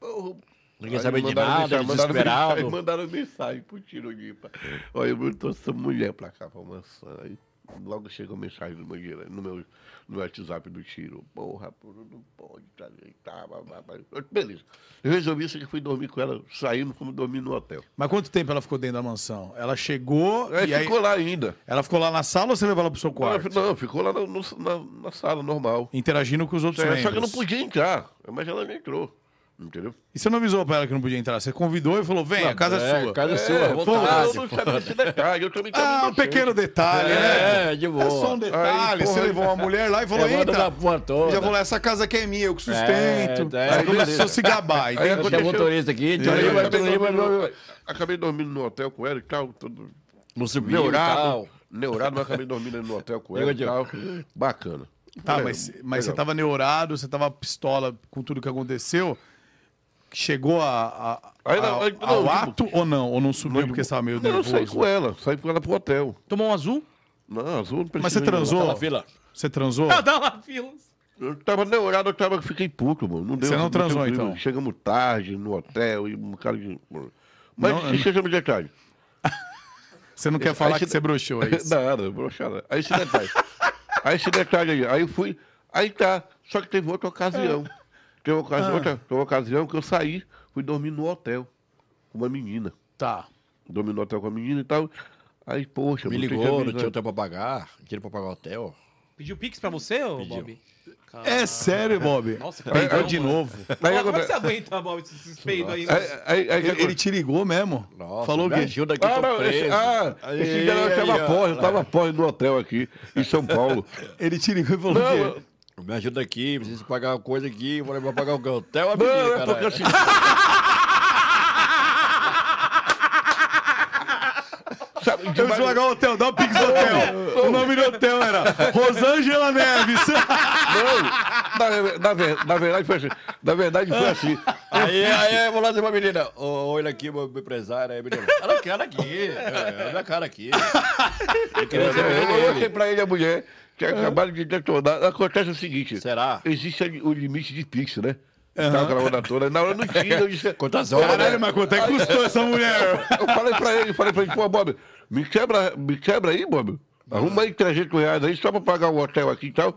Speaker 4: porra,
Speaker 3: Ninguém
Speaker 4: aí
Speaker 3: sabia de
Speaker 4: mandaram
Speaker 3: nada,
Speaker 4: mensagem, mandaram
Speaker 3: desesperado.
Speaker 4: mensagem, Mandaram mensagem pro Tirolipa. Olha, eu trouxe essa mulher pra cá, pra mansão. Aí logo chegou mensagem no meu, dire- no meu no WhatsApp do Tiro. Porra, Bruno, não pode tá, tá, blá, blá, blá. Eu, Beleza. Eu resolvi isso que fui dormir com ela, saímos, fomos dormir no hotel.
Speaker 2: Mas quanto tempo ela ficou dentro da mansão? Ela chegou
Speaker 4: Aí
Speaker 2: e aí.
Speaker 4: ficou lá ainda.
Speaker 2: Ela ficou lá na sala ou você levou ela pro seu quarto?
Speaker 4: Ela- Não, ficou lá no- no- na, na sala normal.
Speaker 2: Interagindo com os outros
Speaker 4: É,
Speaker 2: membros.
Speaker 4: só que eu não podia entrar, mas ela não entrou. Entendeu?
Speaker 2: E você não avisou pra ela que não podia entrar? Você convidou e falou: vem, a casa é, sua.
Speaker 3: Casa é sua, à
Speaker 4: eu
Speaker 3: vontade,
Speaker 4: não sabia esse detalhe, eu também tava
Speaker 2: Ah, um
Speaker 4: inocente.
Speaker 2: pequeno detalhe, né?
Speaker 3: É, de boa. É,
Speaker 2: É só um detalhe.
Speaker 4: Aí,
Speaker 2: você
Speaker 4: porra,
Speaker 2: levou uma mulher lá e falou:
Speaker 3: Levanta
Speaker 2: entra.
Speaker 3: da porra toda.
Speaker 2: Já falou: essa casa aqui é minha, eu que sustento.
Speaker 3: É, é,
Speaker 2: aí
Speaker 3: beleza.
Speaker 2: começou a se gabar.
Speaker 4: Aí
Speaker 2: entendeu?
Speaker 3: Tem
Speaker 4: aconteceu-
Speaker 3: motorista aqui,
Speaker 4: E aí eu
Speaker 3: Tirulipa,
Speaker 4: acabei
Speaker 3: Tirulipa,
Speaker 4: dormindo- Acabei dormindo no hotel com ela e tal, tudo
Speaker 3: não subiu e
Speaker 4: melhorado.
Speaker 3: tal.
Speaker 4: neurado, mas acabei dormindo no hotel com
Speaker 3: Diga,
Speaker 4: ela e
Speaker 3: Diogo.
Speaker 4: tal. Bacana.
Speaker 2: Tá,
Speaker 4: É,
Speaker 2: mas, mas você
Speaker 4: legal.
Speaker 2: tava neurado, você tava pistola com tudo que aconteceu. Chegou a, a-
Speaker 4: Aí não,
Speaker 2: ao-
Speaker 4: aí não,
Speaker 2: ao
Speaker 4: tipo-
Speaker 2: ato ou não? Ou não subiu porque você tava meio
Speaker 4: Não, eu é. né? saí
Speaker 2: nervoso?
Speaker 4: com ela, saí com ela pro hotel.
Speaker 1: Tomou um azul?
Speaker 4: Não, azul não precisa.
Speaker 2: Mas você
Speaker 4: ir, não.
Speaker 2: transou?
Speaker 3: Fala, fila.
Speaker 2: Você transou?
Speaker 1: dá lá, filas.
Speaker 4: Eu tava neurado, eu tava, fiquei puto, mano. Não deu,
Speaker 2: Você não transou,
Speaker 4: deu clima.
Speaker 2: então?
Speaker 4: Chegamos tarde no hotel e um cara de. Mas
Speaker 2: Não, eu-
Speaker 4: esquecemos de detalhe.
Speaker 2: Você não quer falar
Speaker 4: Aí
Speaker 2: que
Speaker 4: você-
Speaker 2: você broxou,
Speaker 4: (laughs)
Speaker 2: é isso?
Speaker 4: Nada, broxada. Aí esse detalhe. aí esse detalhe tá aí. Aí eu fui. Aí tá. Só que teve outra ocasião.
Speaker 3: Ah.
Speaker 4: Teve, uma ocasi- outra, teve uma ocasião que eu saí, fui dormir no hotel com uma menina.
Speaker 2: Tá.
Speaker 4: Dormi no hotel com a menina e tal. Aí, poxa,
Speaker 3: Me
Speaker 4: não tinha
Speaker 3: ligou, não
Speaker 4: avisado.
Speaker 3: tinha tempo pra pagar. Não tinha pra pagar o hotel.
Speaker 1: Pediu pix pra você, ô Bob?
Speaker 2: É sério, Bob?
Speaker 1: Nossa, que
Speaker 4: é,
Speaker 2: Peidou
Speaker 1: legal,
Speaker 2: de
Speaker 1: mano.
Speaker 2: novo. É,
Speaker 4: Aí,
Speaker 1: Mas como é que você
Speaker 4: acontece-
Speaker 1: aguenta, Bob, esses peidos aí? né?
Speaker 4: aí, aí, aí,
Speaker 2: Ele, ele te ligou mesmo?
Speaker 3: Nossa,
Speaker 2: Falou
Speaker 3: me
Speaker 2: que...
Speaker 3: ajuda aqui,
Speaker 4: Ah,
Speaker 3: tô
Speaker 4: não, esse,
Speaker 3: preso.
Speaker 4: ah,
Speaker 3: Aí,
Speaker 4: esse dia eu
Speaker 3: aí,
Speaker 4: tava
Speaker 3: ó.
Speaker 4: porre, eu tava porre no hotel aqui,
Speaker 3: (laughs)
Speaker 4: em São Paulo.
Speaker 2: Ele te ligou e falou
Speaker 4: Não,
Speaker 2: o quê?
Speaker 3: Me ajuda aqui, preciso pagar uma coisa aqui. Vou vou pagar o hotel, a
Speaker 4: Não,
Speaker 3: menina,
Speaker 4: é porque
Speaker 3: caralho. (laughs)
Speaker 4: assim. Sabe,
Speaker 2: Eu vou
Speaker 4: devagar-
Speaker 2: jogar o hotel, dá o pix do hotel. O nome do hotel era Rosângela
Speaker 4: (laughs)
Speaker 2: Neves.
Speaker 4: não, na, na ver- na verdade foi assim. Na verdade foi assim.
Speaker 3: Aí, aí, eu vou lá dizer pra menina, ô, olha aqui, meu meu empresário, aí, menina, olha a cara aqui, é, olha a cara aqui. Eu queria
Speaker 4: Eu,
Speaker 3: ser ele,
Speaker 4: É, eu mostrei pra ele a mulher que acabaram de detonar. Acontece o seguinte:
Speaker 3: Será?
Speaker 4: existe ali o limite de pix, né? Tava gravando a toda. Na hora não tinha, eu disse.
Speaker 3: Quantas horas,
Speaker 2: Caralho,
Speaker 3: né?
Speaker 2: mas quanto é que custou essa mulher?
Speaker 4: Eu falei pra ele, falei pra ele, pô, Bob, me quebra, me quebra aí, Bob. Arruma aí 300 reais aí só pra pagar o hotel aqui e tal.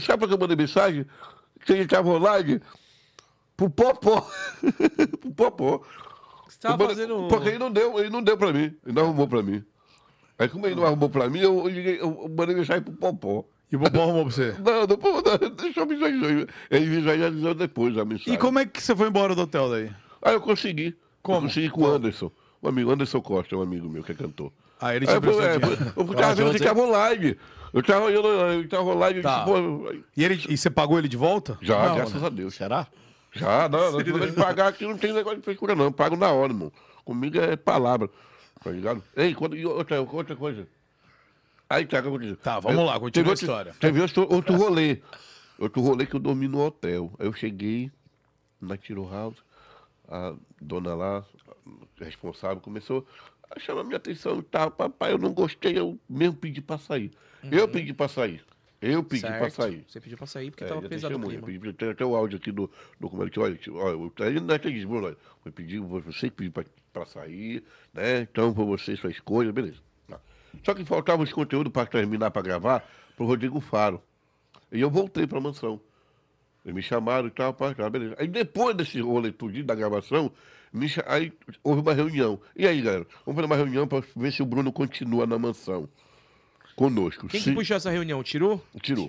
Speaker 4: Sabe pra que eu mandei mensagem? Que ele tava online pro Popó. (laughs) pro Popó.
Speaker 1: Você tava
Speaker 4: Eu mandei-
Speaker 2: um-
Speaker 1: fazendo...
Speaker 4: Porque ele não deu, ele não deu pra mim. Ele não arrumou pra mim. Aí como ele não arrumou pra mim, eu, eu, liguei- eu- eu mandei mensagem pro Popó.
Speaker 2: E o Bobão arrumou pra você.
Speaker 4: Não, não, pô, não, (laughs) deixa eu visualizar. Ele visualizou depois a mensagem.
Speaker 2: E como é que você foi embora do hotel daí?
Speaker 4: Aí eu consegui.
Speaker 2: Como?
Speaker 4: Eu consegui com o Anderson. Um amigo, Anderson Costa, um amigo meu que é cantor.
Speaker 2: Ah, ele te
Speaker 4: Aí eu falei,
Speaker 2: emprestou
Speaker 4: é,
Speaker 2: dinheiro.
Speaker 4: eu tava vendo que
Speaker 3: você-
Speaker 4: tava online. Eu tava olhando, eu tava online. eu
Speaker 2: Tá.
Speaker 4: disse, pô, eu-
Speaker 2: E, ele, e você pagou ele de volta?
Speaker 4: já,
Speaker 2: Não,
Speaker 4: graças
Speaker 2: né?
Speaker 4: a Deus.
Speaker 3: Será?
Speaker 4: Já, não, não tem de pagar aqui, não tem negócio de frescura, não. Pago na hora, irmão. Comigo é palavra. Tá ligado? Ei, quando, e outra, outra coisa. Aí tá, o que aconteceu?
Speaker 2: Tá, vamos
Speaker 4: Aí,
Speaker 2: lá, continua
Speaker 4: teve
Speaker 2: a
Speaker 4: outro-
Speaker 2: história.
Speaker 4: Teve outro, outro rolê. Outro rolê que eu dormi no hotel. Aí eu cheguei na Tiro House, a dona lá, a responsável, começou a chamar minha atenção e tal. Papai, eu não gostei, eu mesmo pedi pra sair.
Speaker 2: Uhum.
Speaker 4: Eu pedi pra sair. Eu pedi pra
Speaker 1: Certo.
Speaker 4: sair.
Speaker 1: Você pediu pra sair porque
Speaker 4: É,
Speaker 1: tava
Speaker 4: já
Speaker 1: pesado o
Speaker 4: testemunha.
Speaker 1: clima.
Speaker 4: Pedi- pedi- Tem até o áudio aqui do documento. Olha, tio, olha, eu- aí não é que diz, Bruno, olha, eu pedi, você que pediu para sair, né? Então, foi você, sua escolha, beleza. Tá. Só que faltava os conteúdos para terminar, para gravar, para o Rodrigo Faro. E eu voltei para a mansão. Eles me chamaram e tal, pá, tá, beleza. Aí depois desse rolê tudinho da gravação, me cha- aí houve uma reunião. E aí, galera, vamos fazer uma reunião para ver se o Bruno continua na mansão conosco.
Speaker 1: Quem
Speaker 4: Se-
Speaker 1: que puxou essa reunião? Tirou?
Speaker 4: Tirou.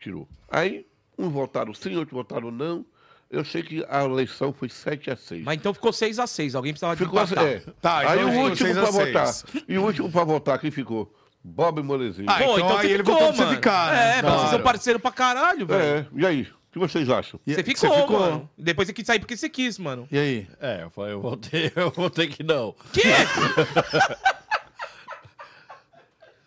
Speaker 4: Tirou. Aí, uns votaram sim, outros votaram não. Eu sei que a eleição foi 7 a 6.
Speaker 1: Mas então ficou 6x6. Alguém precisava de
Speaker 4: ficou assim.
Speaker 1: empatar.
Speaker 4: é.
Speaker 2: Tá, então
Speaker 4: aí o
Speaker 2: ficou
Speaker 4: último
Speaker 2: 6 a
Speaker 4: para
Speaker 2: 6.
Speaker 4: votar. E o último para votar, quem ficou? Bob Molezinho.
Speaker 2: Ah, então aí
Speaker 1: você
Speaker 2: ele votou pra você ficar, né?
Speaker 1: É, pra vocês
Speaker 2: Claro.
Speaker 1: são parceiro pra caralho, velho.
Speaker 4: É, e aí? O que vocês acham?
Speaker 2: E-
Speaker 1: Você ficou, mano. Depois você quis sair porque você quis, mano.
Speaker 2: E aí?
Speaker 3: É, eu falei, eu vou ter, (laughs) eu vou ter que não.
Speaker 1: Quê? (laughs)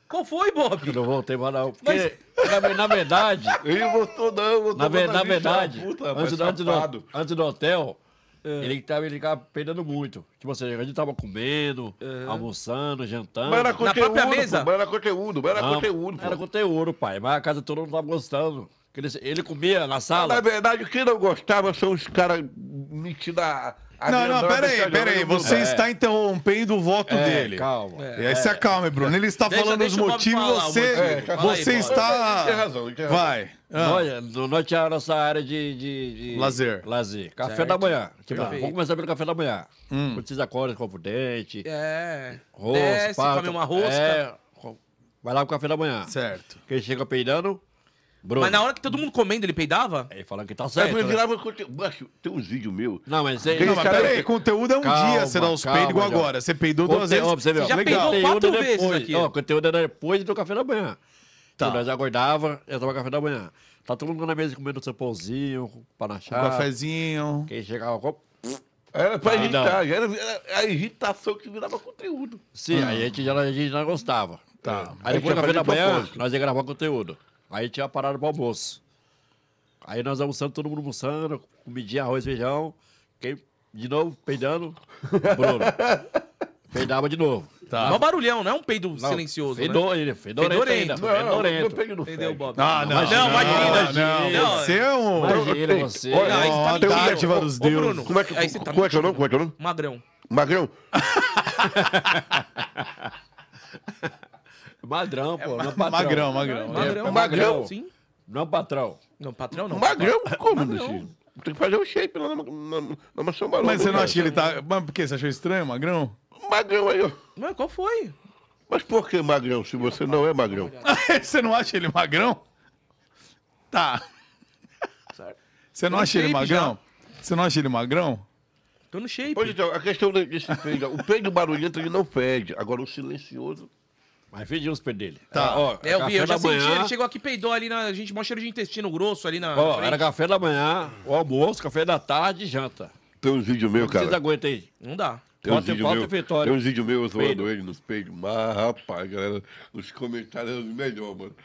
Speaker 1: Qual foi, Bob?
Speaker 3: Eu não voltei mais não. Porque,
Speaker 1: Mas-
Speaker 3: na, na verdade,
Speaker 4: Ele votou não, votou
Speaker 3: na, ve- na
Speaker 4: votar sim,
Speaker 3: verdade,
Speaker 4: filho da puta,
Speaker 3: antes, do-
Speaker 4: rapaz,
Speaker 3: antes do,
Speaker 4: safado.
Speaker 3: antes do hotel, ele, tava, ele tava perdendo muito. Tipo assim, a gente tava comendo, almoçando, jantando.
Speaker 4: Mas era conteúdo,
Speaker 1: própria mesa?
Speaker 4: pô, mas era conteúdo, mas era
Speaker 3: Não,
Speaker 4: conteúdo. pô.
Speaker 3: Era conteúdo, pai. Mas a casa toda não tava gostando. Porque Ele, ele comia na
Speaker 4: Na
Speaker 3: sala.
Speaker 4: verdade, quem não gostava são os caras metidos a... a
Speaker 2: Não, não,
Speaker 4: grandona,
Speaker 2: pera aí,
Speaker 4: deixa
Speaker 2: pera aí.
Speaker 4: jogando no
Speaker 2: Você
Speaker 4: lugar.
Speaker 2: está interrompendo o voto
Speaker 3: É,
Speaker 2: dele.
Speaker 3: Calma.
Speaker 2: E aí se acalme, Bruno. Ele está
Speaker 1: Deixa-
Speaker 2: falando
Speaker 1: deixa o
Speaker 2: os
Speaker 1: Bob
Speaker 2: motivos,
Speaker 1: falar o
Speaker 2: você,
Speaker 1: motivo. Fala aí,
Speaker 2: você
Speaker 1: Bob.
Speaker 2: está...
Speaker 4: Tem razão, tem
Speaker 2: tá-
Speaker 4: razão.
Speaker 2: Vai. Ah,
Speaker 3: Nós, nós tínhamos a nossa área de, de- de-
Speaker 2: Lazer.
Speaker 3: Lazer. Café
Speaker 1: Certo.
Speaker 3: da manhã. Tipo,
Speaker 1: Perfeito.
Speaker 3: vamos começar pelo café da manhã.
Speaker 2: Hum.
Speaker 3: Quando vocês acordam, escova o dente,
Speaker 1: É.
Speaker 3: rosca.
Speaker 1: Desce,
Speaker 3: pata.
Speaker 1: come uma rosca.
Speaker 3: É, vai lá pro café da manhã.
Speaker 2: Certo.
Speaker 3: Quem chega peidando, Bruno.
Speaker 1: Mas na hora que todo mundo comendo, ele peidava?
Speaker 3: Aí fala que tá
Speaker 4: É
Speaker 3: certo.
Speaker 4: porque
Speaker 3: né?
Speaker 4: virava conteúdo. Macho, tem uns vídeos meus.
Speaker 3: Não, mas ele.
Speaker 2: Não,
Speaker 4: Eles
Speaker 2: mas
Speaker 4: cara-
Speaker 2: pera aí. Conteúdo é um
Speaker 3: Calma,
Speaker 2: dia, você dá os
Speaker 3: calma,
Speaker 2: peidos igual
Speaker 3: já.
Speaker 2: agora. Você peidou duas vezes. um
Speaker 3: Conteúdo, você viu?
Speaker 1: já
Speaker 2: Legal.
Speaker 1: peidou quatro
Speaker 3: Conteúdo
Speaker 1: vezes
Speaker 3: depois.
Speaker 1: aqui.
Speaker 3: Ó, conteúdo era depois do café da manhã.
Speaker 2: Tá.
Speaker 3: Então, nós acordava, eu tava no café da manhã. Tá todo mundo na mesa comendo seu pãozinho,
Speaker 2: Um
Speaker 3: panachá.
Speaker 2: cafezinho.
Speaker 3: Quem chegava, com-
Speaker 4: Era pra
Speaker 3: Não.
Speaker 4: irritar, era, era a irritação que virava conteúdo.
Speaker 3: Sim, aí a gente já a gente já gostava.
Speaker 2: Tá.
Speaker 3: Aí depois,
Speaker 4: tinha
Speaker 3: na da
Speaker 4: fazer
Speaker 3: manhã,
Speaker 4: propósito.
Speaker 3: nós ia gravar conteúdo. Aí tinha parado pro almoço. Aí nós almoçando, todo mundo almoçando, comidinha, arroz, feijão. Quem, de novo, peidando, Bruno. Peidava de novo.
Speaker 1: Mó barulhão, não é um peido
Speaker 3: Tá. Não,
Speaker 1: silencioso. né?
Speaker 3: Fedor, ele, é fedorento
Speaker 1: Fedorento.
Speaker 3: ainda, é fedorento.
Speaker 4: pego no
Speaker 1: Entendeu, Bob?
Speaker 2: Ah, não,
Speaker 1: Não, imagina,
Speaker 2: não,
Speaker 1: não.
Speaker 2: Você é um.
Speaker 3: Imagina
Speaker 4: Ei,
Speaker 3: você.
Speaker 4: olha,
Speaker 1: Não, isso tá
Speaker 4: tem um
Speaker 1: magrão.
Speaker 2: dádiva dos
Speaker 1: Ô,
Speaker 2: deuses.
Speaker 1: Bruno,
Speaker 4: Como é que,
Speaker 1: aí você tá
Speaker 4: como é que é o nome? Como é que é o nome?
Speaker 1: Magrão.
Speaker 4: Magrão?
Speaker 3: É Madrão, pô, não patrão.
Speaker 2: é Magrão, magrão.
Speaker 1: Magrão.
Speaker 3: é magrão.
Speaker 1: Sim.
Speaker 3: Não patrão.
Speaker 1: Não, patrão não.
Speaker 4: Um Magrão? Como,
Speaker 1: Magrão.
Speaker 4: Luciano? Tem que fazer o shape lá na, na, na maçã maromba.
Speaker 2: Mas você não
Speaker 4: cara.
Speaker 2: acha que ele tá. Mas por quê? Você achou estranho, magrão?
Speaker 4: Magrão aí, ó.
Speaker 1: Mas qual foi?
Speaker 4: Mas por que magrão, se você não é magrão?
Speaker 2: (laughs) você não acha ele magrão? Tá. Você não
Speaker 1: Tem
Speaker 3: é
Speaker 2: acha ele
Speaker 1: shape já.
Speaker 2: magrão? Você não acha ele magrão?
Speaker 1: Tô no shape.
Speaker 4: Pois então, a questão de- desse peido, ó, o peido barulhento ele não fede, agora o silencioso...
Speaker 3: Mas fediu os pés dele.
Speaker 2: Tá.
Speaker 3: Era, ó,
Speaker 1: É, eu vi, eu já
Speaker 3: café da
Speaker 1: senti.
Speaker 3: manhã,
Speaker 1: Ele chegou aqui, peidou ali na. A gente mó cheiro de intestino grosso ali na.
Speaker 3: Ó,
Speaker 1: frente.
Speaker 3: era café da manhã, o almoço, café da tarde e janta.
Speaker 4: Tem uns vídeos meus,
Speaker 3: Vocês
Speaker 4: cara.
Speaker 3: aguentam aí.
Speaker 1: Não dá.
Speaker 4: Tem uns
Speaker 3: Bota-
Speaker 4: vídeos
Speaker 3: bota o
Speaker 4: meus
Speaker 3: Vitória.
Speaker 4: tem um uns vídeos meus zoando
Speaker 3: Peido.
Speaker 4: ele nos peidos. Mas, rapaz, galera, os comentários eram os melhores, mano.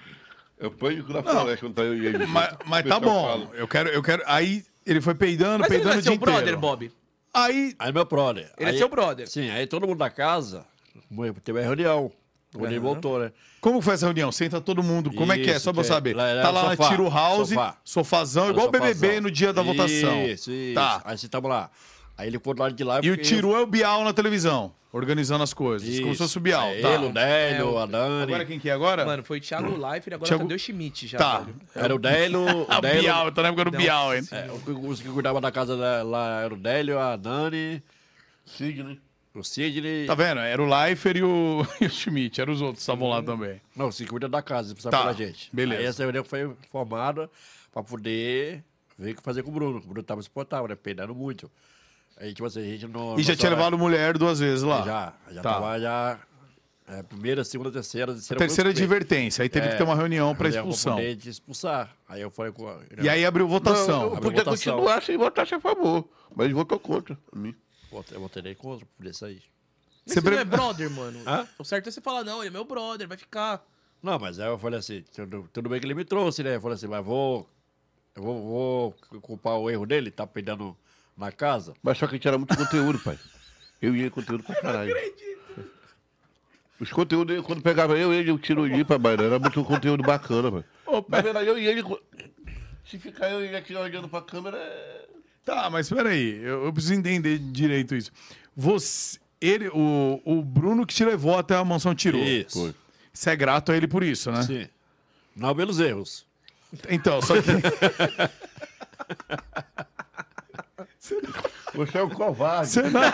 Speaker 4: É pânico na floresta quando tá eu e ele.
Speaker 2: Mas,
Speaker 4: junto.
Speaker 2: mas
Speaker 4: O
Speaker 2: tá
Speaker 4: pessoal
Speaker 2: bom.
Speaker 4: fala.
Speaker 2: Eu quero, eu quero. Aí ele foi peidando,
Speaker 1: Mas ele
Speaker 2: peidando
Speaker 1: não é
Speaker 2: o dia
Speaker 3: um
Speaker 1: seu brother,
Speaker 2: inteiro.
Speaker 1: Bob.
Speaker 2: Aí.
Speaker 3: Aí meu brother.
Speaker 1: Ele
Speaker 3: aí,
Speaker 1: é seu brother.
Speaker 3: Sim, aí todo mundo da casa mo- teve uma reunião. Quando ele
Speaker 1: Aham.
Speaker 3: voltou, né?
Speaker 2: Como foi essa reunião? Senta todo mundo. Como é que é?
Speaker 3: Isso,
Speaker 2: Só pra eu
Speaker 3: que-
Speaker 2: saber.
Speaker 3: lá era
Speaker 2: tá lá na
Speaker 3: sofá,
Speaker 2: Tiro House,
Speaker 3: sofá.
Speaker 2: sofazão,
Speaker 3: Era
Speaker 2: igual o BBB
Speaker 3: sofazão.
Speaker 2: no dia da votação.
Speaker 3: Isso, isso.
Speaker 2: Tá.
Speaker 3: Aí você tava lá. Aí ele foi do lado de lá
Speaker 2: E o
Speaker 3: fiquei-
Speaker 2: Tiru é o Bial na televisão, organizando as coisas.
Speaker 3: Isso.
Speaker 2: Como se fosse o Bial.
Speaker 3: É,
Speaker 2: tá.
Speaker 3: Ele, o
Speaker 1: É,
Speaker 3: Délio,
Speaker 1: o-
Speaker 3: a Dani.
Speaker 2: Agora quem que é agora?
Speaker 1: Mano, foi o Thiago Leifert, agora
Speaker 2: Thiago-
Speaker 1: cadê o Schmidt já?
Speaker 2: tá.
Speaker 1: velho?
Speaker 3: Era o Délio.
Speaker 2: Ah, (laughs)
Speaker 3: O
Speaker 2: o
Speaker 3: Délio
Speaker 2: Bial, eu tô na época do
Speaker 1: Não,
Speaker 2: Bial, hein?
Speaker 1: sim.
Speaker 3: é, o que- os que cuidavam da casa da- lá era o Délio, a Dani,
Speaker 4: Sidney.
Speaker 3: o Sidney.
Speaker 2: Tá vendo? Era o Leifert e o, (laughs) e o Schmidt, eram os outros que estavam lá também.
Speaker 3: Não, se cuida da casa, precisa
Speaker 2: Tá,
Speaker 3: pela gente.
Speaker 2: beleza.
Speaker 3: Aí essa reunião foi formada pra poder ver o que fazer com o Bruno. O Bruno tava insuportável, né? Peidando muito. Aí, tipo assim, a gente não.
Speaker 2: E já
Speaker 3: nossa
Speaker 2: tinha
Speaker 3: hora-
Speaker 2: levado mulher duas vezes lá.
Speaker 3: Já, já
Speaker 2: Tá.
Speaker 3: tava já. é, primeira, segunda, terceira, terceira.
Speaker 2: Terceira
Speaker 3: foi suspeito.
Speaker 2: advertência, aí teve
Speaker 3: É,
Speaker 2: que ter uma reunião pra
Speaker 3: Aí eu vou
Speaker 2: expulsão.
Speaker 3: poder te expulsar. Aí eu falei com. a-
Speaker 2: E aí abriu
Speaker 4: Não,
Speaker 2: votação.
Speaker 4: eu
Speaker 3: Abre
Speaker 4: podia
Speaker 3: votação.
Speaker 4: continuar se votasse a favor, mas votou contra mim.
Speaker 3: Eu votarei contra por isso aí.
Speaker 1: Mas você
Speaker 2: Você
Speaker 1: não
Speaker 2: pre-
Speaker 1: é brother, mano.
Speaker 3: Hã?
Speaker 1: O certo é você falar, não, ele é meu brother, vai ficar.
Speaker 3: Não, mas aí eu falei assim, tudo, tudo bem que ele me trouxe, né? Eu falei assim, mas vou. Eu vou, vou culpar o erro dele, tá peidando na casa.
Speaker 4: Mas só que a gente era muito conteúdo, pai. Eu ia conteúdo pra caralho. Os conteúdos, quando pegava eu e ele, eu tiro o Lipa, mano. Era muito conteúdo bacana, mano. Na verdade, eu e ele. Se ficar eu e ele aqui olhando pra câmera. é-
Speaker 2: Tá, mas peraí, eu, eu preciso entender direito isso. Você, ele, o, o Bruno que te levou até a mansão tirou.
Speaker 3: Isso.
Speaker 4: Foi.
Speaker 2: Você é grato a ele por isso, né?
Speaker 3: Sim. Não pelos erros.
Speaker 2: Então, (laughs) só que.
Speaker 4: Você é um covarde.
Speaker 2: Você não-
Speaker 4: é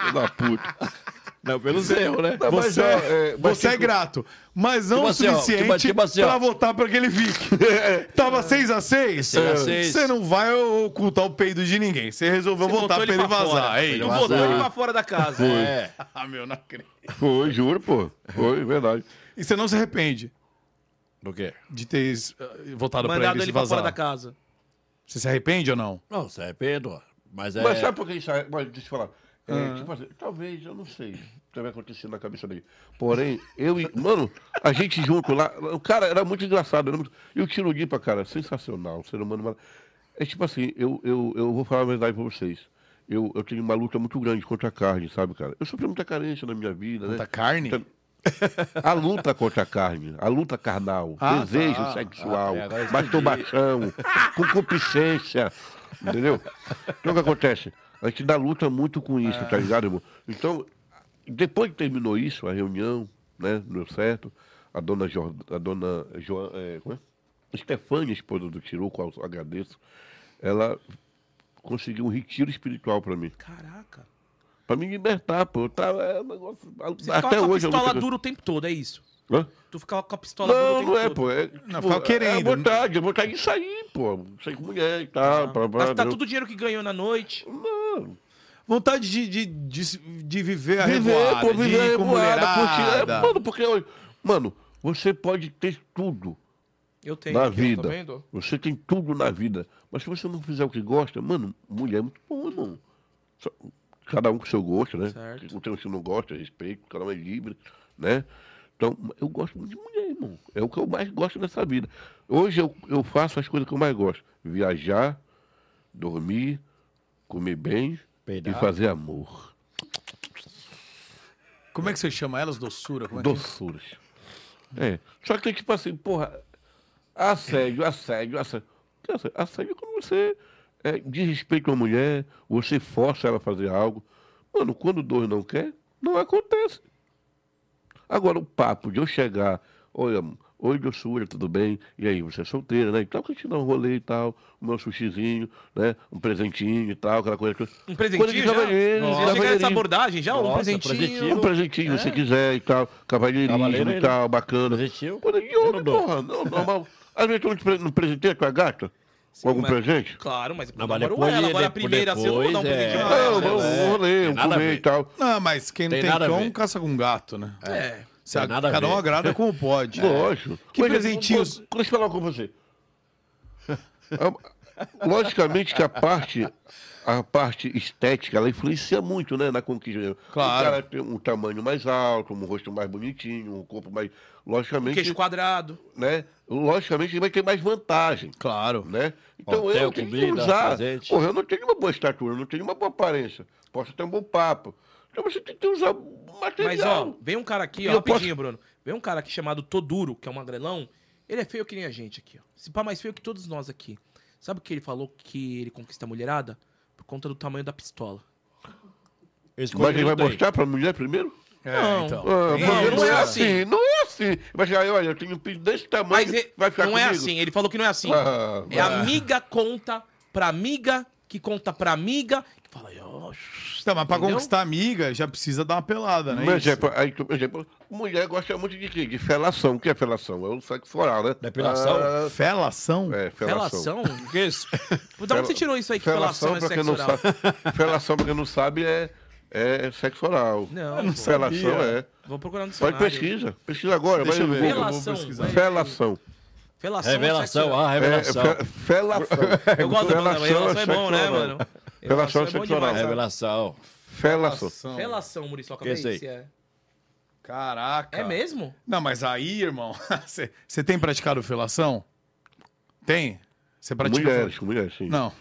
Speaker 4: Filho da puta.
Speaker 3: Não pelos erros, né?
Speaker 4: Não, mas
Speaker 2: Você,
Speaker 4: é,
Speaker 2: é,
Speaker 4: é, mas
Speaker 2: você é
Speaker 4: tipo-
Speaker 2: grato, mas não
Speaker 3: Tipo
Speaker 2: o
Speaker 3: assim, ó,
Speaker 2: suficiente
Speaker 3: tipo- tipo assim, ó.
Speaker 2: pra votar pra que ele fique. Tava 6x6?
Speaker 3: Seis a seis.
Speaker 2: É. Você não vai ocultar o peido de ninguém. Você resolveu
Speaker 1: Você
Speaker 2: votar
Speaker 1: botou
Speaker 2: pra
Speaker 1: ele
Speaker 2: ele
Speaker 1: pra
Speaker 2: vazar. é
Speaker 1: fora.
Speaker 2: Ei,
Speaker 1: Tu
Speaker 3: Ele
Speaker 1: botou
Speaker 3: vazar.
Speaker 1: ele pra fora da casa. (laughs) É.
Speaker 3: É.
Speaker 2: Ah, meu, não acredito.
Speaker 4: Foi, juro, pô. Foi, verdade.
Speaker 2: E você não se arrepende
Speaker 3: Do quê?
Speaker 2: de ter eh, votado pra
Speaker 1: Mandado
Speaker 2: ele,
Speaker 1: ele,
Speaker 2: se
Speaker 1: pra
Speaker 2: vazar?
Speaker 1: fora da casa.
Speaker 2: Você se arrepende ou não?
Speaker 3: Não, você é Pedro. Mas é.
Speaker 4: Mas sabe por que isso aí? Mas Deixa eu falar. É, tipo assim, talvez, eu não sei o que vai acontecer na cabeça dele. Porém, eu e. Mano, a gente junto lá. O cara era muito engraçado. Era muito, e o Tiro Lipa, cara, sensacional. Um ser humano. mara- É tipo assim, eu, eu, eu vou falar a verdade pra vocês. Eu, eu tenho uma luta muito grande contra a carne, sabe, cara? Eu sofri muita carência na minha vida, né?
Speaker 2: Contra a carne?
Speaker 4: Então, (laughs) A luta contra a carne, a luta carnal, desejo sexual,
Speaker 3: Ah, agora eu
Speaker 4: masturbação, (laughs) concupiscência, entendeu? Então o que acontece? A gente dá luta muito com isso, tá ligado, irmão? Então, depois que terminou isso, a reunião, né, deu certo, a dona, jo, a dona Joan, é, como é? Estefânia, esposa do Tiru, qual eu agradeço, ela conseguiu um retiro espiritual para mim.
Speaker 1: Caraca.
Speaker 4: Para me libertar, pô. Eu tava, é um negócio,
Speaker 1: Você
Speaker 4: até
Speaker 1: ficava
Speaker 4: hoje eu
Speaker 1: com a pistola
Speaker 4: luto-
Speaker 1: dura o tempo todo, é isso.
Speaker 4: Hã?
Speaker 1: Tu ficava com a pistola dura o
Speaker 4: Não,
Speaker 1: tempo
Speaker 4: não é,
Speaker 1: todo.
Speaker 4: pô. É,
Speaker 2: Não,
Speaker 4: tipo,
Speaker 2: fala querendo,
Speaker 4: É a vontade, é a vontade de sair, pô. Sair com mulher é e tal. blá, blá,
Speaker 1: Mas tá
Speaker 4: blá.
Speaker 1: todo o dinheiro que ganhou na noite.
Speaker 2: Vontade de, de, de, de viver a
Speaker 4: Viver,
Speaker 2: revoada,
Speaker 4: pô,
Speaker 2: de ir
Speaker 4: viver é
Speaker 2: com
Speaker 4: revoada, curtir.
Speaker 2: mulherada.
Speaker 4: É, mano, porque, olha, mano, você pode ter tudo
Speaker 1: Eu tenho.
Speaker 4: na
Speaker 1: aqui, ó,
Speaker 4: vida.
Speaker 1: Tá vendo?
Speaker 4: Você tem tudo na vida. Mas se você não fizer o que gosta, mano, mulher é muito bom, irmão. Só- Cada um com seu gosto, né?
Speaker 1: Certo.
Speaker 4: Não tem um que não gosta, respeito, cada um é livre. né? Então, eu gosto muito de mulher, irmão. É o que eu mais gosto nessa vida. Hoje eu, eu faço as coisas que eu mais gosto. Viajar, dormir, comer bem
Speaker 3: Peidar.
Speaker 4: e fazer amor.
Speaker 2: Como é que você chama elas? Doçura? Como é que-
Speaker 4: Doçuras. É. Só que tem tipo assim, porra, assédio, assédio, assédio. Que assédio? Assédio é quando você é, desrespeita uma mulher, você força ela a fazer algo. Mano, quando dois não quer, não acontece. Agora, o papo de eu chegar, olha, am- oi, doçura, tudo bem? E aí, você é solteira, né? Então, que te dá um rolê e tal, o meu sushizinho, né? Um presentinho e tal, aquela
Speaker 1: Um
Speaker 4: coisa. Coisa
Speaker 1: presentinho
Speaker 4: de
Speaker 1: já?
Speaker 4: cavalheiros,
Speaker 1: Você já chega nessa
Speaker 4: cavalheirinho.
Speaker 1: abordagem já? um
Speaker 3: Nossa,
Speaker 1: presentinho.
Speaker 3: presentinho. É.
Speaker 4: Um presentinho, se quiser e tal. Cavalheirismo
Speaker 3: Cavalheiro,
Speaker 4: e tal, bacana.
Speaker 3: Presentinho?
Speaker 4: Coisa de
Speaker 3: Eu não
Speaker 4: homem,
Speaker 3: dou.
Speaker 4: porra. Não, normal. Às vezes tu não te presenteia com a gata?
Speaker 1: Sim,
Speaker 4: Com algum
Speaker 1: mas-
Speaker 4: presente?
Speaker 1: Claro, mas
Speaker 3: Não,
Speaker 1: não,
Speaker 3: mas
Speaker 1: agora
Speaker 3: depois-
Speaker 1: ela, agora a
Speaker 3: depois-
Speaker 1: primeira, assim, eu não vou dar um
Speaker 3: depois, é.
Speaker 1: presentinho pra
Speaker 4: Não,
Speaker 1: ela.
Speaker 4: não, um rolê, um
Speaker 3: Tem nada a
Speaker 4: comer
Speaker 3: ver.
Speaker 4: e tal.
Speaker 2: é? Não, mas quem não
Speaker 3: Tem
Speaker 2: tem,
Speaker 3: nada a
Speaker 2: cão,
Speaker 3: ver.
Speaker 2: caça com gato, né?
Speaker 1: É.
Speaker 2: Se a-
Speaker 3: Tem nada a
Speaker 2: cada um
Speaker 3: ver.
Speaker 2: agrada como pode.
Speaker 3: É.
Speaker 4: Lógico.
Speaker 2: Que presentinho-
Speaker 4: Deixa eu falar com você. (laughs) Ah, Logicamente que a parte, a parte estética, ela influencia muito, né, na conquista.
Speaker 2: Claro.
Speaker 4: O cara tem um tamanho mais alto, um rosto mais bonitinho, um corpo mais... Logicamente,
Speaker 1: Queixo quadrado.
Speaker 4: né, logicamente ele vai ter mais vantagem,
Speaker 2: Claro.
Speaker 4: né? Então
Speaker 3: Hotel,
Speaker 4: eu tenho que
Speaker 3: comida,
Speaker 4: usar...
Speaker 3: presente.
Speaker 4: Porra, eu não tenho uma boa estatura, eu não tenho uma boa aparência. Posso ter um bom papo. Então você tem que usar
Speaker 1: Mas,
Speaker 4: material.
Speaker 1: ó, vem um cara aqui,
Speaker 4: E
Speaker 1: ó,
Speaker 4: eu posso-
Speaker 1: rapidinho, Bruno. Vem um cara aqui chamado Toduro, que é um magrelão. Ele é feio que nem a gente aqui, ó. Se pá mais feio que todos nós aqui. Sabe o que ele falou que ele conquista a mulherada? Por conta do tamanho da pistola.
Speaker 3: Esse
Speaker 4: Mas é ele vai
Speaker 3: conteúdo aí.
Speaker 4: mostrar pra mulher primeiro?
Speaker 2: É,
Speaker 1: Não.
Speaker 2: então.
Speaker 4: Ah,
Speaker 1: Tem
Speaker 4: mas
Speaker 1: isso.
Speaker 4: não
Speaker 1: Não
Speaker 4: é
Speaker 1: é
Speaker 4: assim.
Speaker 1: assim.
Speaker 4: não é assim. Vai chegar aí, olha, eu tenho um piso desse tamanho,
Speaker 1: Mas ele-
Speaker 4: vai ficar
Speaker 1: não
Speaker 4: comigo?
Speaker 1: é assim, ele falou que não é assim.
Speaker 4: Ah,
Speaker 1: é amiga conta pra amiga, que conta pra amiga, que fala, ó,
Speaker 2: Tá, mas pra
Speaker 1: Entendeu?
Speaker 2: conquistar amiga, já precisa dar uma
Speaker 1: É
Speaker 2: pelada, né?
Speaker 4: Por
Speaker 2: Isso.
Speaker 4: exemplo, aí, tu- por exemplo, mulher gosta muito de quê? De felação. O que é felação? É o sexo oral, né?
Speaker 3: Depilação?
Speaker 2: Ah, Felação?
Speaker 4: Ah, é, felação.
Speaker 1: relação.
Speaker 3: O que é
Speaker 4: (laughs)
Speaker 3: isso?
Speaker 1: Da Então, onde você tirou isso aí que relação é
Speaker 4: pra
Speaker 1: sexo
Speaker 4: quem não
Speaker 1: oral?
Speaker 4: sabe. Felação, pra quem não sabe, é, é sexo oral.
Speaker 1: Não, não
Speaker 4: Felação é.
Speaker 1: Vou procurar no
Speaker 4: Pode
Speaker 1: dicionário.
Speaker 4: pesquisa. Pesquisa agora.
Speaker 2: Deixa
Speaker 4: vai
Speaker 2: eu
Speaker 4: no
Speaker 2: ver.
Speaker 4: Google.
Speaker 1: Relação.
Speaker 2: pesquisar.
Speaker 1: vai-
Speaker 4: Felação.
Speaker 1: Revelação. é
Speaker 3: Revelação,
Speaker 1: sexo-
Speaker 3: ah,
Speaker 4: É,
Speaker 3: revelação.
Speaker 4: fe- felação.
Speaker 1: (laughs) Eu gosto da banda, mas relação é
Speaker 4: sexo
Speaker 1: bom, né,
Speaker 4: oral.
Speaker 1: mano?
Speaker 4: Relação é
Speaker 1: bom
Speaker 4: sexual.
Speaker 1: demais, né?
Speaker 3: Revelação.
Speaker 4: Felação.
Speaker 1: Relação, Muriçoca,
Speaker 3: Esse
Speaker 1: vê
Speaker 3: aí.
Speaker 1: se é.
Speaker 2: Caraca.
Speaker 1: É mesmo?
Speaker 2: Não, mas aí, irmão, (laughs) você você tem praticado felação? Tem? Você pratica
Speaker 4: Mulheres, mulheres, sim.
Speaker 2: Não.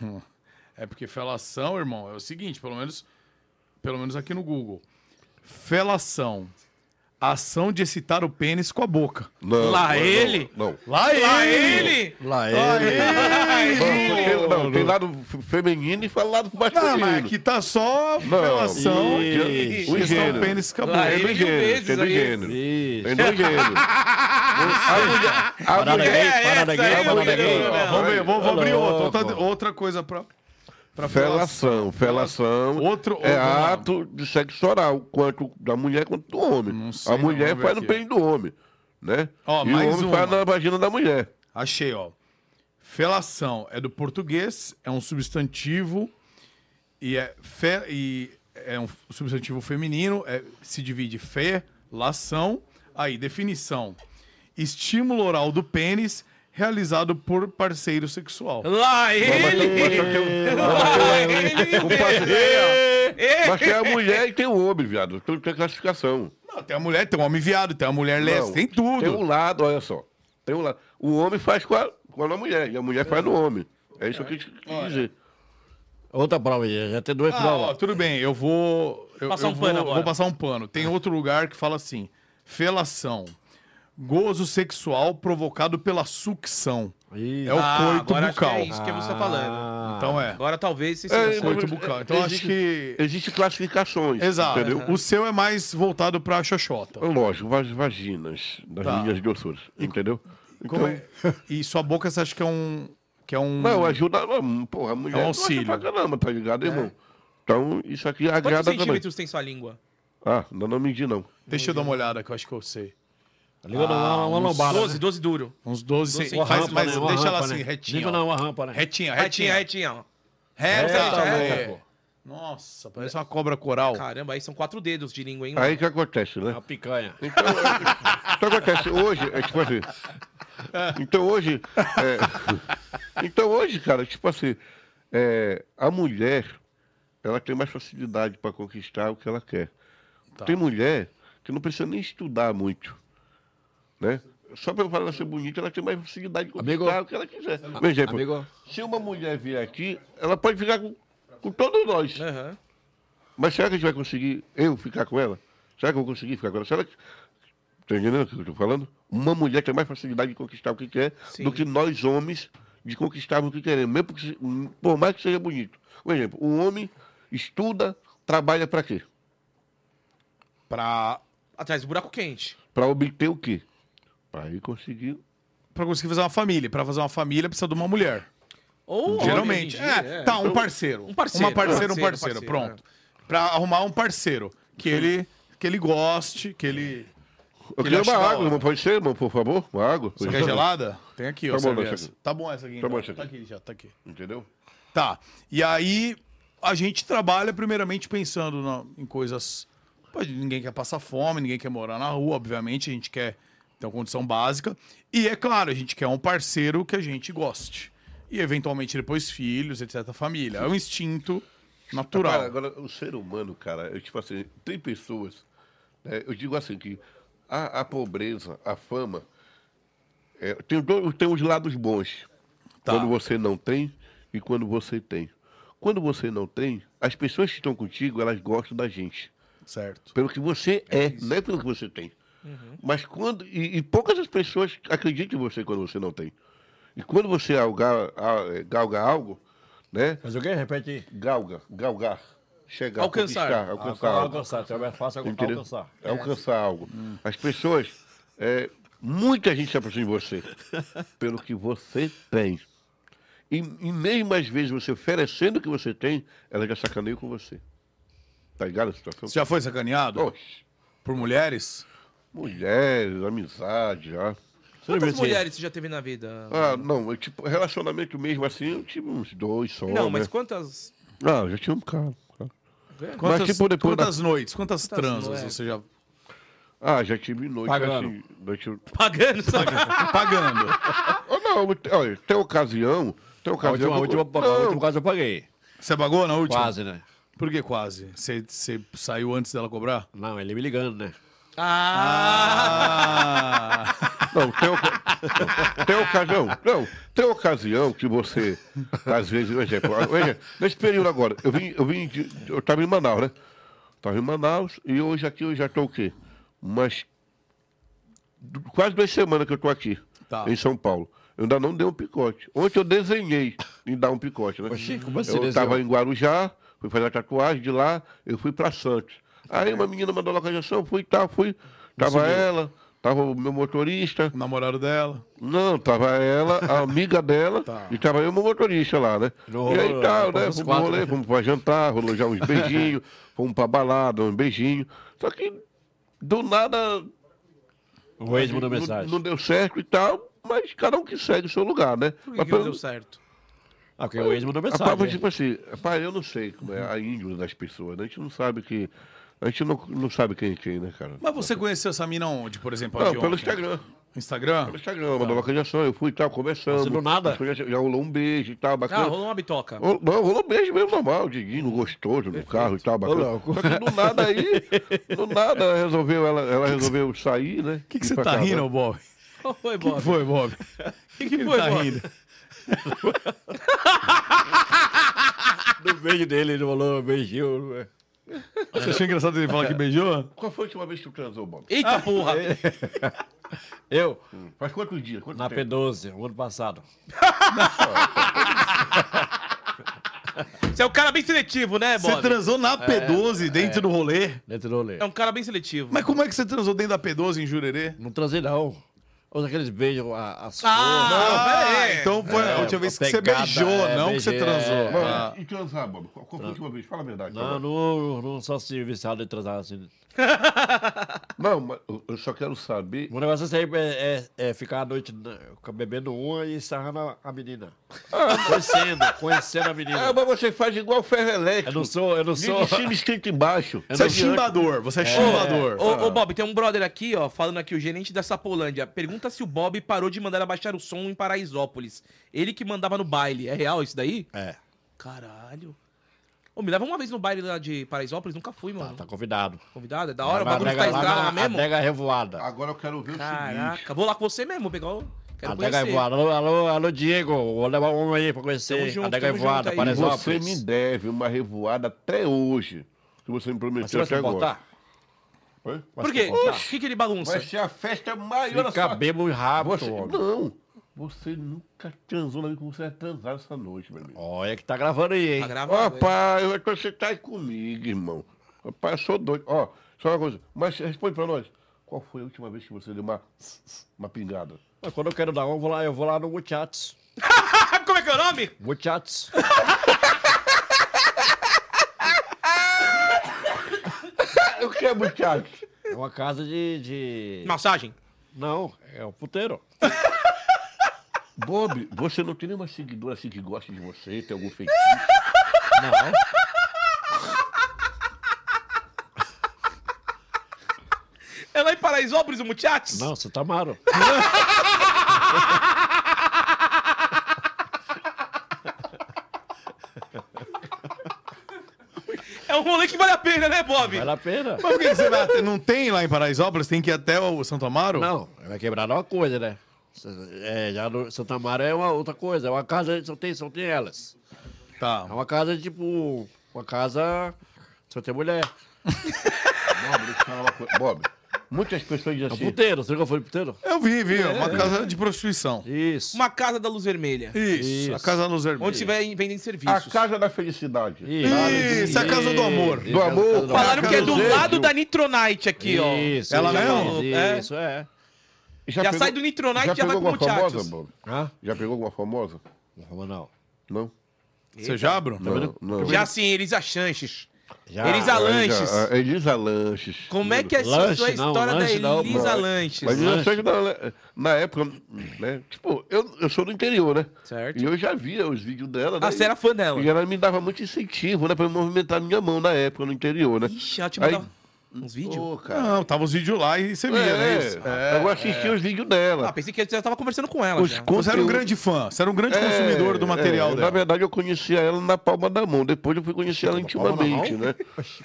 Speaker 2: É porque felação, irmão, é o seguinte, pelo menos, pelo menos aqui no Google. Felação. Ação de excitar o pênis com a boca.
Speaker 4: Não,
Speaker 1: Lá
Speaker 4: não,
Speaker 1: ele?
Speaker 4: Não.
Speaker 2: Lá
Speaker 3: Lá
Speaker 4: É
Speaker 2: Lá
Speaker 3: ele.
Speaker 4: Não,
Speaker 2: ele!
Speaker 4: tem, não, tem lado f- feminino e fala lado masculino.
Speaker 2: Não, mas aqui tá só felação.
Speaker 4: Não,
Speaker 3: Ih,
Speaker 4: o
Speaker 2: Questão
Speaker 4: gênero.
Speaker 2: pênis com a
Speaker 1: Lá
Speaker 2: boca.
Speaker 4: Tem
Speaker 1: ele.
Speaker 4: do
Speaker 1: mil
Speaker 4: gênero,
Speaker 1: vezes
Speaker 4: tem do
Speaker 1: aí.
Speaker 4: gênero.
Speaker 3: Isso.
Speaker 4: Tem do gênero.
Speaker 1: (laughs)
Speaker 4: A mulher- a
Speaker 3: Parada
Speaker 4: mulher...
Speaker 3: gay,
Speaker 1: essa
Speaker 3: parada
Speaker 1: aí,
Speaker 3: gay, parada
Speaker 1: mulher,
Speaker 3: gay.
Speaker 1: mulher.
Speaker 2: Vamos ver, vamos,
Speaker 3: Tá
Speaker 2: vamos abrir outra,
Speaker 3: louco.
Speaker 2: outra, outra coisa pra, pra
Speaker 4: Felação, felação
Speaker 2: Outro-
Speaker 4: é
Speaker 2: outro nome.
Speaker 4: ato de sexo oral, quanto da mulher quanto do homem.
Speaker 2: Não sei,
Speaker 4: a
Speaker 2: não,
Speaker 4: mulher
Speaker 2: vamos ver
Speaker 4: faz no
Speaker 2: aqui.
Speaker 4: pênis do homem, né?
Speaker 2: Ó,
Speaker 4: e o
Speaker 2: mais
Speaker 4: homem
Speaker 2: uma.
Speaker 4: faz na vagina da
Speaker 2: (laughs)
Speaker 4: mulher.
Speaker 2: Achei, ó. Felação é do português, é um substantivo e é, fe, e é um substantivo feminino, é- se divide fe, lação. Aí, definição. Estímulo oral do pênis realizado por parceiro sexual.
Speaker 1: Lá
Speaker 4: Mas tem- mas
Speaker 1: ele!
Speaker 4: só tem-
Speaker 1: Lá
Speaker 4: o
Speaker 1: ele! É.
Speaker 4: parceiro-
Speaker 1: Ei,
Speaker 4: Mas tem a mulher e tem o homem, viado. Tem tem classificação.
Speaker 2: Não, tem a mulher, tem o homem viado, tem a mulher lésbica,
Speaker 4: Não,
Speaker 2: É, tem tudo.
Speaker 4: Tem um lado, olha só. Tem um lado. O homem faz com a, com a mulher e a mulher faz no homem. É isso que eu quis quis dizer.
Speaker 3: Outra prova aí, já tem duas
Speaker 2: Ah, ó,
Speaker 3: provas.
Speaker 2: tudo bem, eu vou. Eu,
Speaker 1: Passar
Speaker 2: eu
Speaker 1: um
Speaker 2: vou,
Speaker 1: pano agora.
Speaker 2: vou passar um pano. Tem outro lugar que fala assim: felação. Gozo sexual provocado pela sucção.
Speaker 3: Isso.
Speaker 2: É o
Speaker 1: Ah,
Speaker 2: coito
Speaker 1: agora acho que
Speaker 2: bucal.
Speaker 1: é isso que você tá falando.
Speaker 3: Ah.
Speaker 2: Então é.
Speaker 1: Agora talvez se
Speaker 4: É,
Speaker 1: se-
Speaker 2: Coito bucal. Então acho que.
Speaker 4: Existem classificações.
Speaker 2: Exato.
Speaker 4: Entendeu?
Speaker 2: O seu é mais voltado pra xoxota.
Speaker 4: Lógico, vas- vaginas das
Speaker 2: Tá.
Speaker 4: minhas doçuras. Entendeu? Então,
Speaker 2: Como é- E sua boca você acha que é um. Que é um.
Speaker 4: Não, ajuda. não, Porra, a mulher
Speaker 2: É um
Speaker 4: gosta
Speaker 2: auxílio.
Speaker 4: pra caramba, tá ligado,
Speaker 3: É.
Speaker 4: irmão? Então, isso aqui agrada
Speaker 1: Quantos
Speaker 4: também.
Speaker 1: centímetros tem sua língua?
Speaker 4: Ah, ainda não medi, não.
Speaker 2: Deixa eu dar uma olhada que eu acho que eu sei.
Speaker 3: Liga na Ah, uma
Speaker 2: uns
Speaker 3: lombada. né?
Speaker 1: 12, 12 duro.
Speaker 2: Uns 12
Speaker 1: Doze
Speaker 2: centímetros. Faz, mas
Speaker 3: Uma
Speaker 2: deixa ela
Speaker 3: rampa,
Speaker 2: assim,
Speaker 3: né?
Speaker 2: retinha.
Speaker 3: Liga
Speaker 2: ó.
Speaker 3: na uma rampa, né?
Speaker 2: Retinha,
Speaker 1: Retinha,
Speaker 2: retinha.
Speaker 1: retinha, ó.
Speaker 2: Reta,
Speaker 3: Reta,
Speaker 2: né?
Speaker 3: reta, pô.
Speaker 2: Nossa, parece uma cobra coral.
Speaker 1: Oh. Caramba, aí são quatro dedos de língua, hein?
Speaker 4: Aí que acontece, né?
Speaker 3: A picanha.
Speaker 4: Então, é- então acontece hoje, é tipo assim. Então hoje. é, então hoje, cara, tipo assim, é, a
Speaker 3: Tá.
Speaker 4: mulher ela tem mais facilidade para conquistar o que ela quer. Tem mulher que que não precisa nem estudar muito, né? Só para ela ser bonita, ela tem mais facilidade de
Speaker 3: Amigo.
Speaker 4: conquistar o que ela quiser. Por exemplo,
Speaker 3: Amigo.
Speaker 4: se uma mulher vier aqui, ela pode ficar com, com todos nós.
Speaker 2: É.
Speaker 1: Aham.
Speaker 4: Mas será que a gente vai conseguir eu ficar com ela? Será que eu vou conseguir ficar com ela? Será que. Tá entendendo o que eu estou falando? Uma mulher tem mais facilidade de conquistar o que quer
Speaker 1: Sim.
Speaker 4: do que nós homens de conquistarmos o que queremos, mesmo que se- por mais que seja bonito. Por exemplo, um homem estuda, trabalha para quê?
Speaker 2: Pra,
Speaker 1: Atrás do buraco quente.
Speaker 4: Para obter o quê? Para ir conseguir.
Speaker 2: pra conseguir fazer uma família. Pra fazer uma família, precisa de uma mulher.
Speaker 1: Ou homem,
Speaker 2: Geralmente.
Speaker 1: hoje em
Speaker 2: É,
Speaker 1: dia,
Speaker 2: tá, um parceiro.
Speaker 1: Um parceiro,
Speaker 2: Uma parceira, um
Speaker 1: um
Speaker 2: parceiro,
Speaker 1: parceiro, é.
Speaker 2: pronto. Pra arrumar um parceiro. Que ele, que ele goste, que ele. Ele
Speaker 4: Eu queria
Speaker 2: acha
Speaker 4: uma
Speaker 2: da
Speaker 4: água,
Speaker 2: hora.
Speaker 4: irmão. Pode ser, irmão, por favor? Uma água.
Speaker 2: Você quer gelada? Tem aqui, ó.
Speaker 4: Tá bom,
Speaker 2: serve
Speaker 4: deixa
Speaker 2: essa.
Speaker 4: aqui.
Speaker 2: Tá bom essa aqui,
Speaker 4: Tá
Speaker 2: então.
Speaker 4: bom essa
Speaker 2: Tá
Speaker 4: aqui.
Speaker 2: aqui já, tá aqui.
Speaker 4: Entendeu?
Speaker 2: Tá. E aí, a gente trabalha primeiramente pensando na- em coisas. Pô, ninguém quer passar fome, ninguém quer morar na rua, obviamente, a gente quer ter uma condição básica. E é claro, a gente quer um parceiro que a gente goste. E eventualmente depois filhos, etc. Família. É um instinto natural.
Speaker 4: Cara, Tá, agora, o ser humano, cara, eu tipo assim, tem pessoas, né, eu digo assim, que a, a pobreza, a fama, é, tem, dois- tem os lados bons.
Speaker 2: Tá.
Speaker 4: Quando você não tem e quando você tem. Quando você não tem, as pessoas que estão contigo, elas gostam da gente.
Speaker 2: Certo.
Speaker 4: Pelo que você é, não é pelo que você tem.
Speaker 2: Uhum.
Speaker 4: Mas quando. E, e poucas as pessoas acreditam em você quando você não tem. E quando você algar- a- galga algo, né?
Speaker 3: Mas o quê? Repete aí.
Speaker 4: galga, galgar, chegar,
Speaker 1: Alcançar.
Speaker 4: conquistar, alcançar algo.
Speaker 3: Alcançar, é fácil
Speaker 4: Entendeu? É
Speaker 3: alcançar.
Speaker 4: Alcançar algo. As pessoas, é, muita gente se aproxima de você pelo que você tem. E, e mesmo às vezes você oferecendo o que você tem, ela já sacaneia com você. Tá ligado a situação?
Speaker 2: Você já foi sacaneado
Speaker 4: Oxe,
Speaker 2: por mulheres?
Speaker 4: mulheres, amizade, já.
Speaker 1: Quantas mulheres você já teve na vida?
Speaker 4: Ah, não, eu, tipo, relacionamento mesmo assim, eu tive uns dois só.
Speaker 1: não, mas É.
Speaker 4: né?
Speaker 1: quantas.
Speaker 4: Ah, eu já tinha um cara. cara.
Speaker 2: Quantas,
Speaker 4: tipo, depois
Speaker 2: quantas noites, quantas,
Speaker 1: Quantas
Speaker 2: transas
Speaker 1: noites?
Speaker 2: você já.
Speaker 4: Ah, já tive noite
Speaker 3: Pagando.
Speaker 4: assim. Noite,
Speaker 1: (laughs) Pagando, sabe?
Speaker 2: tá pagando?
Speaker 4: Oh, não, olha, tem ocasião. Tem
Speaker 3: A
Speaker 4: ocasião.
Speaker 3: última, a última,
Speaker 4: que
Speaker 3: a
Speaker 4: eu- Não,
Speaker 3: última casa eu paguei.
Speaker 2: Você pagou na última?
Speaker 3: Quase, né?
Speaker 2: Por que quase? Você, você saiu antes dela cobrar?
Speaker 3: Não, ele me ligando, né?
Speaker 1: Ah!
Speaker 2: (laughs) Ah!
Speaker 4: não, tem, oca- (laughs) tem ocasião. Não, tem ocasião que você, às vezes, por exemplo, olha, nesse período agora, eu vim, eu vim, de- eu estava em Manaus, né? Estava em Manaus e hoje aqui eu já estou o quê? Umas du- quase duas semanas que eu estou aqui,
Speaker 2: Tá.
Speaker 4: em São Paulo. Eu ainda não dei um picote. Ontem eu desenhei em dar um picote, né?
Speaker 3: Oxi, como assim,
Speaker 4: Eu
Speaker 3: desenhou?
Speaker 4: estava em Guarujá, fui fazer a tatuagem de lá, eu fui para Santos. Aí uma menina mandou a localização, fui e tal, fui. Tava ela, tava o meu motorista.
Speaker 2: o namorado dela.
Speaker 4: Não, tava ela, a amiga dela,
Speaker 3: Tá.
Speaker 4: e tava eu e o meu motorista lá, né?
Speaker 3: Rolou,
Speaker 4: e aí tal,
Speaker 3: rolou
Speaker 4: né?
Speaker 3: os
Speaker 4: Fomos
Speaker 3: quatro,
Speaker 4: rolê,
Speaker 3: né?
Speaker 4: fomos pra jantar, rolou já uns beijinhos, (laughs) fomos pra balada, uns beijinhos. Só que do nada
Speaker 3: O ex mandou
Speaker 4: não,
Speaker 3: mensagem.
Speaker 4: não deu certo e tal, mas cada um que segue o seu lugar, né?
Speaker 1: Por
Speaker 4: Mas
Speaker 1: que, que
Speaker 4: pelo-
Speaker 1: não deu certo?
Speaker 3: Ah, porque o ex mandou
Speaker 4: a palavra,
Speaker 3: mensagem. né?
Speaker 4: tipo assim, pai, eu não sei como é a índole das pessoas, né? A gente não sabe que. A gente não, não sabe quem é quem, né, cara?
Speaker 2: Mas você conheceu essa mina onde, por exemplo?
Speaker 4: não,
Speaker 2: aqui
Speaker 4: pelo
Speaker 2: ontem?
Speaker 4: Instagram.
Speaker 2: Instagram?
Speaker 4: Pelo Instagram, ela mandou localização, eu fui e tal, conversando.
Speaker 3: Você do nada?
Speaker 4: Já, já rolou um beijo e tal,
Speaker 1: Ah,
Speaker 4: bacana.
Speaker 1: rolou uma bitoca.
Speaker 4: Rol- Não, rolou um beijo mesmo normal, Diguinho, gostoso, no carro e tal, bacana.
Speaker 3: louco.
Speaker 4: Só que do nada aí, do nada ela resolveu, ela, ela resolveu sair, né?
Speaker 2: O que, que você tá rindo, Bob? O
Speaker 1: Qual foi,
Speaker 2: que
Speaker 1: Bob?
Speaker 2: foi, Bob? O
Speaker 1: que que foi,
Speaker 2: tá
Speaker 1: Bob?
Speaker 2: rindo?
Speaker 3: No beijo dele, ele falou, beijinho.
Speaker 2: Você achou engraçado ele falar que beijou?
Speaker 4: Qual foi a última vez que tu transou, Bob?
Speaker 1: Eita porra!
Speaker 3: Eu,
Speaker 4: Faz quantos dias? Quanto
Speaker 3: na
Speaker 4: tempo?
Speaker 3: P12, o ano passado.
Speaker 1: Você é um cara bem seletivo, né, Bob?
Speaker 2: Você transou na P12 dentro do rolê?
Speaker 3: Dentro do rolê.
Speaker 1: É um cara bem seletivo.
Speaker 2: Mas como é que você transou dentro da P12 em Jurerê?
Speaker 3: Não transei, não. Ou aqueles beijos, a- as
Speaker 1: Ah,
Speaker 3: flores.
Speaker 1: pera aí.
Speaker 2: então foi a última vez que você
Speaker 3: pegada,
Speaker 2: beijou,
Speaker 3: é,
Speaker 2: não que você
Speaker 3: beijei, é.
Speaker 2: transou.
Speaker 4: Mano,
Speaker 2: Ah,
Speaker 4: E transar, Bob? Qual qual foi a última vez? Fala a verdade.
Speaker 3: Não, não, não só se viciado de transar assim.
Speaker 4: Não, mas eu- eu só quero saber.
Speaker 3: O negócio é, sempre- é, é, é ficar a noite na- bebendo uma e sarrando a, a menina. Conhecendo, conhecendo a
Speaker 4: Ah,
Speaker 1: É,
Speaker 3: menina.
Speaker 4: mas você faz igual o ferro
Speaker 3: Eu
Speaker 4: elétrico.
Speaker 3: não sou, eu não
Speaker 4: Liga
Speaker 3: sou. (laughs)
Speaker 4: em cima escrito embaixo.
Speaker 3: Eu
Speaker 2: Você é
Speaker 3: não sou-
Speaker 2: chimbador, você é chimbador.
Speaker 1: Ô, ô, Bob, tem um brother aqui, ó, falando aqui, o gerente da Sapolândia. Pergunta se o Bob parou de mandar abaixar o som em Paraisópolis. Ele que mandava no baile. É real isso daí?
Speaker 3: É.
Speaker 1: Caralho. Ô, Pô, me leva uma vez no baile lá de Paraisópolis, nunca fui,
Speaker 3: Tá,
Speaker 1: mano.
Speaker 3: tá convidado.
Speaker 1: Convidado, é da hora, o
Speaker 3: Vai
Speaker 1: bagulho
Speaker 3: adega
Speaker 1: tá
Speaker 3: lá
Speaker 1: estrada
Speaker 3: na
Speaker 1: lá mesmo. Ah,
Speaker 3: Adega Revoada.
Speaker 4: Agora eu quero ver o seguinte.
Speaker 1: Caraca, vou lá com você mesmo, pegar o. Quero
Speaker 3: Adega
Speaker 1: conhecer.
Speaker 3: Revoada. Alô, alô, alô, Diego. Vou levar um aí pra
Speaker 1: Tamo
Speaker 3: conhecer.
Speaker 1: junto,
Speaker 3: Adega
Speaker 1: tamo junto
Speaker 3: Revoada,
Speaker 1: aí.
Speaker 4: Você
Speaker 3: Paraisópolis.
Speaker 4: me deve uma revoada até hoje. Que você me prometeu
Speaker 3: Mas você vai se
Speaker 4: até agora.
Speaker 3: comportar?
Speaker 4: Oi?
Speaker 3: Vai
Speaker 1: Por
Speaker 3: se
Speaker 1: quê?
Speaker 3: comportar?
Speaker 1: O que, que ele bagunça?
Speaker 4: Vai ser a festa maior da
Speaker 3: Fica
Speaker 4: sua
Speaker 3: bebo e rápido,
Speaker 4: Você,
Speaker 3: homem.
Speaker 4: não, você nunca transou na vida como você vai transar essa noite, meu amigo.
Speaker 3: Olha que tá gravando aí, hein?
Speaker 1: Tá gravado, é.
Speaker 4: Rapaz, eu- você tá aí comigo, irmão. Rapaz, eu sou doido. Ó, só uma coisa, mas responde pra nós. Qual foi a última vez que você deu uma, uma pingada?
Speaker 3: Mas quando eu quero dar um, eu vou lá, eu vou lá no Muchats.
Speaker 1: Como é que é o nome?
Speaker 3: Muchats.
Speaker 4: Eu quero buchado.
Speaker 3: É uma casa de. de-
Speaker 1: Massagem.
Speaker 3: Não, é o puteiro.
Speaker 4: Bob, você não tem nenhuma seguidora assim que gosta de você, tem algum feitiço?
Speaker 3: Não.
Speaker 1: É lá em Paraisópolis, o Muchachos?
Speaker 3: Não, você tá maro.
Speaker 1: É um rolê que vale a pena, né, Bob?
Speaker 3: Vale a pena.
Speaker 2: Mas por que que você vai até... Não tem lá em Paraisópolis? Tem que ir até o Santo Amaro?
Speaker 3: Não, vai quebrar uma coisa, né? É, já no Santa Mara é uma outra coisa. É uma casa, só tem, só tem elas.
Speaker 2: Tá.
Speaker 3: É uma casa, tipo, uma casa só tem mulher.
Speaker 4: Bob, deixa eu falar uma coisa. Bob, muitas pessoas
Speaker 3: É um
Speaker 4: dizem assim,
Speaker 3: puteiro, você nunca foi puteiro?
Speaker 2: Eu vi, vi. É Uma casa de prostituição.
Speaker 3: Isso,
Speaker 1: Uma casa da luz vermelha.
Speaker 2: Isso. A
Speaker 3: Isso.
Speaker 2: casa nos
Speaker 1: Onde se
Speaker 2: vermelhos.
Speaker 1: vai vendendo
Speaker 4: a
Speaker 1: serviços.
Speaker 4: casa da felicidade.
Speaker 2: Isso, é a casa do amor.
Speaker 3: Isso,
Speaker 4: Do
Speaker 3: é a casa
Speaker 4: amor.
Speaker 1: Falaram que é do
Speaker 4: Casa do
Speaker 1: lado da Nitronite aqui, ó.
Speaker 3: Isso,
Speaker 2: Ela
Speaker 3: isso,
Speaker 1: mesmo? É.
Speaker 3: Isso, é.
Speaker 1: Já sai do Nitronite e já vai
Speaker 4: pegou
Speaker 1: pro
Speaker 4: alguma famosa,
Speaker 1: Muchachos.
Speaker 4: Bob?
Speaker 3: Hã?
Speaker 4: Já pegou alguma famosa?
Speaker 3: Não, Roma não.
Speaker 4: Não?
Speaker 2: Você já, Bruno?
Speaker 4: Não, não.
Speaker 1: Já sim, Elisa Chanches.
Speaker 3: Já.
Speaker 1: Elisa Lanches.
Speaker 4: Lanches. Elisa Lanches.
Speaker 1: Como é que é
Speaker 3: Lanche
Speaker 1: sua
Speaker 3: não,
Speaker 1: história
Speaker 3: lanche
Speaker 1: da
Speaker 3: não,
Speaker 1: Elisa
Speaker 4: mano.
Speaker 1: Lanches?
Speaker 4: Mas
Speaker 3: Lanches.
Speaker 4: Elisa Lanches, na, na época, né? Tipo, eu, eu sou do interior, né?
Speaker 1: Certo.
Speaker 4: E eu já via os vídeos dela, né?
Speaker 1: Ah, você era fã dela.
Speaker 4: E ela me dava muito incentivo, né? Pra eu movimentar minha mão na época no interior, né?
Speaker 1: Ixi, ela te
Speaker 4: Aí-
Speaker 1: mandava uns vídeos?
Speaker 4: Ô, cara.
Speaker 2: Não, tava os vídeos lá e você via, né? Isso.
Speaker 4: É, eu assistia os vídeos dela.
Speaker 1: Ah, pensei que você já tava conversando com ela.
Speaker 4: Os
Speaker 1: já.
Speaker 4: conteúdos-
Speaker 2: Você era um grande fã, você era um grande
Speaker 4: É,
Speaker 2: consumidor do material
Speaker 4: é, Na
Speaker 2: dela.
Speaker 4: verdade, eu conhecia ela na palma da mão. Depois eu fui conhecer ela intimamente, né?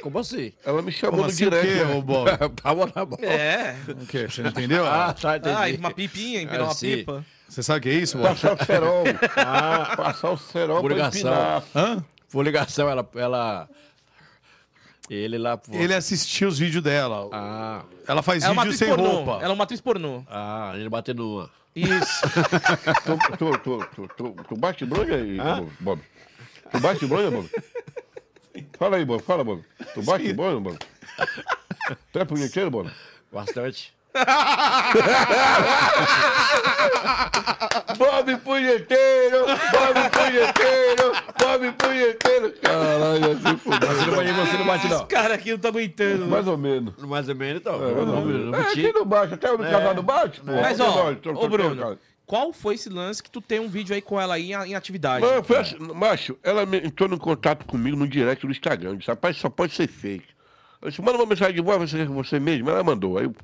Speaker 3: Como assim?
Speaker 4: Ela me chamou
Speaker 2: Como
Speaker 4: no
Speaker 2: assim o
Speaker 4: direct.
Speaker 2: quê,
Speaker 4: né?
Speaker 2: ô Bob?
Speaker 3: Tava na mão.
Speaker 1: É.
Speaker 2: O quê? Você não entendeu?
Speaker 3: (laughs) Ah, tá, (laughs) entendi.
Speaker 1: Ah, e uma pipinha, empinar
Speaker 3: Ah,
Speaker 1: uma
Speaker 3: sim.
Speaker 1: pipa.
Speaker 2: Você sabe o que é isso, Bob?
Speaker 4: Passar o cerol.
Speaker 2: Ah.
Speaker 4: Passar o cerol pra
Speaker 3: Obrigação.
Speaker 4: empinar.
Speaker 2: Hã?
Speaker 3: Por ligação, ela. ela... Ele lá. pô.
Speaker 2: Ele é assistia os vídeos dela.
Speaker 3: Ah,
Speaker 2: Ela faz
Speaker 1: Ela é uma
Speaker 2: vídeo
Speaker 1: atriz
Speaker 2: sem
Speaker 1: pornô.
Speaker 2: roupa.
Speaker 1: Ela é uma atriz pornô.
Speaker 3: ah, ele batendo numa.
Speaker 1: Isso. (laughs)
Speaker 4: Tu, tu, tu, tu, tu, tu bate bronha aí, Bob? Tu bate bronha, Bob? Fala aí, Bob. Fala, Bob. Tu bate bronha, Bob? Tu é punheteiro, Bob?
Speaker 3: Bastante.
Speaker 4: Bob punheteiro! Bob punheteiro! Bob punheteiro! Caralho, assim
Speaker 3: Você não,
Speaker 4: fudeu.
Speaker 3: bate- você não bate,
Speaker 1: Esse
Speaker 3: não.
Speaker 1: cara aqui não tá aguentando. mano.
Speaker 4: Mais ou menos.
Speaker 3: Mais ou menos, então.
Speaker 4: É,
Speaker 3: Não, não, não,
Speaker 4: é,
Speaker 3: menti.
Speaker 4: aqui no baixo, até o casado bate, pô.
Speaker 1: Mas,
Speaker 4: Aqui
Speaker 1: ó,
Speaker 4: nós, tô-
Speaker 1: ô
Speaker 4: tô-
Speaker 1: Bruno,
Speaker 4: cara.
Speaker 1: qual foi esse lance que tu tem um vídeo aí com ela aí em, em atividade?
Speaker 4: Não, foi assim, macho, ela me- entrou em contato comigo no direct do Instagram. Eu disse, rapaz, só pode ser fake. Eu disse, manda uma mensagem de voz, vai ser você mesmo. Ela mandou. Aí eu,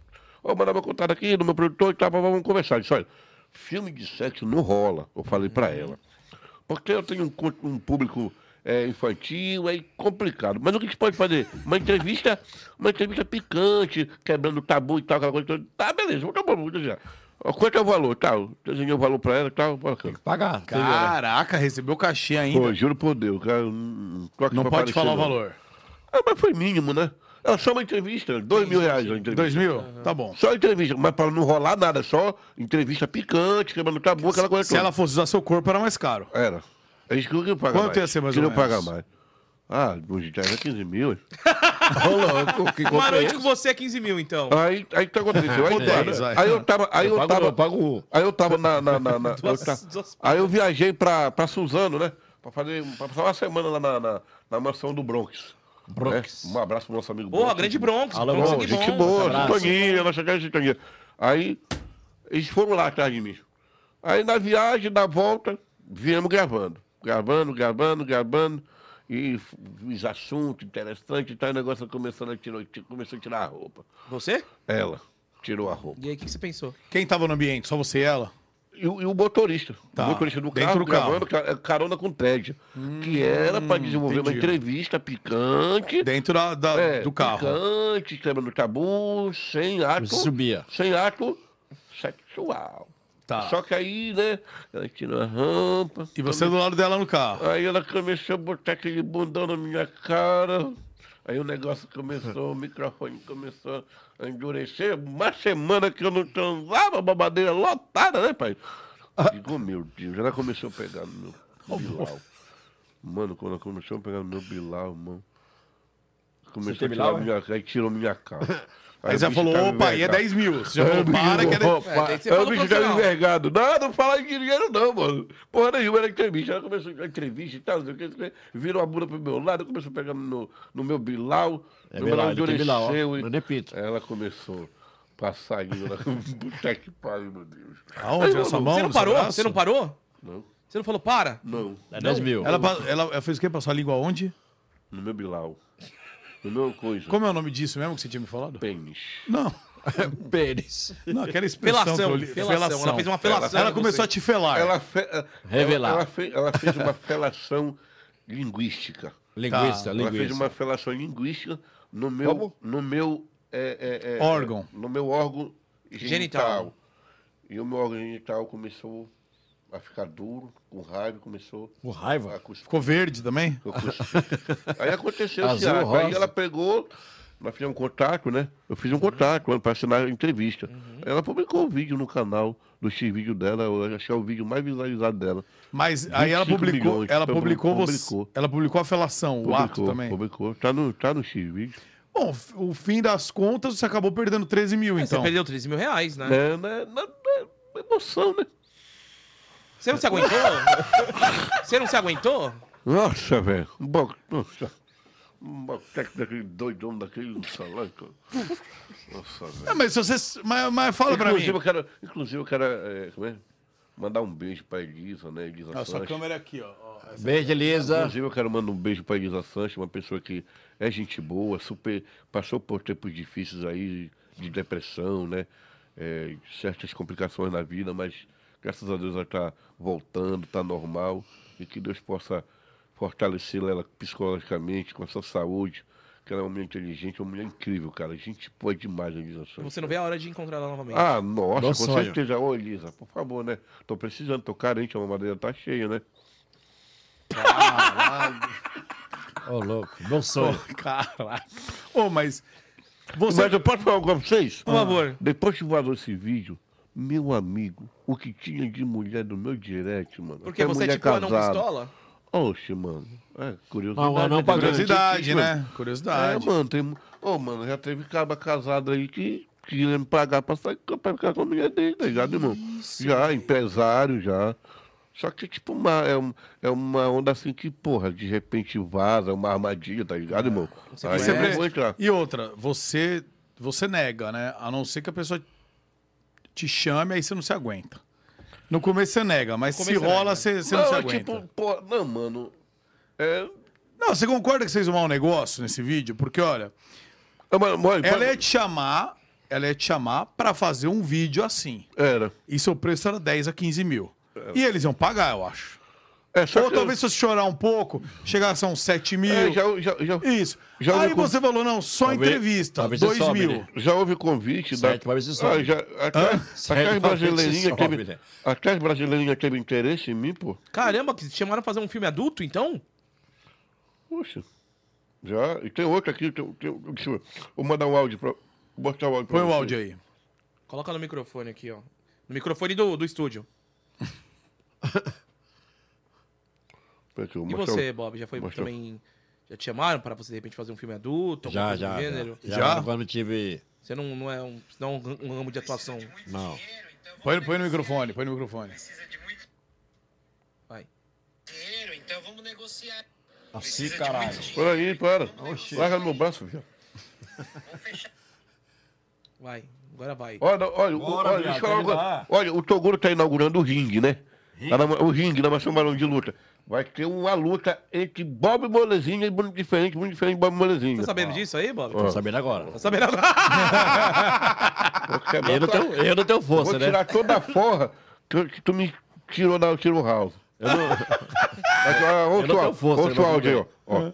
Speaker 4: ó, mandava contato aqui do meu produtor e tal, blá, blá, vamos conversar. Eu disse, olha, filme de sexo não rola, eu falei pra ela. Porque eu tenho um, con- um público é, infantil, é complicado. Mas o que a gente pode fazer? Uma entrevista, uma entrevista picante, quebrando o tabu e tal, aquela coisa toda. Tá, beleza, tá bom, vou desenhar. Ó, Quanto é o valor? Tal, desenhei o valor pra ela e tal, bacana.
Speaker 3: Pagar. você viu, né?
Speaker 2: Caraca, recebeu cachê ainda.
Speaker 4: Pô, juro por Deus, cara. Não, tô aqui
Speaker 2: não
Speaker 4: pra
Speaker 2: pode
Speaker 4: aparecer,
Speaker 2: falar o
Speaker 4: não.
Speaker 2: valor.
Speaker 4: Ah, mas foi mínimo, né? Era só uma entrevista, dois mil reais a entrevista.
Speaker 2: Dois mil? Tá bom.
Speaker 4: Só entrevista, mas pra não rolar nada, só entrevista picante, quebrando tabu, aquela coisa
Speaker 2: Se
Speaker 4: toda.
Speaker 2: ela fosse usar seu corpo, era mais caro.
Speaker 4: Era. É isso que eu queria pagar
Speaker 2: Quanto
Speaker 4: mais.
Speaker 2: ia ser mais
Speaker 4: Queria
Speaker 2: ou menos?
Speaker 4: pagar mais. Ah, uns 10 a 15 mil. Ô, louco, que
Speaker 1: Mano, eu
Speaker 4: comprei.
Speaker 1: digo você é 15 mil, então.
Speaker 4: Aí, aí o que aconteceu? Aí,
Speaker 2: Odeio,
Speaker 4: aí-
Speaker 2: Zóio.
Speaker 4: aí eu tava. Aí
Speaker 3: Eu pago,
Speaker 4: eu,
Speaker 3: um, eu
Speaker 4: tava.
Speaker 3: pago o-
Speaker 4: Aí eu tava na. na- na- na- eu
Speaker 1: (laughs) Duas-
Speaker 4: ta-
Speaker 1: duas-
Speaker 4: aí eu viajei pra, pra Suzano, né? Pra, fazer, pra passar uma semana lá na, na, na mansão do Bronx.
Speaker 3: Bronx.
Speaker 4: Né? Um abraço pro nosso amigo
Speaker 1: Porra, grande Bronx.
Speaker 3: Alô,
Speaker 1: Bronx,
Speaker 4: Bom,
Speaker 1: aqui
Speaker 4: gente
Speaker 1: bom.
Speaker 4: boa,
Speaker 3: abraço.
Speaker 4: sintonia, nossa grande sintonia. Aí, eles foram lá atrás de mim. Aí, na viagem, na volta, viemos gravando. Gravando, gravando, gravando. E f- os assuntos interessantes e tal. tá? O negócio começando a tirar, começou a tirar a roupa.
Speaker 1: Você?
Speaker 4: Ela tirou a roupa.
Speaker 1: E aí, o que que você pensou?
Speaker 2: Quem tava no ambiente? Só você e ela?
Speaker 4: e, o e o motorista.
Speaker 2: Tá.
Speaker 4: O motorista do
Speaker 2: Dentro
Speaker 4: carro,
Speaker 2: do Hum,
Speaker 4: gravando ca- é, carona com tédio. que era para desenvolver uma
Speaker 2: entendi.
Speaker 4: entrevista picante.
Speaker 2: Dentro da, da-
Speaker 4: é,
Speaker 2: do carro.
Speaker 4: Picante, quebra do tabu, sem ato.
Speaker 3: Subia.
Speaker 4: Sem ato sexual.
Speaker 2: Tá.
Speaker 4: Só que aí, né? Ela tirou a rampa.
Speaker 2: E você do lado dela no carro.
Speaker 4: Aí ela começou a botar aquele bundão na minha cara. Aí o negócio começou, o microfone começou a endurecer. Uma semana que eu não transava, babadeira lotada, né, pai?
Speaker 2: Ah.
Speaker 4: Digo, "Oh, meu Deus, ela começou a pegar no
Speaker 2: Oh,
Speaker 4: meu bilau. Mano, quando ela começou a pegar no meu bilau, mano. Começou
Speaker 3: teve
Speaker 4: a tirar
Speaker 3: bilau, é?
Speaker 4: minha, aí tirou minha cara.
Speaker 2: (laughs) Aí
Speaker 4: o
Speaker 2: você
Speaker 4: bicho tá
Speaker 2: falou,
Speaker 4: tava
Speaker 2: opa, aí é
Speaker 4: envergado.
Speaker 2: 10 mil. Você já
Speaker 4: Aí
Speaker 2: falou,
Speaker 4: (laughs) o bicho,
Speaker 2: para que é 10
Speaker 4: opa,
Speaker 1: É, daí você
Speaker 4: aí
Speaker 1: falou
Speaker 4: o bicho
Speaker 1: profissional.
Speaker 4: tava envergado. Não, não fala de dinheiro não, mano. Porra nenhuma, era entrevista. Ela começou a entrevista e tal, não sei o que, não sei o que. Virou a bunda pro meu lado, começou a pegar no, no meu bilau.
Speaker 3: É
Speaker 4: meu
Speaker 3: verdade, tem bilau, ó.
Speaker 4: endureceu
Speaker 3: Não repito.
Speaker 4: Ela começou a passar a língua. na- (laughs) Puta que pariu, meu Deus.
Speaker 2: Aonde?
Speaker 4: Aí,
Speaker 2: Nessa
Speaker 4: mano,
Speaker 2: mão?
Speaker 1: Você não
Speaker 2: nesse
Speaker 1: parou?
Speaker 2: braço?
Speaker 1: Você não parou?
Speaker 4: Não,
Speaker 1: Você não falou para?
Speaker 4: não.
Speaker 3: É 10 mil.
Speaker 2: Ela, pa- ela, ela fez o quê? Passou a língua aonde?
Speaker 4: No meu bilau. No meu coisa.
Speaker 2: Como é o nome disso mesmo que você tinha me falado?
Speaker 4: Pênis.
Speaker 2: Não.
Speaker 3: (laughs) Pênis.
Speaker 2: Não, aquela expressão que eu
Speaker 1: Felação.
Speaker 2: li.
Speaker 1: Felação. Ela fez uma felação.
Speaker 2: Ela começou a te felar.
Speaker 4: Ela, fe-
Speaker 3: Revelar.
Speaker 4: ela, ela fe- ela fez uma felação linguística.
Speaker 3: Linguista,
Speaker 4: Ela Tá, fez
Speaker 3: linguista.
Speaker 4: uma felação linguística no meu, no meu é, é, é,
Speaker 2: Órgão.
Speaker 4: no meu órgão
Speaker 1: Genital.
Speaker 4: genital. E o meu órgão genital começou a ficar duro, com raiva, começou
Speaker 3: Com
Speaker 4: a
Speaker 3: raiva.
Speaker 4: cuspir.
Speaker 2: Ficou verde também? (laughs)
Speaker 4: Eu cuspi. Aí aconteceu
Speaker 3: Azul,
Speaker 4: esse ato. Aí
Speaker 3: rosa.
Speaker 4: ela pegou, nós fizemos um contato, né? Eu
Speaker 2: Uhum.
Speaker 4: fiz um contato para assinar a entrevista. Ela publicou o vídeo no canal do X-Vídeo dela, eu acho que é o vídeo mais visualizado dela.
Speaker 2: Mas aí ela
Speaker 4: 25
Speaker 2: publicou,
Speaker 4: milhões,
Speaker 2: ela
Speaker 4: todo mundo
Speaker 2: publicou, você,
Speaker 4: publicou.
Speaker 2: ela publicou a felação, o ato
Speaker 4: Publicou,
Speaker 2: também.
Speaker 4: Publicou, tá no, tá no X-Vídeo.
Speaker 2: Bom, f- o fim das contas, você acabou perdendo 13 mil,
Speaker 1: Você
Speaker 2: então.
Speaker 1: perdeu 13 mil reais, né?
Speaker 4: É, né? Na, na- na emoção, né?
Speaker 1: Você não se aguentou? Você não se aguentou?
Speaker 4: Nossa, velho. Um bo- Nossa. Um boteco daquele doidão daquele no salão. cara.
Speaker 2: (laughs)
Speaker 4: Nossa, velho.
Speaker 2: É, mas se você. Mas, mas fala pra mim.
Speaker 4: Inclusive, eu quero, inclusive, eu quero é, como é? mandar um beijo pra Elisa, né? Elisa Sanches.
Speaker 2: câmera aqui, ó.
Speaker 3: Beijo, Elisa.
Speaker 4: Inclusive, eu quero mandar um beijo pra Elisa Sanches, uma pessoa que é gente boa, super, passou por tempos difíceis aí, de depressão, né? É, certas complicações na vida, mas graças a Deus ela está voltando, está normal. E que Deus possa fortalecê-la ela psicologicamente, com a sua saúde. Que ela é uma mulher inteligente, uma mulher incrível, cara. Gente boa demais, Elisa Sanches.
Speaker 1: Você não vê a hora de encontrar ela novamente.
Speaker 4: Ah, nossa,
Speaker 3: Meu
Speaker 4: com
Speaker 3: sonho.
Speaker 4: certeza. Ô, Elisa, por favor, né? Tô precisando, tô carente, a mamadeira tá cheia, né?
Speaker 3: Ô, louco. Meu sonho.
Speaker 2: Caraca. Ô, mas. Você.
Speaker 4: Mas eu posso falar algo pra vocês? Ah.
Speaker 1: Por favor.
Speaker 4: Depois que vazou esse vídeo, meu amigo, o que tinha de mulher no meu direct, mano.
Speaker 1: Porque
Speaker 4: Até
Speaker 1: você é
Speaker 4: mulher
Speaker 1: tipo anão
Speaker 4: casada.
Speaker 1: pistola?
Speaker 4: Oxe, mano. É, curiosidade.
Speaker 3: Não, anão
Speaker 4: né?
Speaker 3: pagante.
Speaker 2: Curiosidade,
Speaker 4: Mano.
Speaker 2: né? Curiosidade.
Speaker 4: É, mano, tem. Ô, mano, já teve cara casado aí que que queria me pagar pra, sair, pra ficar com a mulher dele, tá ligado, irmão? Já, empresário, já. Só que, tipo, uma, é, um- é uma onda assim que, porra, de repente vaza, é uma armadilha, tá ligado, irmão? Aí é
Speaker 1: Você
Speaker 4: eu
Speaker 1: pre-
Speaker 4: não vou entrar.
Speaker 2: E outra, você. Você nega, né? A não ser que a pessoa te chame, aí você não se aguenta. No começo você nega, mas
Speaker 1: No
Speaker 2: se
Speaker 1: começo você
Speaker 2: rola,
Speaker 1: nega.
Speaker 2: você, você não, se
Speaker 4: é
Speaker 2: aguenta.
Speaker 4: tipo, porra, não, mano. É,
Speaker 2: Não, você concorda que vocês vão um negócio nesse vídeo? Porque, olha,
Speaker 4: Ah, mas, mas-
Speaker 2: ela ia te chamar, ela ia te chamar pra fazer um vídeo assim.
Speaker 4: Era.
Speaker 2: E seu preço era 10 a 15 mil. E eles iam pagar, eu acho.
Speaker 4: É, só
Speaker 2: Ou
Speaker 4: que-
Speaker 2: talvez se você chorar um pouco, chegasse a uns 7 mil.
Speaker 4: É, já, já, já,
Speaker 2: Isso.
Speaker 4: Já
Speaker 2: Aí
Speaker 4: ouvi com-
Speaker 2: você falou, não, só
Speaker 3: Talvez-
Speaker 2: entrevista,
Speaker 3: talvez
Speaker 2: 2
Speaker 3: você sobe,
Speaker 2: mil.
Speaker 3: né?
Speaker 4: já houve convite da.
Speaker 3: Certo, mas isso sobe.
Speaker 4: Ah, já, até, até
Speaker 3: Certo,
Speaker 4: as brasileirinhas
Speaker 3: isso sobe,
Speaker 4: teve,
Speaker 3: né?
Speaker 4: até as brasileirinhas teve interesse em mim, pô.
Speaker 1: Caramba, que te chamaram pra fazer um filme adulto, então?
Speaker 4: Poxa. Já. E tem outro aqui. Tem, tem, deixa eu, vou mandar um áudio pra. vou Mostrar o áudio pra
Speaker 2: Põe o
Speaker 4: você.
Speaker 2: áudio aí.
Speaker 1: Coloca no microfone aqui, ó. No microfone do, do estúdio.
Speaker 4: Espera aqui, eu vou
Speaker 1: E
Speaker 4: mostrar o-
Speaker 1: você, Bob, já foi
Speaker 4: mostrou.
Speaker 1: também. Já te chamaram para você de repente fazer um filme adulto? alguma
Speaker 3: Já,
Speaker 1: coisa do
Speaker 3: já.
Speaker 1: gênero?
Speaker 3: Já?
Speaker 2: Já?
Speaker 3: já? Quando tive...
Speaker 1: Você não, não é um, não é um um ramo de atuação.
Speaker 3: Não.
Speaker 2: Põe, põe no microfone, põe no microfone.
Speaker 5: Precisa de muito
Speaker 1: Vai.
Speaker 5: dinheiro, então vamos negociar.
Speaker 3: Assim, caralho.
Speaker 4: Para aí, para.
Speaker 3: Oxi.
Speaker 4: Larga no meu braço, viu?
Speaker 1: Vai. Agora vai.
Speaker 4: Olha, olha,
Speaker 3: Bora,
Speaker 4: olha,
Speaker 3: viado,
Speaker 4: deixa eu falar uma
Speaker 3: vamos
Speaker 4: coisa.
Speaker 3: lá.
Speaker 4: olha, o Toguro tá inaugurando o ringue, né? Lá na- o ringue na Maçã Barão de Luta. Vai ter uma luta entre Bob Molezinha e Bruno Diferente, Bruno Diferente e Bob Molezinha.
Speaker 1: Tá sabendo disso aí, Bob?
Speaker 3: Tô sabendo agora.
Speaker 1: Tá sabendo?
Speaker 4: Vou quebrar
Speaker 3: Eu não
Speaker 4: tua-
Speaker 3: tenho, eu não tenho
Speaker 4: Vou
Speaker 3: força, né?
Speaker 4: tirar toda a forra tu, tu me tirou da tirou house.
Speaker 3: Eu não,
Speaker 4: Mas, ah,
Speaker 3: Eu
Speaker 4: ouça
Speaker 3: não
Speaker 4: o
Speaker 3: tenho
Speaker 4: áudio,
Speaker 3: força, eu
Speaker 4: ouça o
Speaker 3: não
Speaker 4: áudio aí,
Speaker 3: tenho.
Speaker 4: ó.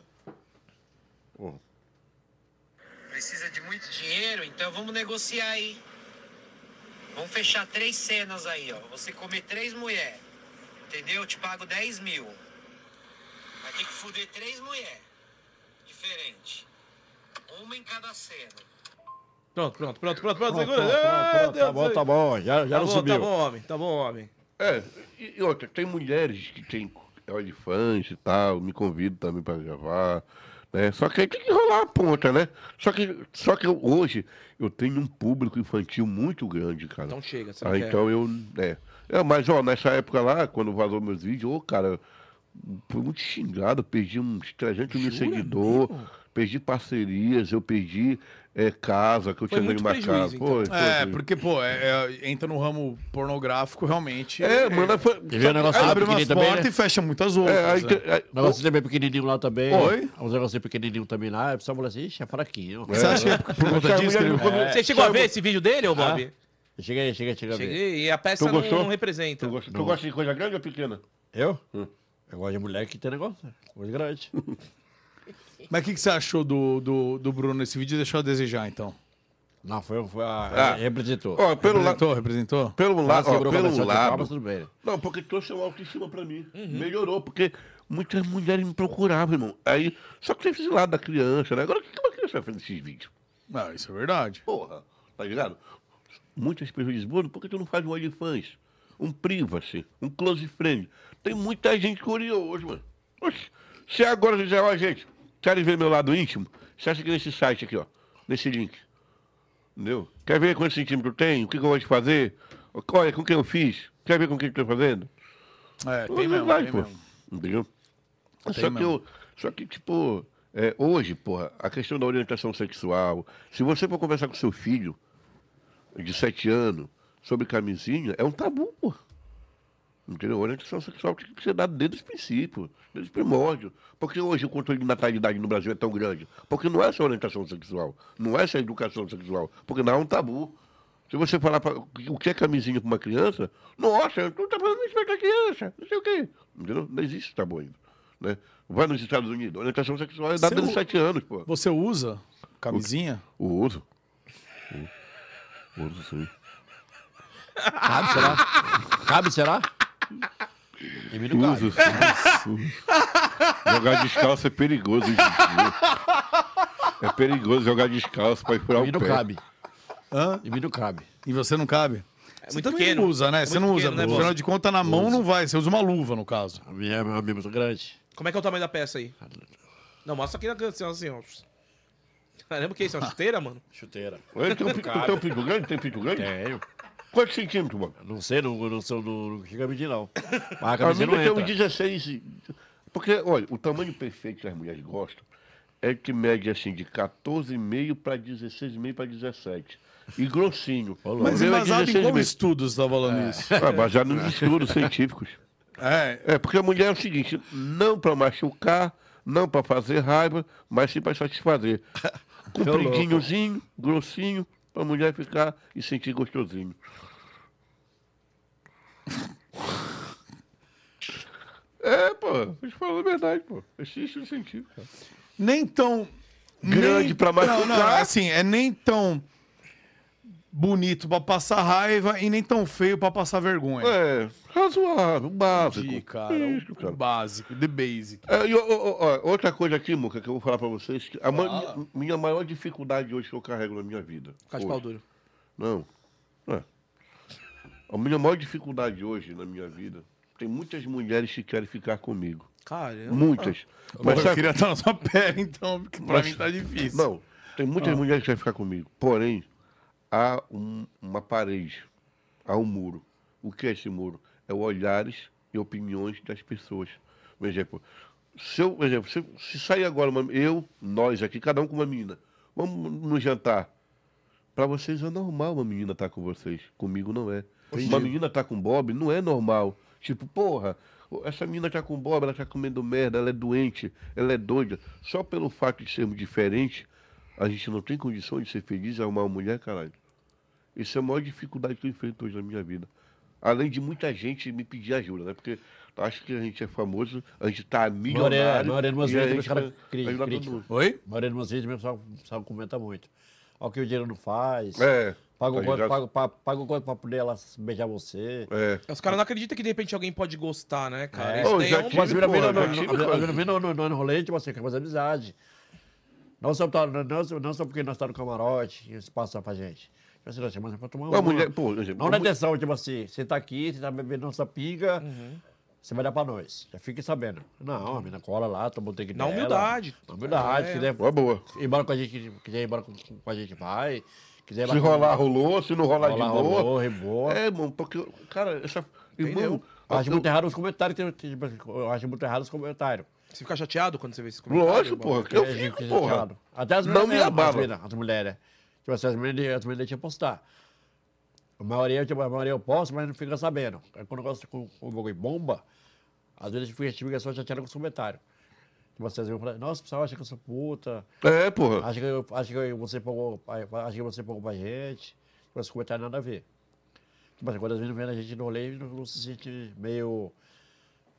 Speaker 4: ó.
Speaker 5: Precisa de muito dinheiro, então vamos negociar aí. Vamos fechar três cenas aí, ó. Você comer três mulheres. Entendeu? Eu te pago 10 mil. Vai ter que fuder três mulheres. Diferente. Uma em cada cena.
Speaker 1: Pronto, pronto, pronto, pronto, pronto,
Speaker 3: Pronto,
Speaker 1: segura.
Speaker 3: pronto,
Speaker 1: Ah,
Speaker 3: pronto, tá
Speaker 1: Deus,
Speaker 3: bom, tá bom. Já, já
Speaker 1: tá
Speaker 3: não
Speaker 1: bom,
Speaker 3: subiu.
Speaker 1: Tá bom, homem, tá bom, homem.
Speaker 4: É, e e outra, tem mulheres que tem OnlyFans e tal, me convido também para gravar, né? Só que aí tem que rolar a ponta, né? Só que, só que eu- hoje eu tenho um público infantil muito grande, cara.
Speaker 1: Então chega, você não
Speaker 4: ah,
Speaker 1: quer.
Speaker 4: então eu, é. É, mas ó, nessa época lá, quando vazou meus vídeos, ô, cara, fui muito xingado, eu perdi uns 300 mil
Speaker 1: Jura
Speaker 4: seguidores,
Speaker 1: mesmo?
Speaker 4: perdi parcerias, eu perdi é, casa, que eu
Speaker 1: Foi
Speaker 4: tinha
Speaker 1: muito
Speaker 4: ganho uma
Speaker 1: prejuízo,
Speaker 4: casa.
Speaker 1: então.
Speaker 4: Foi, foi,
Speaker 2: É,
Speaker 4: foi.
Speaker 2: porque, pô, é- é- entra no ramo pornográfico, realmente.
Speaker 4: É, mano, foi.
Speaker 3: Quer ver o negócio lá
Speaker 2: abre umas
Speaker 3: pequenininho também,
Speaker 2: portas
Speaker 3: né?
Speaker 2: e fecha muitas
Speaker 4: É, aí
Speaker 2: outras. um né?
Speaker 4: tem- aí-
Speaker 3: O negócio também pequenininho lá também.
Speaker 2: Oi?
Speaker 3: Os negocinhos pequenininhos também lá. O pessoal falou assim, ixi, é fraquinho.
Speaker 2: Você acha que é por conta
Speaker 4: Essa
Speaker 2: disso? que
Speaker 4: mulher
Speaker 2: ele- É.
Speaker 4: não come-
Speaker 3: então
Speaker 1: Você chegou a ver esse vídeo dele, ô Bob?
Speaker 3: Ah, Chega aí, chega, chega a ver.
Speaker 1: Cheguei, e a peça
Speaker 4: Tu
Speaker 1: não,
Speaker 4: gostou?
Speaker 1: não representa.
Speaker 4: Tu gosta, tu gosta de coisa grande ou pequena?
Speaker 3: Eu? Eu gosto de mulher que tem negócio. Coisa grande.
Speaker 2: Mas o que, que você achou do, do, do Bruno nesse vídeo? Deixou a desejar, então.
Speaker 3: Não, foi, foi a... é,
Speaker 4: Ah.
Speaker 3: Representou.
Speaker 4: Ó, pelo, la
Speaker 2: representou? Representou?
Speaker 4: pelo,
Speaker 3: Ela
Speaker 4: la ó,
Speaker 3: segurou com a
Speaker 4: pelo
Speaker 3: pessoa de
Speaker 4: lado.
Speaker 3: palmas, tudo bem.
Speaker 4: Não, porque trouxe uma autoestima pra mim. Melhorou, porque muitas mulheres me procuravam, irmão. Aí, só que teve esse lado da criança, né? Agora, o que que uma criança vai fazer esses vídeos?
Speaker 2: Não, isso é verdade.
Speaker 4: Porra, tá ligado? Muitas pessoas dizem, Bruno, por que tu não faz um OnlyFans? Um privacy, um close friend. Tem muita gente curiosa hoje, mano. Oxe, se agora dizer, ó, gente, querem ver meu lado íntimo? Você acha que nesse site aqui, ó, nesse link, entendeu? Quer ver quantos centímetros eu tenho? O que, que eu vou te fazer? Olha, com quem eu fiz? Quer ver com quem que eu tô fazendo?
Speaker 2: É, tem
Speaker 4: Não
Speaker 2: mesmo,
Speaker 4: vai,
Speaker 2: tem
Speaker 4: pô.
Speaker 2: mesmo.
Speaker 4: Entendeu?
Speaker 2: Tem
Speaker 4: só, que
Speaker 2: mesmo.
Speaker 4: eu, só que, tipo, é, hoje, porra, a questão da orientação sexual, se você for conversar com seu filho de 7 anos sobre camisinha, é um tabu, porra. Entendeu? Orientação sexual tem que ser dada desde os princípios, desde os primórdios. Porque hoje o controle de natalidade no Brasil é tão grande. Porque não é essa orientação sexual, não é essa educação sexual, porque não é um tabu. Se você falar pra, o que é camisinha para uma criança, nossa, eu não tá falando isso para criança, não sei o quê. Entendeu? Não existe tabu ainda. Né? Vai nos Estados Unidos, orientação sexual é dada
Speaker 2: Seu-
Speaker 4: desde os 7 anos, pô.
Speaker 2: Você usa camisinha?
Speaker 4: O uso. O uso, sim.
Speaker 3: Cabe, será? Cabe, será? Em mim não cabe.
Speaker 4: Uso, sim. jogar descalço é perigoso. hoje em dia. É perigoso jogar descalço para furar
Speaker 3: Em mim
Speaker 4: o pé.
Speaker 3: não cabe.
Speaker 2: Hã?
Speaker 3: Em mim não cabe.
Speaker 2: E você não cabe?
Speaker 1: É
Speaker 2: você
Speaker 1: muito
Speaker 2: também
Speaker 1: pequeno.
Speaker 2: não usa, né?
Speaker 1: É
Speaker 2: você
Speaker 1: muito
Speaker 2: não usa.
Speaker 1: pequeno, né,
Speaker 2: no
Speaker 1: Bob?
Speaker 2: final de conta, na mão não vai. Você usa uma luva, no caso.
Speaker 3: A minha, a minha é muito grande.
Speaker 1: Como é que é o tamanho da peça aí? Não, mostra aqui na canção assim, ó. Caramba, o que é isso? É uma chuteira, mano?
Speaker 3: Chuteira.
Speaker 4: Olha, tem um pinto, tem um pinto grande? Tem um pinto grande?
Speaker 3: Tenho.
Speaker 4: Quantos centímetros, mano?
Speaker 3: Não sei, não, não, sou, não, não chega a medir, não. Mas a
Speaker 4: A
Speaker 3: camisinha não
Speaker 4: minha tem um
Speaker 3: entra.
Speaker 4: 16. Porque, olha, o tamanho perfeito que as mulheres gostam é que mede assim de 14,5 para 16,5 para 17. E grossinho.
Speaker 2: Mas é baseado em qual
Speaker 4: 16,5.
Speaker 2: estudo você tá falando isso?
Speaker 4: Ah, baseado nos estudos científicos.
Speaker 2: É,
Speaker 4: É, porque a mulher é o seguinte, não para machucar, não para fazer raiva, mas sim para (laughs) satisfazer. Compridinhozinho, grossinho, para a mulher ficar e sentir gostosinho. É, pô, eu te falo a verdade, pô. Existe o científico. cara.
Speaker 2: nem tão
Speaker 4: Grande
Speaker 2: nem-
Speaker 4: pra machucar.
Speaker 2: Não, não, é assim, é nem tão bonito pra passar raiva e nem tão feio pra passar vergonha.
Speaker 4: É, razoável, básico. É
Speaker 2: Entendi, cara, o-
Speaker 4: Isso, cara. um
Speaker 2: o básico, the basic.
Speaker 4: É, e, ó, ó, ó, outra coisa aqui, Muca, que eu vou falar pra vocês. que a ma- minha, minha maior dificuldade hoje que eu carrego na minha vida.
Speaker 1: Ficar de
Speaker 4: hoje.
Speaker 1: pau duro.
Speaker 4: Não. É. A minha maior dificuldade hoje na minha vida, tem muitas mulheres que querem ficar comigo.
Speaker 1: Caramba.
Speaker 4: Muitas.
Speaker 2: Mas
Speaker 4: Mas
Speaker 2: eu
Speaker 4: sabe,
Speaker 2: queria estar na sua pele, então, porque pra
Speaker 4: Mas-
Speaker 2: mim tá difícil.
Speaker 4: não, tem
Speaker 1: Ah.
Speaker 4: muitas mulheres que querem ficar comigo. Porém, há um- uma parede, há um muro. O que é esse muro? É o olhares e opiniões das pessoas. Por exemplo, se, eu, por exemplo, se, se sair agora, uma- eu, nós aqui, cada um com uma menina, vamos no jantar. Pra vocês é normal uma menina estar com vocês. Comigo não é. Uma menina estar com Bob não é normal. Tipo, porra, essa menina tá com Bob, ela tá comendo merda, ela é doente, ela é doida. Só pelo fato de sermos diferentes, a gente não tem condição de ser feliz e arrumar uma mulher, caralho. Isso é a maior dificuldade que eu enfrento hoje na minha vida. Além de muita gente me pedir ajuda, né? Porque acho que a gente é famoso, a gente tá
Speaker 3: maioria-
Speaker 4: milionário.
Speaker 3: a maioria das
Speaker 4: e a
Speaker 3: vezes
Speaker 4: gente
Speaker 3: os caras
Speaker 4: vai
Speaker 3: cri-
Speaker 4: ajudar todo
Speaker 3: criticam.
Speaker 4: mundo.
Speaker 2: Oi?
Speaker 3: A maioria dos meus vídeos mesmo só, só comenta muito. Olha o que o dinheiro não faz.
Speaker 4: É.
Speaker 3: Paga o
Speaker 4: tá
Speaker 3: quanto,
Speaker 4: ligado?
Speaker 3: paga, pa- paga o quanto pra poder ela beijar você.
Speaker 4: É.
Speaker 1: Os caras não acreditam que de repente alguém pode gostar, né, cara?
Speaker 3: É.
Speaker 1: Isso
Speaker 4: Ô,
Speaker 1: daí
Speaker 4: já
Speaker 1: é um-
Speaker 4: tive-
Speaker 3: Mas vira
Speaker 4: porra,
Speaker 3: vira, não,
Speaker 4: né?
Speaker 3: não, vira- vira- vira- não, não, não rolê, tipo assim, quer fazer amizade. Não só, tá- não, não só- não só porque nós estamos no camarote e isso passa pra gente. Tipo assim, nós chamamos pra tomar uma.
Speaker 4: Uma mulher, pô, por exemplo,
Speaker 3: Não na
Speaker 4: uma mulher-
Speaker 3: intenção, tipo assim, você tá aqui, você tá bebendo nossa pinga,
Speaker 1: Uhum.
Speaker 3: você vai dar pra nós. Já fique sabendo. Não, a menina cola lá, toma o take
Speaker 1: Na
Speaker 3: dela.
Speaker 1: humildade.
Speaker 3: Na humildade,
Speaker 1: É.
Speaker 3: se quiser
Speaker 4: uma boa.
Speaker 3: ir embora com a gente, quiser ir embora com, com a gente, vai. Quiser
Speaker 4: Se rolar, rolou. Se não rolar, de boa.
Speaker 3: É rolou, rebou.
Speaker 4: É, irmão, porque, cara, essa. Irmão,
Speaker 3: Acho
Speaker 4: eu-
Speaker 3: muito errado os comentários. que tem- tipo assim, Eu acho muito errado os comentários.
Speaker 1: Você fica chateado quando você vê esses comentários?
Speaker 4: Lógico,
Speaker 1: Bola?
Speaker 4: porra, que eu
Speaker 3: É, gente,
Speaker 4: fico,
Speaker 3: gente,
Speaker 4: porra.
Speaker 3: claro. Até as
Speaker 4: Não
Speaker 3: mulheres.
Speaker 4: me
Speaker 3: mesmo, as,
Speaker 4: abala.
Speaker 3: meninas, as mulheres. Tipo assim, as mulheres, as mulheres tinham postar. A maioria, tipo, a maioria eu posto, mas não fica sabendo. Aí quando eu gosto com o bagulho bomba, às vezes fica, fica só chateado com os comentários. Tipo, assim, às vezes eu falo, nossa, o pessoal acha que eu sou puta,
Speaker 4: É, porra.
Speaker 3: acha que, eu, acha que eu- você pagou, acha que você pagou pra gente. Tipo, esses comentários nada a ver. Tipo assim, quando às vezes vem a gente no rolê, não, não se sente meio,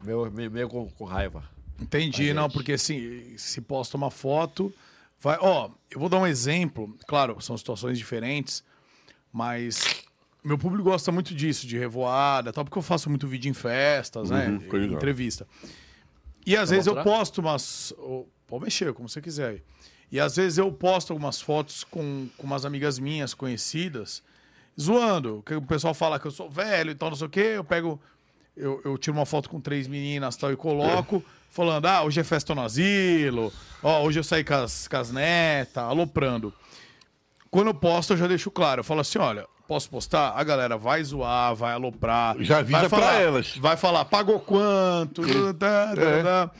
Speaker 3: meio, meio, meio com, com raiva.
Speaker 2: Entendi,
Speaker 3: Pra
Speaker 2: não,
Speaker 3: gente.
Speaker 2: porque assim, se posta uma foto, vai. Ó, eu vou dar um exemplo. Claro, são situações diferentes, mas meu público gosta muito disso, de revoada, e tal, porque eu faço muito vídeo em festas, né?
Speaker 4: Uhum, que legal.
Speaker 2: Entrevista. E às vezes eu
Speaker 3: mostrar?
Speaker 2: posto umas. ô, Pode mexer, como você quiser aí. E às vezes eu posto algumas fotos com, com umas amigas minhas conhecidas, zoando. Que o pessoal fala que eu sou velho e tal, não sei o quê. Eu pego. Eu, eu tiro uma foto com três meninas e tal e coloco, falando: ah, hoje é festa no asilo, ó, hoje eu saí com as, com as netas, aloprando. Quando eu posto, eu já deixo claro. Eu falo assim: olha, posso postar? A galera vai zoar, vai aloprar.
Speaker 4: Já avisa
Speaker 2: vai
Speaker 4: pra
Speaker 2: falar,
Speaker 4: elas.
Speaker 2: Vai falar, pagou quanto? tá, tá,
Speaker 4: É.
Speaker 2: tá.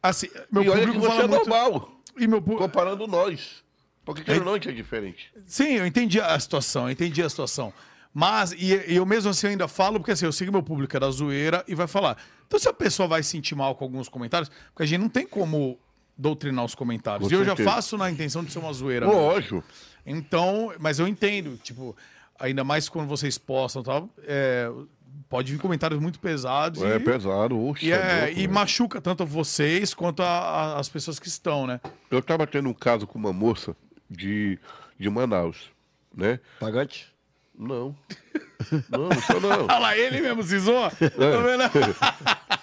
Speaker 2: Assim, meu
Speaker 4: e olha que
Speaker 2: público
Speaker 4: você
Speaker 2: fala
Speaker 4: é
Speaker 2: muito.
Speaker 4: normal,
Speaker 2: E meu pu-
Speaker 4: comparando nós. Porque querendo ou não, a gente é diferente.
Speaker 2: Sim, eu entendi a situação, eu entendi a situação. Mas, e, e eu mesmo assim ainda falo, porque assim, eu sigo meu público, é da zoeira, e vai falar. Então, se a pessoa vai se sentir mal com alguns comentários, porque a gente não tem como doutrinar os comentários.
Speaker 4: Com
Speaker 2: e eu já
Speaker 4: certeza.
Speaker 2: faço na intenção de ser uma zoeira. mesmo.
Speaker 4: Lógico.
Speaker 2: Então, mas eu entendo, tipo, ainda mais quando vocês postam e tal, é, pode vir comentários muito pesados.
Speaker 4: É
Speaker 2: e-
Speaker 4: pesado, oxe.
Speaker 2: E, é-
Speaker 4: é louco,
Speaker 2: e
Speaker 4: né?
Speaker 2: machuca tanto vocês quanto a- a- as pessoas que estão, né?
Speaker 4: Eu tava tendo um caso com uma moça de, de Manaus, né?
Speaker 3: Pagante?
Speaker 4: Não. Não, só não.
Speaker 2: Olha lá, ele mesmo se zoa. Tá vendo?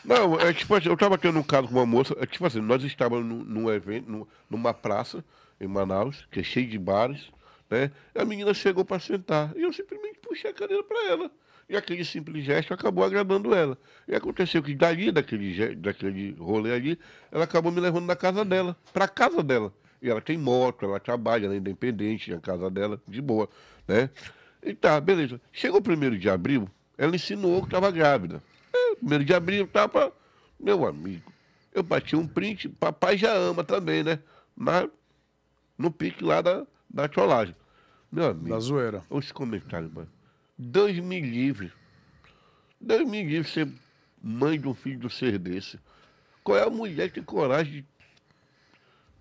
Speaker 4: Não, é tipo assim, eu tava tendo um caso com uma moça, é tipo assim, nós estávamos num, num evento, num- numa praça em Manaus, que é cheio de bares, né? E a menina chegou para sentar e eu simplesmente puxei a cadeira para ela. E aquele simples gesto acabou agradando ela. E aconteceu que dali, daquele, ge- daquele rolê ali, ela acabou me levando na casa dela, pra casa dela. E ela tem moto, ela trabalha, ela é independente, a casa dela, de boa, né? E tá, beleza. Chegou o primeiro de abril, ela insinuou que estava grávida. É, primeiro de abril, tava. Meu amigo, eu bati um print, papai já ama também, né? Mas no pique lá da, da trollagem. Meu amigo,
Speaker 2: Da zoeira.
Speaker 4: os comentários, mano. Deus me livre. Deus me livre ser mãe de um filho do ser desse. Qual é a mulher que tem coragem de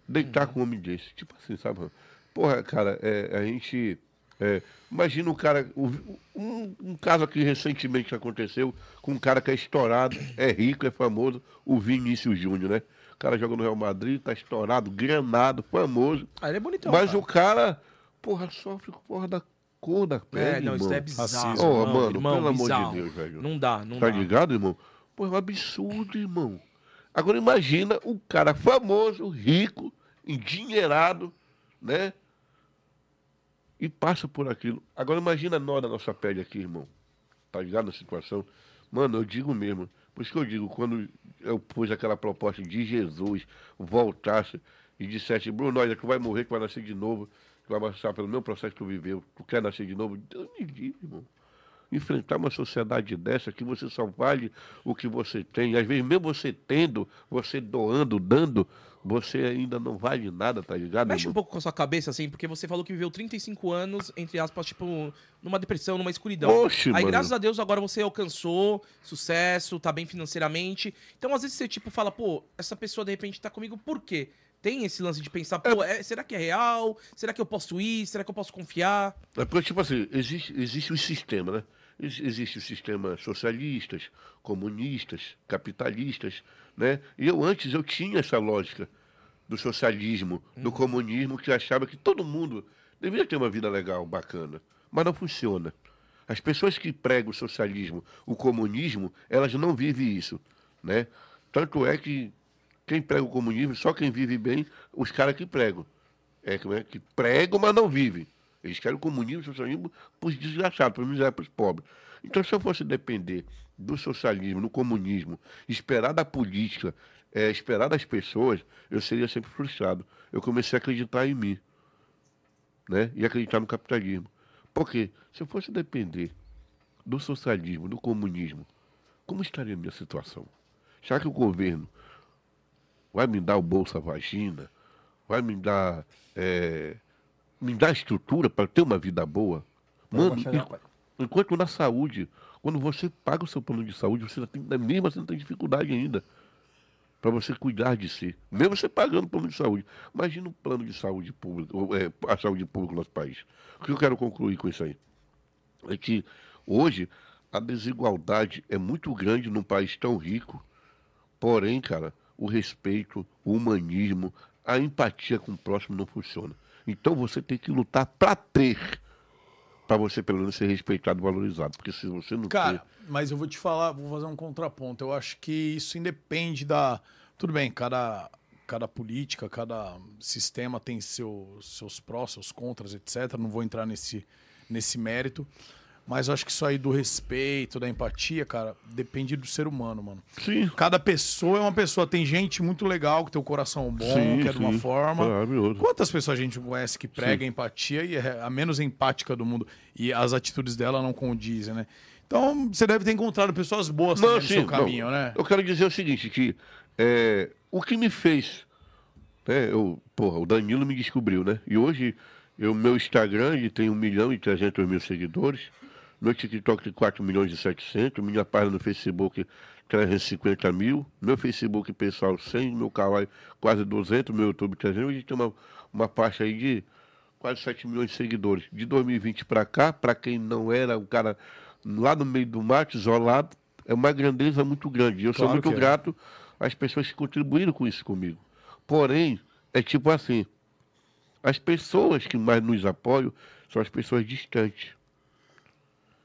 Speaker 4: deitar com um homem desse? Tipo assim, sabe? mano? Porra, cara, é, a gente. é, imagina um cara. o- Um, um caso que recentemente aconteceu com um cara que é estourado, é rico, é famoso, o Vinícius Júnior, né? O cara joga no Real Madrid, tá estourado, granado, famoso.
Speaker 1: Ah, ele é bonitão.
Speaker 4: Mas
Speaker 1: cara.
Speaker 4: o cara, porra, sofre com porra da cor da pele.
Speaker 1: É, não, isso
Speaker 4: irmão.
Speaker 1: daí é bizarro.
Speaker 2: Racismo.
Speaker 4: Ô,
Speaker 1: irmão,
Speaker 4: mano,
Speaker 1: irmão,
Speaker 4: pelo amor de
Speaker 1: bizarro.
Speaker 4: Deus, velho.
Speaker 1: Não dá, não
Speaker 4: Tá
Speaker 1: dá.
Speaker 4: ligado, irmão? Pô, é um absurdo, irmão. Agora imagina um cara famoso, rico, endinheirado, né? E passa por aquilo. Agora imagina nós da nossa pele aqui, irmão. Tá ligado na situação? Mano, eu digo mesmo. Por isso que eu digo, quando eu pus aquela proposta de Jesus voltasse e dissesse, Bruno, olha, tu vai morrer, tu vai nascer de novo, tu vai passar pelo mesmo processo que tu viveu, tu quer nascer de novo, Deus me livre, irmão enfrentar uma sociedade dessa que você só vale o que você tem. Às vezes, mesmo você tendo, você doando, dando, você ainda não vale nada, tá ligado?
Speaker 1: Mexe um
Speaker 4: irmão?
Speaker 1: pouco com a sua cabeça, assim, porque você falou que viveu 35 anos, entre aspas, tipo, numa depressão, numa escuridão.
Speaker 4: Oxe,
Speaker 1: Aí,
Speaker 4: mano.
Speaker 1: graças a Deus, agora você alcançou sucesso, tá bem financeiramente. Então, às vezes, você, tipo, fala, pô, essa pessoa, de repente, tá comigo por quê? Tem esse lance de pensar, pô, é- será que é real? Será que eu posso ir? Será que eu posso confiar?
Speaker 4: É porque, tipo assim, existe, existe um sistema, né? Ex- Existe o sistema socialistas, comunistas, capitalistas, né? E eu antes eu tinha essa lógica do socialismo, do comunismo, que eu achava que todo mundo deveria ter uma vida legal, bacana, mas não funciona. As pessoas que pregam o socialismo, o comunismo, elas não vivem isso, né? Tanto é que quem prega o comunismo, só quem vive bem, os caras que pregam. É, como é que pregam, mas não vivem. Eles querem o comunismo, o socialismo para os desgraçados, para os miseráveis, para os pobres. Então, se eu fosse depender do socialismo, do comunismo, esperar da política, eh, esperar das pessoas, eu seria sempre frustrado. Eu comecei a acreditar em mim né? e acreditar no capitalismo. Porque se eu fosse depender do socialismo, do comunismo, como estaria a minha situação? Será que o governo vai me dar o Bolsa Vagina? Vai me dar, eh, me dar estrutura para ter uma vida boa? Mano,
Speaker 6: chegar,
Speaker 4: en-
Speaker 6: pai.
Speaker 4: enquanto na saúde, quando você paga o seu plano de saúde, você ainda tem, mesmo assim tem dificuldade ainda para você cuidar de si, mesmo você pagando o plano de saúde. Imagina um plano de saúde pública, ou, eh, a saúde pública no nosso país. O que eu quero concluir com isso aí? É que hoje a desigualdade é muito grande num país tão rico, porém, cara, o respeito, o humanismo, a empatia com o próximo não funciona. Então você tem que lutar para ter, para você pelo menos ser respeitado e valorizado, porque se você não
Speaker 2: Cara, mas eu vou te falar, vou fazer um contraponto. Eu acho que isso independe da. Tudo bem, cada, cada política, cada sistema tem seu, seus prós, seus contras, etc. Não vou entrar nesse, nesse mérito. Mas eu acho que isso aí do respeito, da empatia, cara, depende do ser humano, mano.
Speaker 4: ter, sim,
Speaker 2: Cada pessoa é uma pessoa. Tem gente muito legal, que tem o coração bom,
Speaker 4: Sim,
Speaker 2: que é de uma
Speaker 4: sim.
Speaker 2: forma.
Speaker 4: Maravilhoso.
Speaker 2: Quantas pessoas a gente conhece que prega empatia e é a menos empática do mundo? E as atitudes dela não condizem, né? Então, você deve ter encontrado pessoas boas também no seu
Speaker 4: não.
Speaker 2: caminho, né?
Speaker 4: Eu quero dizer o seguinte, que é, o que me fez, né, eu, porra, o Danilo me descobriu, né? E hoje o meu Instagram ele tem 1 milhão e 300 mil seguidores, meu TikTok tem 4 milhões e 700, minha página no Facebook 350 mil, meu Facebook pessoal 100, meu Kawaii quase 200, meu YouTube 300, a gente tem uma, uma faixa aí de quase 7 milhões de seguidores. De 2020 para cá, para quem não era um cara lá no meio do mato, isolado, é uma grandeza muito grande. E Eu sou
Speaker 2: Claro
Speaker 4: muito
Speaker 2: que é.
Speaker 4: grato às pessoas que contribuíram com isso comigo. Porém, é tipo assim, as pessoas que mais nos apoiam são as pessoas distantes.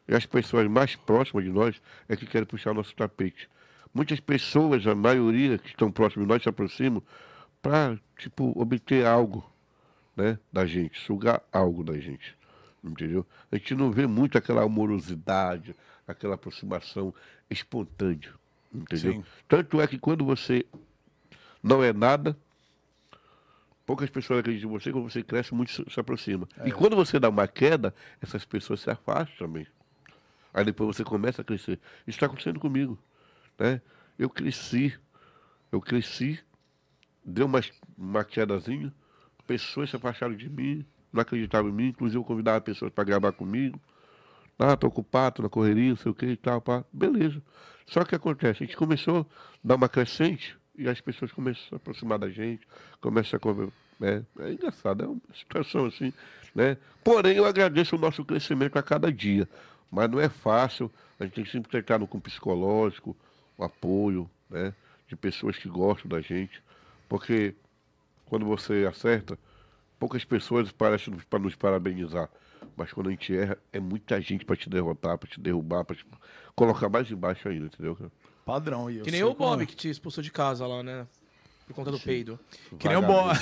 Speaker 4: E as pessoas mais próximas de nós é que querem puxar o nosso tapete. Muitas pessoas, a maioria que estão próximas de nós, se aproximam para, tipo, obter algo né, da gente, sugar algo da gente. Entendeu? A gente não vê muito aquela amorosidade, aquela aproximação espontânea. Entendeu?
Speaker 2: Sim.
Speaker 4: Tanto é que quando você não é nada, poucas pessoas acreditam em você, quando você cresce, muito se, se aproxima. E quando você dá uma queda, essas pessoas se afastam também. Aí depois você começa a crescer. Isso está acontecendo comigo. Né? Eu cresci, eu cresci, deu uma, uma quedazinha, pessoas se afastaram de mim, não acreditavam em mim, inclusive eu convidava pessoas para gravar comigo. Ah, tô ocupado, tô na correria, não sei o que e tal, pá. Beleza. Só que acontece, a gente começou a dar uma crescente e as pessoas começam a se aproximar da gente, começam a conversar. É, é engraçado, é uma situação assim, né? Porém, eu agradeço o nosso crescimento a cada dia. Mas não é fácil, a gente tem que sempre tentar com psicológico, o apoio, né? De pessoas que gostam da gente. Porque quando você acerta, poucas pessoas parecem para nos parabenizar. Mas quando a gente erra, é muita gente para te derrotar, para te derrubar, para te colocar mais embaixo ainda, entendeu? cara?
Speaker 2: Padrão. E eu
Speaker 1: Que nem
Speaker 2: sei
Speaker 1: o
Speaker 2: como
Speaker 1: Bob
Speaker 2: é.
Speaker 1: que te expulsou de casa lá, né? Por conta do peido.
Speaker 2: Que nem o Bob.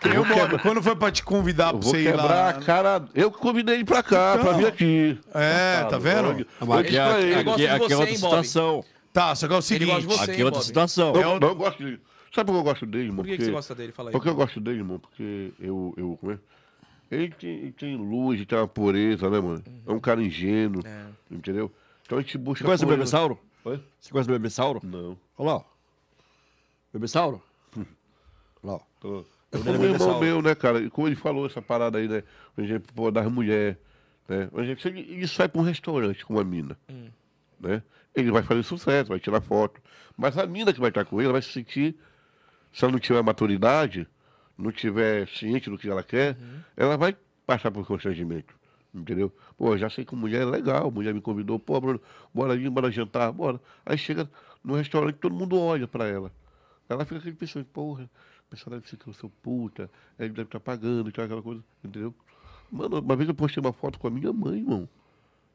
Speaker 2: que nem o Bob. (laughs) Quando foi pra te convidar
Speaker 4: Eu
Speaker 2: pra
Speaker 4: vou
Speaker 2: você ir
Speaker 4: quebrar
Speaker 2: lá. né? Então,
Speaker 4: a cara. Eu que convidei ele pra cá, pra vir aqui.
Speaker 2: É, tá vendo?
Speaker 4: Olha,
Speaker 3: Ah, mas
Speaker 4: eu
Speaker 3: Aqui,
Speaker 4: disse
Speaker 3: é-
Speaker 4: pra
Speaker 3: aqui,
Speaker 4: ele,
Speaker 1: Ele gosta de
Speaker 3: aqui
Speaker 1: você,
Speaker 3: é outra
Speaker 1: hein, Bob?
Speaker 3: situação.
Speaker 2: Tá, só que é
Speaker 1: Ele
Speaker 2: o
Speaker 1: gosta
Speaker 2: seguinte.
Speaker 1: de você,
Speaker 3: Aqui
Speaker 1: hein,
Speaker 3: é outra
Speaker 1: Bob?
Speaker 3: situação.
Speaker 4: Não,
Speaker 2: É o-
Speaker 4: não, eu gosto dele. Sabe por que eu gosto dele, irmão?
Speaker 1: Por que, que você gosta dele? Fala aí.
Speaker 4: Porque eu gosto dele, irmão. Porque eu. eu como é? Ele tem, ele tem luz, ele tem uma pureza, né, mano? É um cara ingênuo,
Speaker 1: É.
Speaker 4: entendeu? Então a gente
Speaker 3: Você
Speaker 4: busca.
Speaker 3: conhece o
Speaker 4: pureza.
Speaker 3: Bebessauro?
Speaker 4: Oi?
Speaker 3: Você conhece o Bebessauro?
Speaker 4: Não.
Speaker 3: Olha lá. ó. Bebessauro? Lá. ó.
Speaker 4: Tô- É
Speaker 3: Eu
Speaker 4: como um
Speaker 3: lembro dessa
Speaker 4: irmão
Speaker 3: aula.
Speaker 4: meu, né, cara? E como ele falou essa parada aí, né? Por exemplo, pô, das mulheres. Né? Por exemplo, se ele, ele sai pra um restaurante com uma mina,
Speaker 1: Hum.
Speaker 4: né? Ele vai fazer sucesso, vai tirar foto. Mas a mina que vai estar com ele, ela vai se sentir, se ela não tiver maturidade, não tiver ciente do que ela quer, ela vai passar por constrangimento. Entendeu? Pô, já sei que mulher é legal, mulher me convidou, pô, Bruno, bora ali, bora jantar, bora. Aí chega no restaurante, todo mundo olha pra ela. Ela fica aquele pensando, porra, o pessoal deve ser que eu sou puta, ele deve estar pagando, e tal, aquela coisa, entendeu? Mano, uma vez eu postei uma foto com a minha mãe, irmão.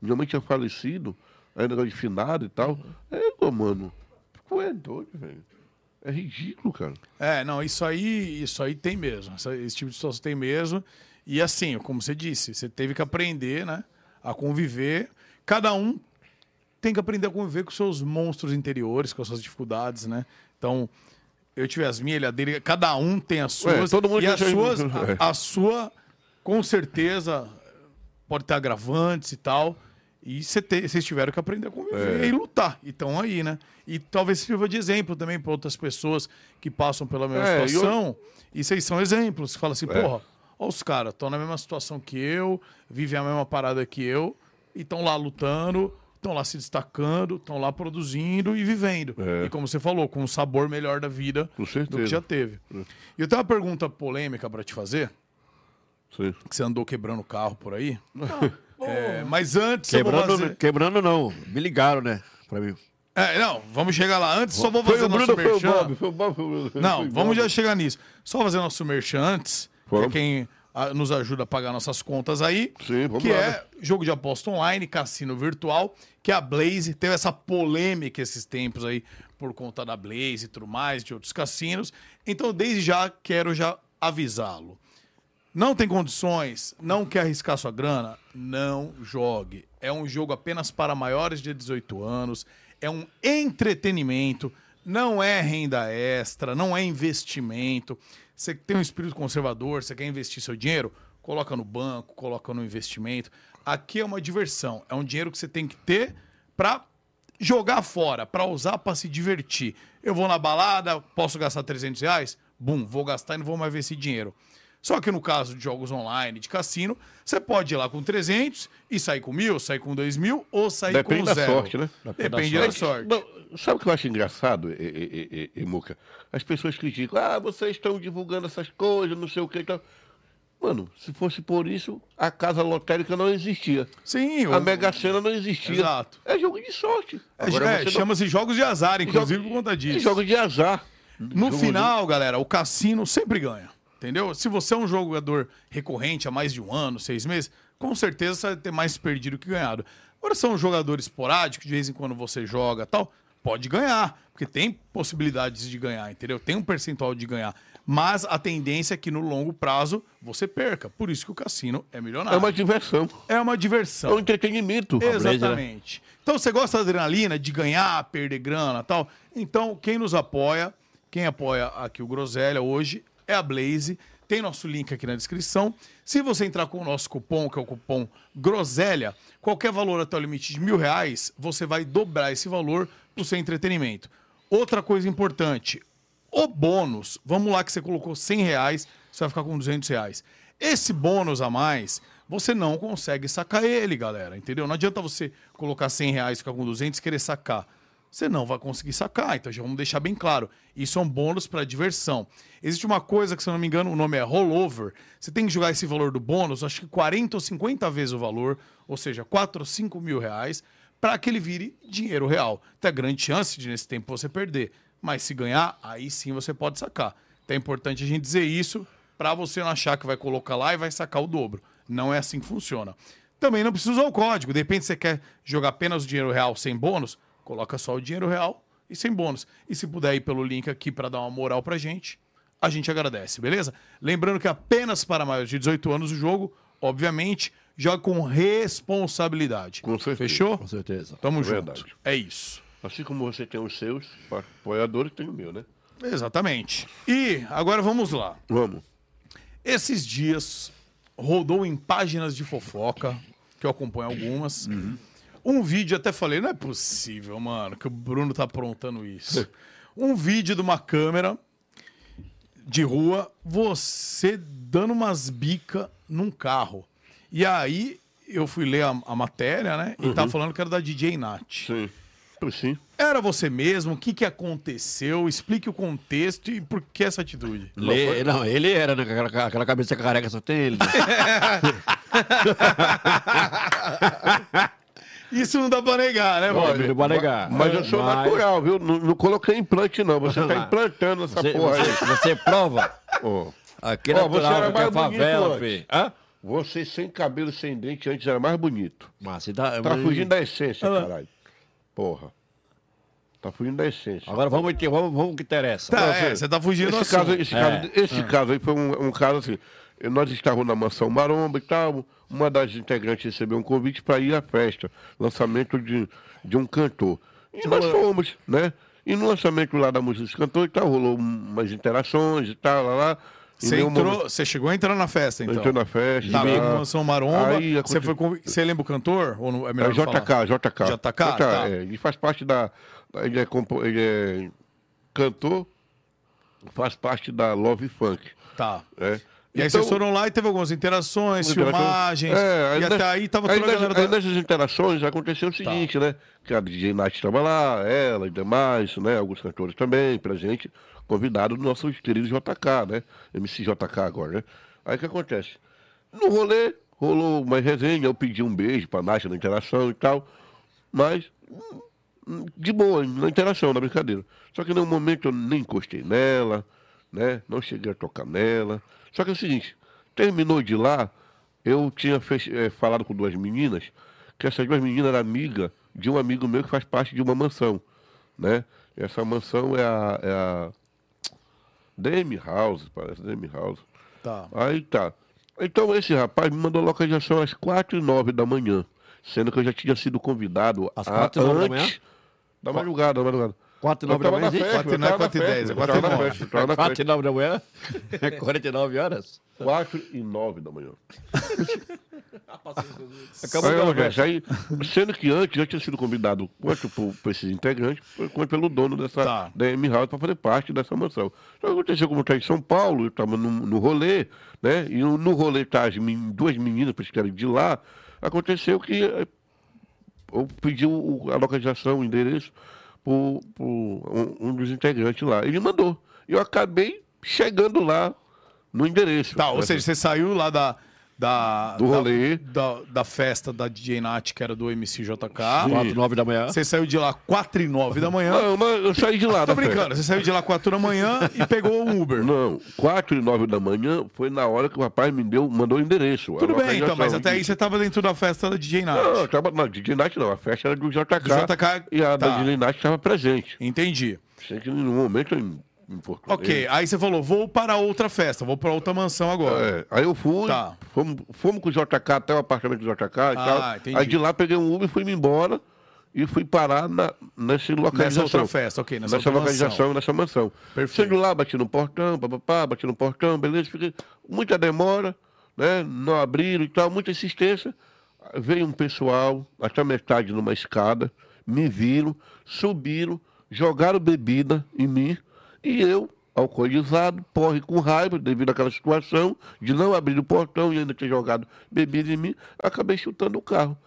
Speaker 4: Minha mãe tinha falecido, aí negócio de finado e tal. É, pô, mano, pô, é doido, velho. É ridículo, cara.
Speaker 2: É, não, isso aí, isso aí tem mesmo. Essa- Esse tipo de situação tem mesmo. E assim, como você disse, você teve que aprender, né? A conviver. Cada um tem que aprender a conviver com seus monstros interiores, com as suas dificuldades, né? Então, eu tive as minhas, ele a dele, cada um tem as
Speaker 4: Ué,
Speaker 2: suas.
Speaker 4: todo mundo
Speaker 2: e
Speaker 4: tem
Speaker 2: as
Speaker 4: seus-
Speaker 2: suas,
Speaker 4: É.
Speaker 2: a, a sua, com certeza, pode ter agravantes e tal. E cê te- vocês tiveram que aprender a
Speaker 4: É.
Speaker 2: conviver e lutar. E estão aí, né? E talvez sirva de exemplo também para outras pessoas que passam pela mesma
Speaker 4: É, e eu- É.
Speaker 2: situação. E vocês são exemplos. Fala assim, porra, ó os caras, estão na mesma situação que eu, vivem a mesma parada que eu, e estão lá lutando, estão lá se destacando, estão lá produzindo e vivendo.
Speaker 4: É.
Speaker 2: E como você falou, com um sabor melhor da vida
Speaker 4: Com
Speaker 2: do que
Speaker 4: certeza. É.
Speaker 2: já teve. E eu tenho uma pergunta polêmica para te fazer,
Speaker 4: Sim.
Speaker 2: que você andou quebrando o carro por aí. (laughs) É, mas antes eu vou
Speaker 3: Quebrando,
Speaker 2: fazer...
Speaker 3: quebrando não. Me ligaram, né? Pra mim.
Speaker 2: É, não, Então vamos chegar lá. Antes, só vou
Speaker 4: Foi
Speaker 2: fazer
Speaker 4: o Bruno,
Speaker 2: nosso
Speaker 4: foi o
Speaker 2: merchan.
Speaker 4: Bob, foi o Bob, foi o Bruno. Foi
Speaker 2: Não,
Speaker 4: o
Speaker 2: vamos
Speaker 4: Bob.
Speaker 2: já chegar nisso. Só fazer nosso merchan antes, que é
Speaker 4: Vamos.
Speaker 2: quem ah, nos ajuda a pagar nossas contas aí.
Speaker 4: Sim, vamos
Speaker 2: que
Speaker 4: lá,
Speaker 2: é
Speaker 4: né?
Speaker 2: jogo de aposta online, cassino virtual, que a Blaze teve essa polêmica esses tempos aí por conta da Blaze e tudo mais, de outros cassinos. Então, desde já, quero já avisá-lo. Não tem condições, não quer arriscar sua grana, não jogue. É um jogo apenas para maiores de 18 anos, é um entretenimento, não é renda extra, não é investimento. Você que tem um espírito conservador, você quer investir seu dinheiro, coloca no banco, coloca no investimento. Aqui é uma diversão, é um dinheiro que você tem que ter para jogar fora, pra usar pra se divertir. Eu vou na balada, posso gastar 300 reais? Bum, vou gastar e não vou mais ver esse dinheiro. Só que no caso de jogos online, de cassino, você pode ir lá com 300 e sair com mil, sair com dois mil ou sair
Speaker 4: Depende
Speaker 2: com
Speaker 4: da
Speaker 2: zero.
Speaker 4: sorte, né?
Speaker 2: Depende
Speaker 3: da
Speaker 2: da sorte.
Speaker 4: Não, sabe o que eu acho engraçado, e, e, e- e- e, Muca? As pessoas criticam, ah, vocês estão divulgando essas coisas, não sei o que e tal. Mano, se fosse por isso, a casa lotérica não existia.
Speaker 2: Sim,
Speaker 4: A
Speaker 2: o-
Speaker 4: Mega Sena não existia.
Speaker 2: Exato.
Speaker 4: É jogo de sorte.
Speaker 2: é,
Speaker 4: Agora
Speaker 2: é,
Speaker 4: você não-
Speaker 2: chama-se jogos de azar, inclusive por conta
Speaker 4: é
Speaker 2: disso.
Speaker 4: jogo de azar.
Speaker 2: No
Speaker 4: Jogo
Speaker 2: final, galera, o cassino sempre ganha. Entendeu? Se você é um jogador recorrente há mais de um ano, seis meses, com certeza você vai ter mais perdido que ganhado. Agora, se é um jogador esporádico, de vez em quando você joga e tal, pode ganhar, porque tem possibilidades de ganhar, entendeu? Tem um percentual de ganhar. Mas a tendência é que no longo prazo você perca. Por isso que o cassino é
Speaker 4: de- É
Speaker 2: milionário.
Speaker 4: uma diversão. É
Speaker 2: diversão.
Speaker 4: um entretenimento.
Speaker 2: Exatamente. Então, você gosta da adrenalina, de ganhar, perder grana e tal? Então, quem nos apoia, quem apoia aqui o Groselha hoje é a Blaze. Tem nosso link aqui na descrição. Se você entrar com o nosso cupom, que é o cupom Groselha, qualquer valor até o limite de mil reais, você vai dobrar esse valor para o seu entretenimento. Outra coisa importante, o bônus, vamos lá que você colocou 100 reais, você vai ficar com 200 reais. Esse bônus a mais, você não consegue sacar ele, galera, entendeu? Não adianta você colocar 100 reais, ficar com 200 e querer sacar. Você não vai conseguir sacar, então já vamos deixar bem claro. Isso é um bônus para diversão. Existe uma coisa que, se eu não me engano, o nome é rollover. Você tem que jogar esse valor do bônus, acho que 40 ou 50 vezes o valor, ou seja, 4 ou 5 mil reais, para que ele vire dinheiro real. Tem a grande chance de, nesse tempo, você perder. Mas se ganhar, aí sim você pode sacar. Então é importante a gente dizer isso para você não achar que vai colocar lá e vai sacar o dobro. Não é assim que funciona. Também não precisa usar o código. De repente você quer jogar apenas o dinheiro real sem bônus, coloca só o dinheiro real e sem bônus. E se puder ir pelo link aqui para dar uma moral pra gente, a gente agradece, beleza? Lembrando que apenas para maiores de 18 anos o jogo, obviamente, joga com responsabilidade.
Speaker 4: Com certeza.
Speaker 2: Fechou?
Speaker 3: Com certeza.
Speaker 2: Tamo
Speaker 4: Verdade.
Speaker 2: junto. É isso.
Speaker 4: Assim como você tem os seus apoiadores, tem o meu, né?
Speaker 2: Exatamente. E agora vamos lá.
Speaker 4: Vamos.
Speaker 2: Esses dias rodou em páginas de fofoca, que eu acompanho algumas. Um vídeo, até falei, não é possível, mano, que o Bruno tá aprontando isso. Um vídeo de uma câmera de rua, você dando umas bicas num carro. E aí eu fui ler a, a matéria, né? E tá falando que era da DJ Nath.
Speaker 4: Sim. Por sim.
Speaker 2: Era você mesmo? O que, que aconteceu? Explique o contexto e por que essa atitude.
Speaker 3: (laughs) Ele- não, ele era, né? com Aquela, aquela cabeça careca só tem ele. né?
Speaker 2: Isso não dá pra negar, né, mano?
Speaker 3: Não vai negar.
Speaker 4: Mas eu sou natural, viu? Não, não coloquei implante, não. Você tá implantando essa
Speaker 3: Você,
Speaker 4: porra aí.
Speaker 3: você, você prova
Speaker 4: Ó.
Speaker 3: aqui
Speaker 4: Ó,
Speaker 3: na
Speaker 4: você era
Speaker 3: natural, que é
Speaker 4: mais bonito
Speaker 3: favela,
Speaker 4: antes.
Speaker 3: filho. Hã?
Speaker 4: Você sem cabelo, sem dente, antes era mais bonito.
Speaker 3: Mas você tá,
Speaker 4: Tá
Speaker 3: mas-
Speaker 4: fugindo da essência, caralho. Porra. Tá fugindo da essência.
Speaker 3: Agora vamos, que- vamos, vamos que interessa.
Speaker 2: Tá, é, você tá fugindo do
Speaker 4: Esse,
Speaker 2: assunto.
Speaker 4: caso, esse,
Speaker 3: É.
Speaker 4: caso, esse caso aí foi um, um caso assim. eh, Nós estávamos na mansão Maromba e tal. Uma das integrantes recebeu um convite para ir à festa, lançamento de, de um cantor. E nós fomos, né? E no lançamento lá da música desse cantor e tal, rolou umas interações e tal, lá, lá. Em
Speaker 2: Você,
Speaker 4: nenhum
Speaker 2: entrou,
Speaker 4: momento-
Speaker 2: você chegou a entrar na festa,
Speaker 4: eu
Speaker 2: então.
Speaker 4: entrei na festa.
Speaker 2: Tá
Speaker 4: lá.
Speaker 2: bem com Mansão Maromba.
Speaker 4: Aí
Speaker 2: Você
Speaker 4: aconte-
Speaker 2: foi convi- Você lembra o cantor? Ou não- é
Speaker 4: É
Speaker 2: melhor
Speaker 4: o
Speaker 2: não falar?
Speaker 4: JK, JK.
Speaker 2: JK, tá.
Speaker 4: é, ele faz parte da. da- Ele é, compo- ele é cantor, faz parte da Love Funk.
Speaker 2: Tá.
Speaker 4: Né?
Speaker 2: E aí vocês foram lá e teve algumas interações, filmagens.
Speaker 4: É,
Speaker 2: e
Speaker 4: ainda-
Speaker 2: até aí tava
Speaker 4: aí
Speaker 2: toda a
Speaker 4: nas-
Speaker 2: galera
Speaker 4: aí
Speaker 2: da... Tá.
Speaker 4: nessas interações aconteceu o seguinte, né? Que a DJ Nath estava lá, ela e demais, né? Alguns cantores também, pra gente, convidado do nosso querido JK, né? MC JK agora, né? Aí o que acontece? No rolê, rolou uma resenha, eu pedi um beijo pra Nath na interação e tal, mas hum, hum, de boa, na interação, na brincadeira. Só que num momento eu nem encostei nela, né? Não cheguei a tocar nela. Só que é o seguinte, terminou de lá, eu tinha fech- eh, falado com duas meninas, que essas duas meninas eram amigas de um amigo meu que faz parte de uma mansão, né? Essa mansão é a, é a DM House, parece, DM House.
Speaker 2: Tá.
Speaker 4: Aí tá. Então esse rapaz me mandou localização às 4 e 9 da manhã, sendo que eu já tinha sido convidado
Speaker 3: Às
Speaker 4: a-
Speaker 3: 4 e 9 da manhã?
Speaker 4: antes da madrugada, da madrugada.
Speaker 3: 4 e 9 da
Speaker 4: Eu tava
Speaker 3: manhã,
Speaker 4: na
Speaker 3: existe?
Speaker 4: festa,
Speaker 2: 4 e
Speaker 4: eu tava
Speaker 2: 9, 4 e
Speaker 4: na
Speaker 2: 10, é
Speaker 4: festa,
Speaker 2: 4 e
Speaker 4: eu tava na
Speaker 2: 9.
Speaker 4: festa, eu tava na
Speaker 3: 4
Speaker 4: festa.
Speaker 3: e 9 da manhã? (laughs) É 49 horas?
Speaker 4: 4 e 9 da manhã.
Speaker 3: Acabou
Speaker 4: Aí,
Speaker 3: a
Speaker 4: Rogério, aí, sendo que antes eu tinha sido convidado quanto por, por esses integrantes, quanto pelo dono dessa
Speaker 2: Tá.
Speaker 4: da M House para fazer parte dessa mansão. Então aconteceu como está em São Paulo, eu estava no, no rolê, né? E no, no rolê tá as men- duas meninas para que eram de lá. Aconteceu que eh, eu pedi o- o- a localização, o endereço, para um, um dos integrantes lá. Ele mandou. E eu acabei chegando lá no endereço.
Speaker 2: Tá, ou
Speaker 4: Essa-
Speaker 2: seja, você saiu lá da. Da,
Speaker 4: Do
Speaker 2: da-
Speaker 4: rolê.
Speaker 2: Da, da festa da DJ Nath, que era do MC JK.
Speaker 3: 4 e 9 da manhã?
Speaker 2: Você saiu de lá 4 e 9 da manhã.
Speaker 4: Não, mas eu saí de lá.
Speaker 2: (laughs)
Speaker 4: tá
Speaker 2: Tô
Speaker 4: da festa.
Speaker 2: brincando, você saiu de lá 4 da manhã e pegou um Uber.
Speaker 4: Não, 4 e 9 da manhã foi na hora que o rapaz me deu, mandou o endereço.
Speaker 2: Tudo
Speaker 4: A
Speaker 2: bem, então,
Speaker 4: localização.
Speaker 2: mas até aí você tava dentro da festa da DJ Nath.
Speaker 4: Não, "Ah, eu tava, não, DJ Night não, a festa era do JK.
Speaker 2: Do JK,
Speaker 4: E a
Speaker 2: tá.
Speaker 4: da DJ Night estava presente.
Speaker 2: Entendi.
Speaker 4: Sei que num momento eu me importunei.
Speaker 2: Ok, aí você falou, vou para outra festa, vou para outra mansão agora.
Speaker 4: É, aí eu fui,
Speaker 2: Tá. Ah,
Speaker 4: fomos, fomos com o JK até o apartamento do JK e tal.
Speaker 2: entendi.
Speaker 4: Aí de lá peguei um Uber e fui embora e fui parar na, nesse
Speaker 2: Nessa
Speaker 4: localização.
Speaker 2: outra festa, ok, nessa,
Speaker 4: nessa,
Speaker 2: outra
Speaker 4: localização,
Speaker 2: mansão.
Speaker 4: nessa mansão.
Speaker 2: Perfeito.
Speaker 4: Chego lá, bati no portão, papapá, bati no portão, beleza, fiquei muita demora, né? Não abriram e tal, muita insistência. Veio um pessoal, até a metade numa escada, me viram, subiram, jogaram bebida em mim e eu, alcoolizado, porre com raiva devido àquela situação de não abrir o portão e ainda ter jogado bebida em mim, acabei chutando o carro.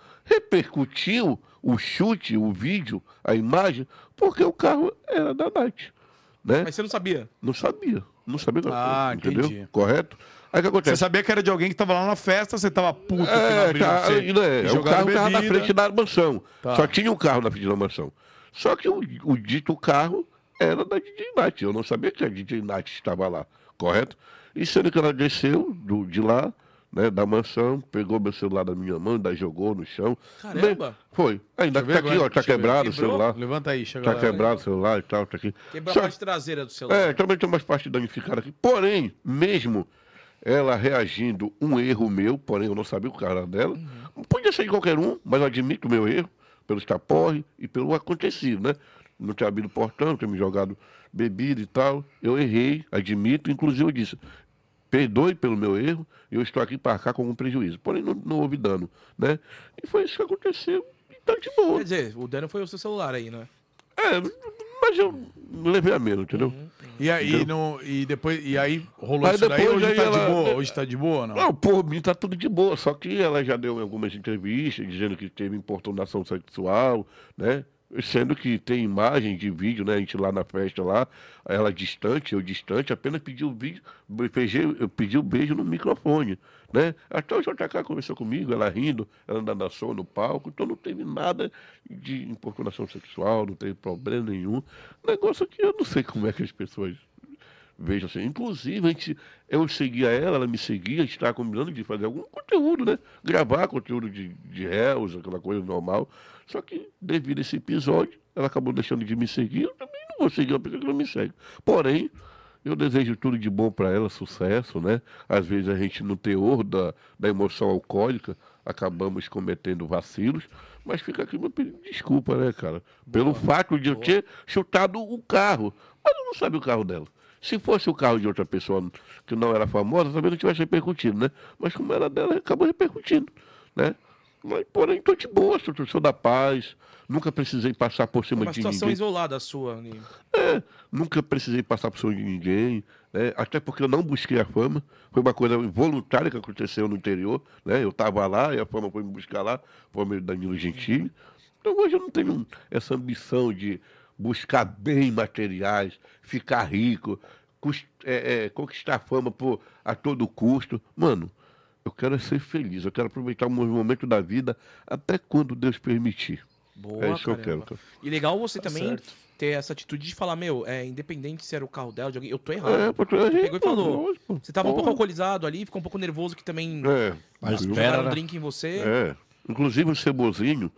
Speaker 4: Repercutiu o chute, o vídeo, a imagem, porque o carro era da Night, né?
Speaker 1: Mas você não sabia.
Speaker 4: Não sabia. Não sabia.
Speaker 2: Ah,
Speaker 4: entendeu?
Speaker 2: entendi.
Speaker 4: Correto? Aí o que
Speaker 2: Você
Speaker 4: acontece?
Speaker 2: sabia que era de alguém que tava lá na festa, você tava puto que não
Speaker 4: É,
Speaker 2: abriram pra
Speaker 4: tá,
Speaker 2: você.
Speaker 4: e, né,
Speaker 2: e
Speaker 4: o
Speaker 2: jogaram
Speaker 4: carro estava na
Speaker 2: bebida.
Speaker 4: frente da mansão.
Speaker 2: Tá.
Speaker 4: Só tinha um carro na frente da mansão. Só que o, o dito carro era da DJ Nath. Eu não sabia que a DJ Nath estava lá, correto? E sendo que ela desceu do- de lá, né, da mansão, pegou meu celular da minha mãe, daí jogou no chão.
Speaker 1: Caramba!
Speaker 4: Bem, foi.
Speaker 2: Deixa
Speaker 4: Ainda
Speaker 2: eu ver
Speaker 4: está aqui,
Speaker 2: agora,
Speaker 4: ó, tá
Speaker 2: deixa eu ver.
Speaker 4: quebrado o
Speaker 1: Quebrou?
Speaker 4: celular.
Speaker 2: Levanta aí, chega
Speaker 4: Tá
Speaker 2: lá.
Speaker 4: quebrado o celular e tal, tá aqui.
Speaker 1: Quebrou
Speaker 4: Só-
Speaker 1: a parte traseira do celular.
Speaker 4: é, também tem umas partes danificadas aqui. Porém, mesmo ela reagindo um erro meu, porém eu não sabia o cara dela, podia ser de qualquer um, mas eu admito o meu erro, pelo estaporre e pelo acontecido, né? Não ter abrido o portão, ter me jogado bebida e tal. Eu errei, admito, inclusive eu disse, perdoe pelo meu erro, eu estou aqui para cá com algum prejuízo. Porém, não, não houve dano, né? E foi isso que aconteceu. E tá de boa.
Speaker 1: Quer dizer, o dano foi o seu celular aí, né?
Speaker 4: É, mas eu levei a menos, entendeu?
Speaker 2: E aí, no, e depois, e aí rolou
Speaker 4: Aí
Speaker 2: isso daí,
Speaker 4: depois
Speaker 2: hoje
Speaker 4: aí
Speaker 2: tá de
Speaker 4: ela-
Speaker 2: boa, hoje tá de boa ou não?
Speaker 4: Não, por mim tá tudo de boa, só que ela já deu algumas entrevistas dizendo que teve importunação sexual, né? Sendo que tem imagem de vídeo, né? A gente lá na festa lá, ela distante, eu distante, apenas pediu o vídeo, beijei- eu pedi o beijo no microfone, né? Até o JK conversou comigo, ela rindo, ela andando só no palco, então não teve nada de importunação sexual, não teve problema nenhum. Negócio que eu não sei como é que as pessoas Veja assim, inclusive, a gente, eu seguia ela, ela me seguia, a gente estava combinando de fazer algum conteúdo, né? Gravar conteúdo de, de réus, aquela coisa normal. Só que, devido a esse episódio, ela acabou deixando de me seguir. Eu também não vou seguir é uma pessoa que não me segue. Porém, eu desejo tudo de bom para ela, sucesso, né? Às vezes a gente, no teor da, da emoção alcoólica, acabamos cometendo vacilos. Mas fica aqui meu pedido de desculpa, né, cara? Pelo fato de eu ter chutado o carro. Mas eu não sabia o carro dela. Se fosse o carro de outra pessoa que não era famosa, também não tivesse repercutido, né? Mas como era dela, acabou repercutindo, né? Mas, porém, estou de boa, sou sou da paz, nunca precisei passar por cima
Speaker 1: Uma
Speaker 4: de
Speaker 1: situação
Speaker 4: ninguém.
Speaker 1: isolada a sua, né? Ninho.
Speaker 4: Nunca precisei passar por cima de ninguém, né? até porque eu não busquei a fama. Foi uma coisa involuntária que aconteceu no interior. Né? Eu estava lá e a fama foi me buscar lá, foi meu Danilo Gentili. Então hoje eu não tenho essa ambição de buscar bens materiais, ficar rico, cus- é, é, conquistar fama por, a todo custo. Mano, eu quero é ser feliz, eu quero aproveitar um momento da vida até quando Deus permitir.
Speaker 1: Boa,
Speaker 4: é isso que eu quero.
Speaker 1: caramba.
Speaker 4: cara.
Speaker 1: E legal você
Speaker 2: Tá
Speaker 1: também
Speaker 2: certo.
Speaker 1: ter essa atitude de falar, meu, é, independente se era o carro dela, de alguém, eu tô errado.
Speaker 4: É, porque a gente
Speaker 1: Ah, pegou e falou.
Speaker 4: lógico,
Speaker 1: Você tava um pouco
Speaker 4: porra.
Speaker 1: alcoolizado ali, ficou um pouco nervoso que também
Speaker 4: É,
Speaker 3: Mas
Speaker 4: viu?
Speaker 3: Pera,
Speaker 1: jogaram um
Speaker 3: né?
Speaker 1: drink em você.
Speaker 4: É. Inclusive o Cebozinho,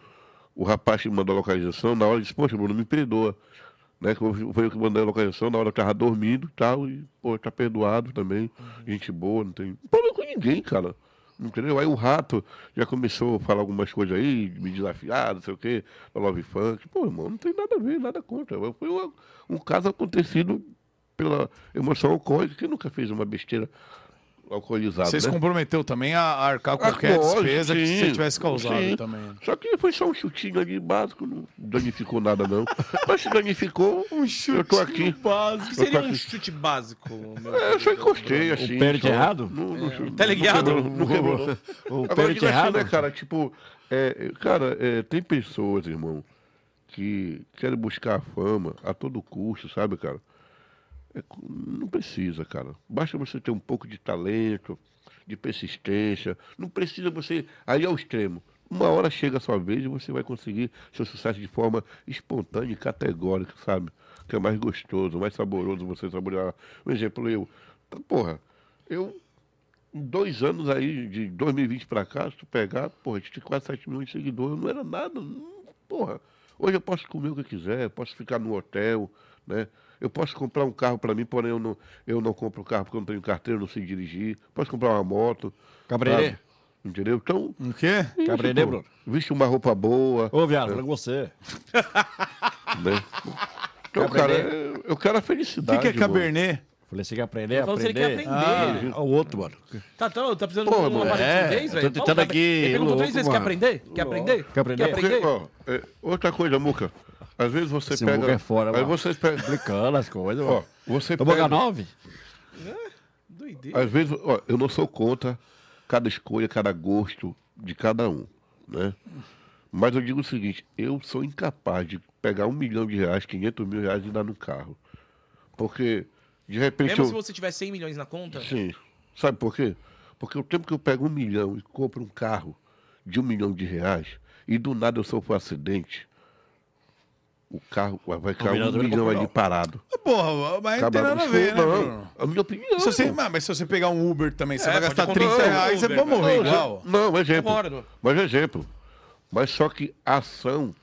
Speaker 4: o rapaz que me mandou a localização, na hora disse, poxa, Bruno, me perdoa. Né? que eu- Foi eu que mandei a localização, na hora eu tava dormindo e tal, e, pô, tá perdoado também. Gente boa, não tem problema com ninguém, cara. Entendeu? Aí o rato já começou a falar algumas coisas aí, me desafiar, não sei o quê, da Love Funk. Pô, irmão, não tem nada a ver, nada contra. Mas Foi uma- um caso acontecido pela emoção alcoólica, que nunca fez uma besteira alcoolizada.
Speaker 2: Você se
Speaker 4: né? Ah,
Speaker 2: comprometeu também a arcar com qualquer
Speaker 4: lógico,
Speaker 2: despesa que você
Speaker 4: sim,
Speaker 2: tivesse causado
Speaker 4: sim.
Speaker 2: também.
Speaker 4: Só que foi só um chutinho ali básico, não danificou nada não. Mas
Speaker 1: (laughs)
Speaker 4: se danificou,
Speaker 2: Um
Speaker 4: eu tô aqui.
Speaker 1: O que seria
Speaker 4: tô
Speaker 1: um
Speaker 4: aqui.
Speaker 1: chute básico, meu
Speaker 4: É, eu só encostei assim.
Speaker 3: o pé de
Speaker 4: só.
Speaker 3: errado?
Speaker 4: Não, não, não,
Speaker 1: Tá ligado?
Speaker 4: quebrou, é Não quebrou.
Speaker 3: O
Speaker 4: Agora
Speaker 3: pênalti
Speaker 4: diga assim,
Speaker 3: Um errado.
Speaker 4: né, cara? Tipo, é, cara, é, tem pessoas, irmão, que querem buscar a fama a todo custo, sabe, cara? É, cu- não precisa, cara. Basta você ter um pouco de talento, de persistência. Não precisa você. Aí ao extremo. Uma hora chega a sua vez e você vai conseguir seu sucesso de forma espontânea e categórica, sabe? Que é mais gostoso, mais saboroso você saborear. Por exemplo, eu. Porra, eu em dois anos aí, de 2020 pra cá, se tu pegar, porra, a gente tinha quase 7 milhões de seguidores, não era nada, não- porra. Hoje eu posso comer o que eu quiser, posso ficar no hotel, né? Eu posso comprar um carro pra mim, porém eu não, eu não compro carro porque eu não tenho carteira, eu não sei dirigir. Posso comprar uma moto.
Speaker 3: Cabrerê.
Speaker 4: sabe? Entendeu? Então,
Speaker 2: O quê?
Speaker 4: isso,
Speaker 3: Cabrerê,
Speaker 4: pô.
Speaker 3: Bruno.
Speaker 4: Viste uma roupa boa,
Speaker 3: Ô, viado, falei com você.
Speaker 4: né? Então, cara, eu, eu quero a
Speaker 2: O que,
Speaker 4: felicidade.
Speaker 2: que é
Speaker 4: mano.
Speaker 2: Cabernet?
Speaker 3: Falei, você quer aprender?
Speaker 1: Ele falou se ele quer
Speaker 3: aprender?
Speaker 1: aprender.
Speaker 3: Ah, o outro, mano.
Speaker 1: Tá, tá, tá precisando
Speaker 4: Porra,
Speaker 1: de uma
Speaker 4: mano,
Speaker 1: paleta
Speaker 3: é,
Speaker 1: de inglês,
Speaker 3: eu tô
Speaker 1: velho?
Speaker 3: tentando
Speaker 1: Volta,
Speaker 3: aqui,
Speaker 1: Ele perguntou três
Speaker 3: louco,
Speaker 1: vezes, quer
Speaker 3: mano.
Speaker 1: aprender? Quer aprender?
Speaker 3: Quer aprender?
Speaker 4: Porque, ó, é, outra coisa, Muca. Às vezes você
Speaker 3: Esse
Speaker 4: pega.
Speaker 3: Muca é fora,
Speaker 4: aí
Speaker 3: mano.
Speaker 4: você pega.
Speaker 3: Explicando as coisas,
Speaker 4: Ó,
Speaker 3: mano.
Speaker 4: você
Speaker 3: Tomou
Speaker 4: pega-
Speaker 3: H9?
Speaker 1: Doideira.
Speaker 4: Às vezes, ó, eu não sou contra cada escolha, cada gosto de cada um, né? Mas eu digo o seguinte, eu sou incapaz de pegar um milhão de reais, 500 mil reais e dar no carro. Porque, de repente...
Speaker 1: Mesmo
Speaker 4: eu-
Speaker 1: se você tiver 100 milhões na conta, "Ah,
Speaker 4: Sim. Sabe por quê? Porque o tempo que eu pego um milhão e compro um carro de um milhão de reais e do nada eu sofro um acidente, o carro vai cair um
Speaker 3: vereador não
Speaker 4: milhão
Speaker 3: comprou,
Speaker 4: ali
Speaker 3: não.
Speaker 4: parado.
Speaker 2: Porra, mas é não tem
Speaker 4: Acaba-
Speaker 2: nada a ver, né,
Speaker 4: Não,
Speaker 2: Bruno?
Speaker 4: A minha opinião. é
Speaker 2: Se você,
Speaker 4: irmão.
Speaker 2: mas mas se você pegar um Uber também, você
Speaker 1: É,
Speaker 2: vai
Speaker 1: pode
Speaker 2: gastar
Speaker 1: comprar
Speaker 2: 30
Speaker 1: um
Speaker 2: reais,
Speaker 1: Uber,
Speaker 2: você vai morrer
Speaker 4: Não,
Speaker 2: igual.
Speaker 4: exe- Não, é exemplo.
Speaker 1: Concordo.
Speaker 4: Mas exemplo. Mas só que a ação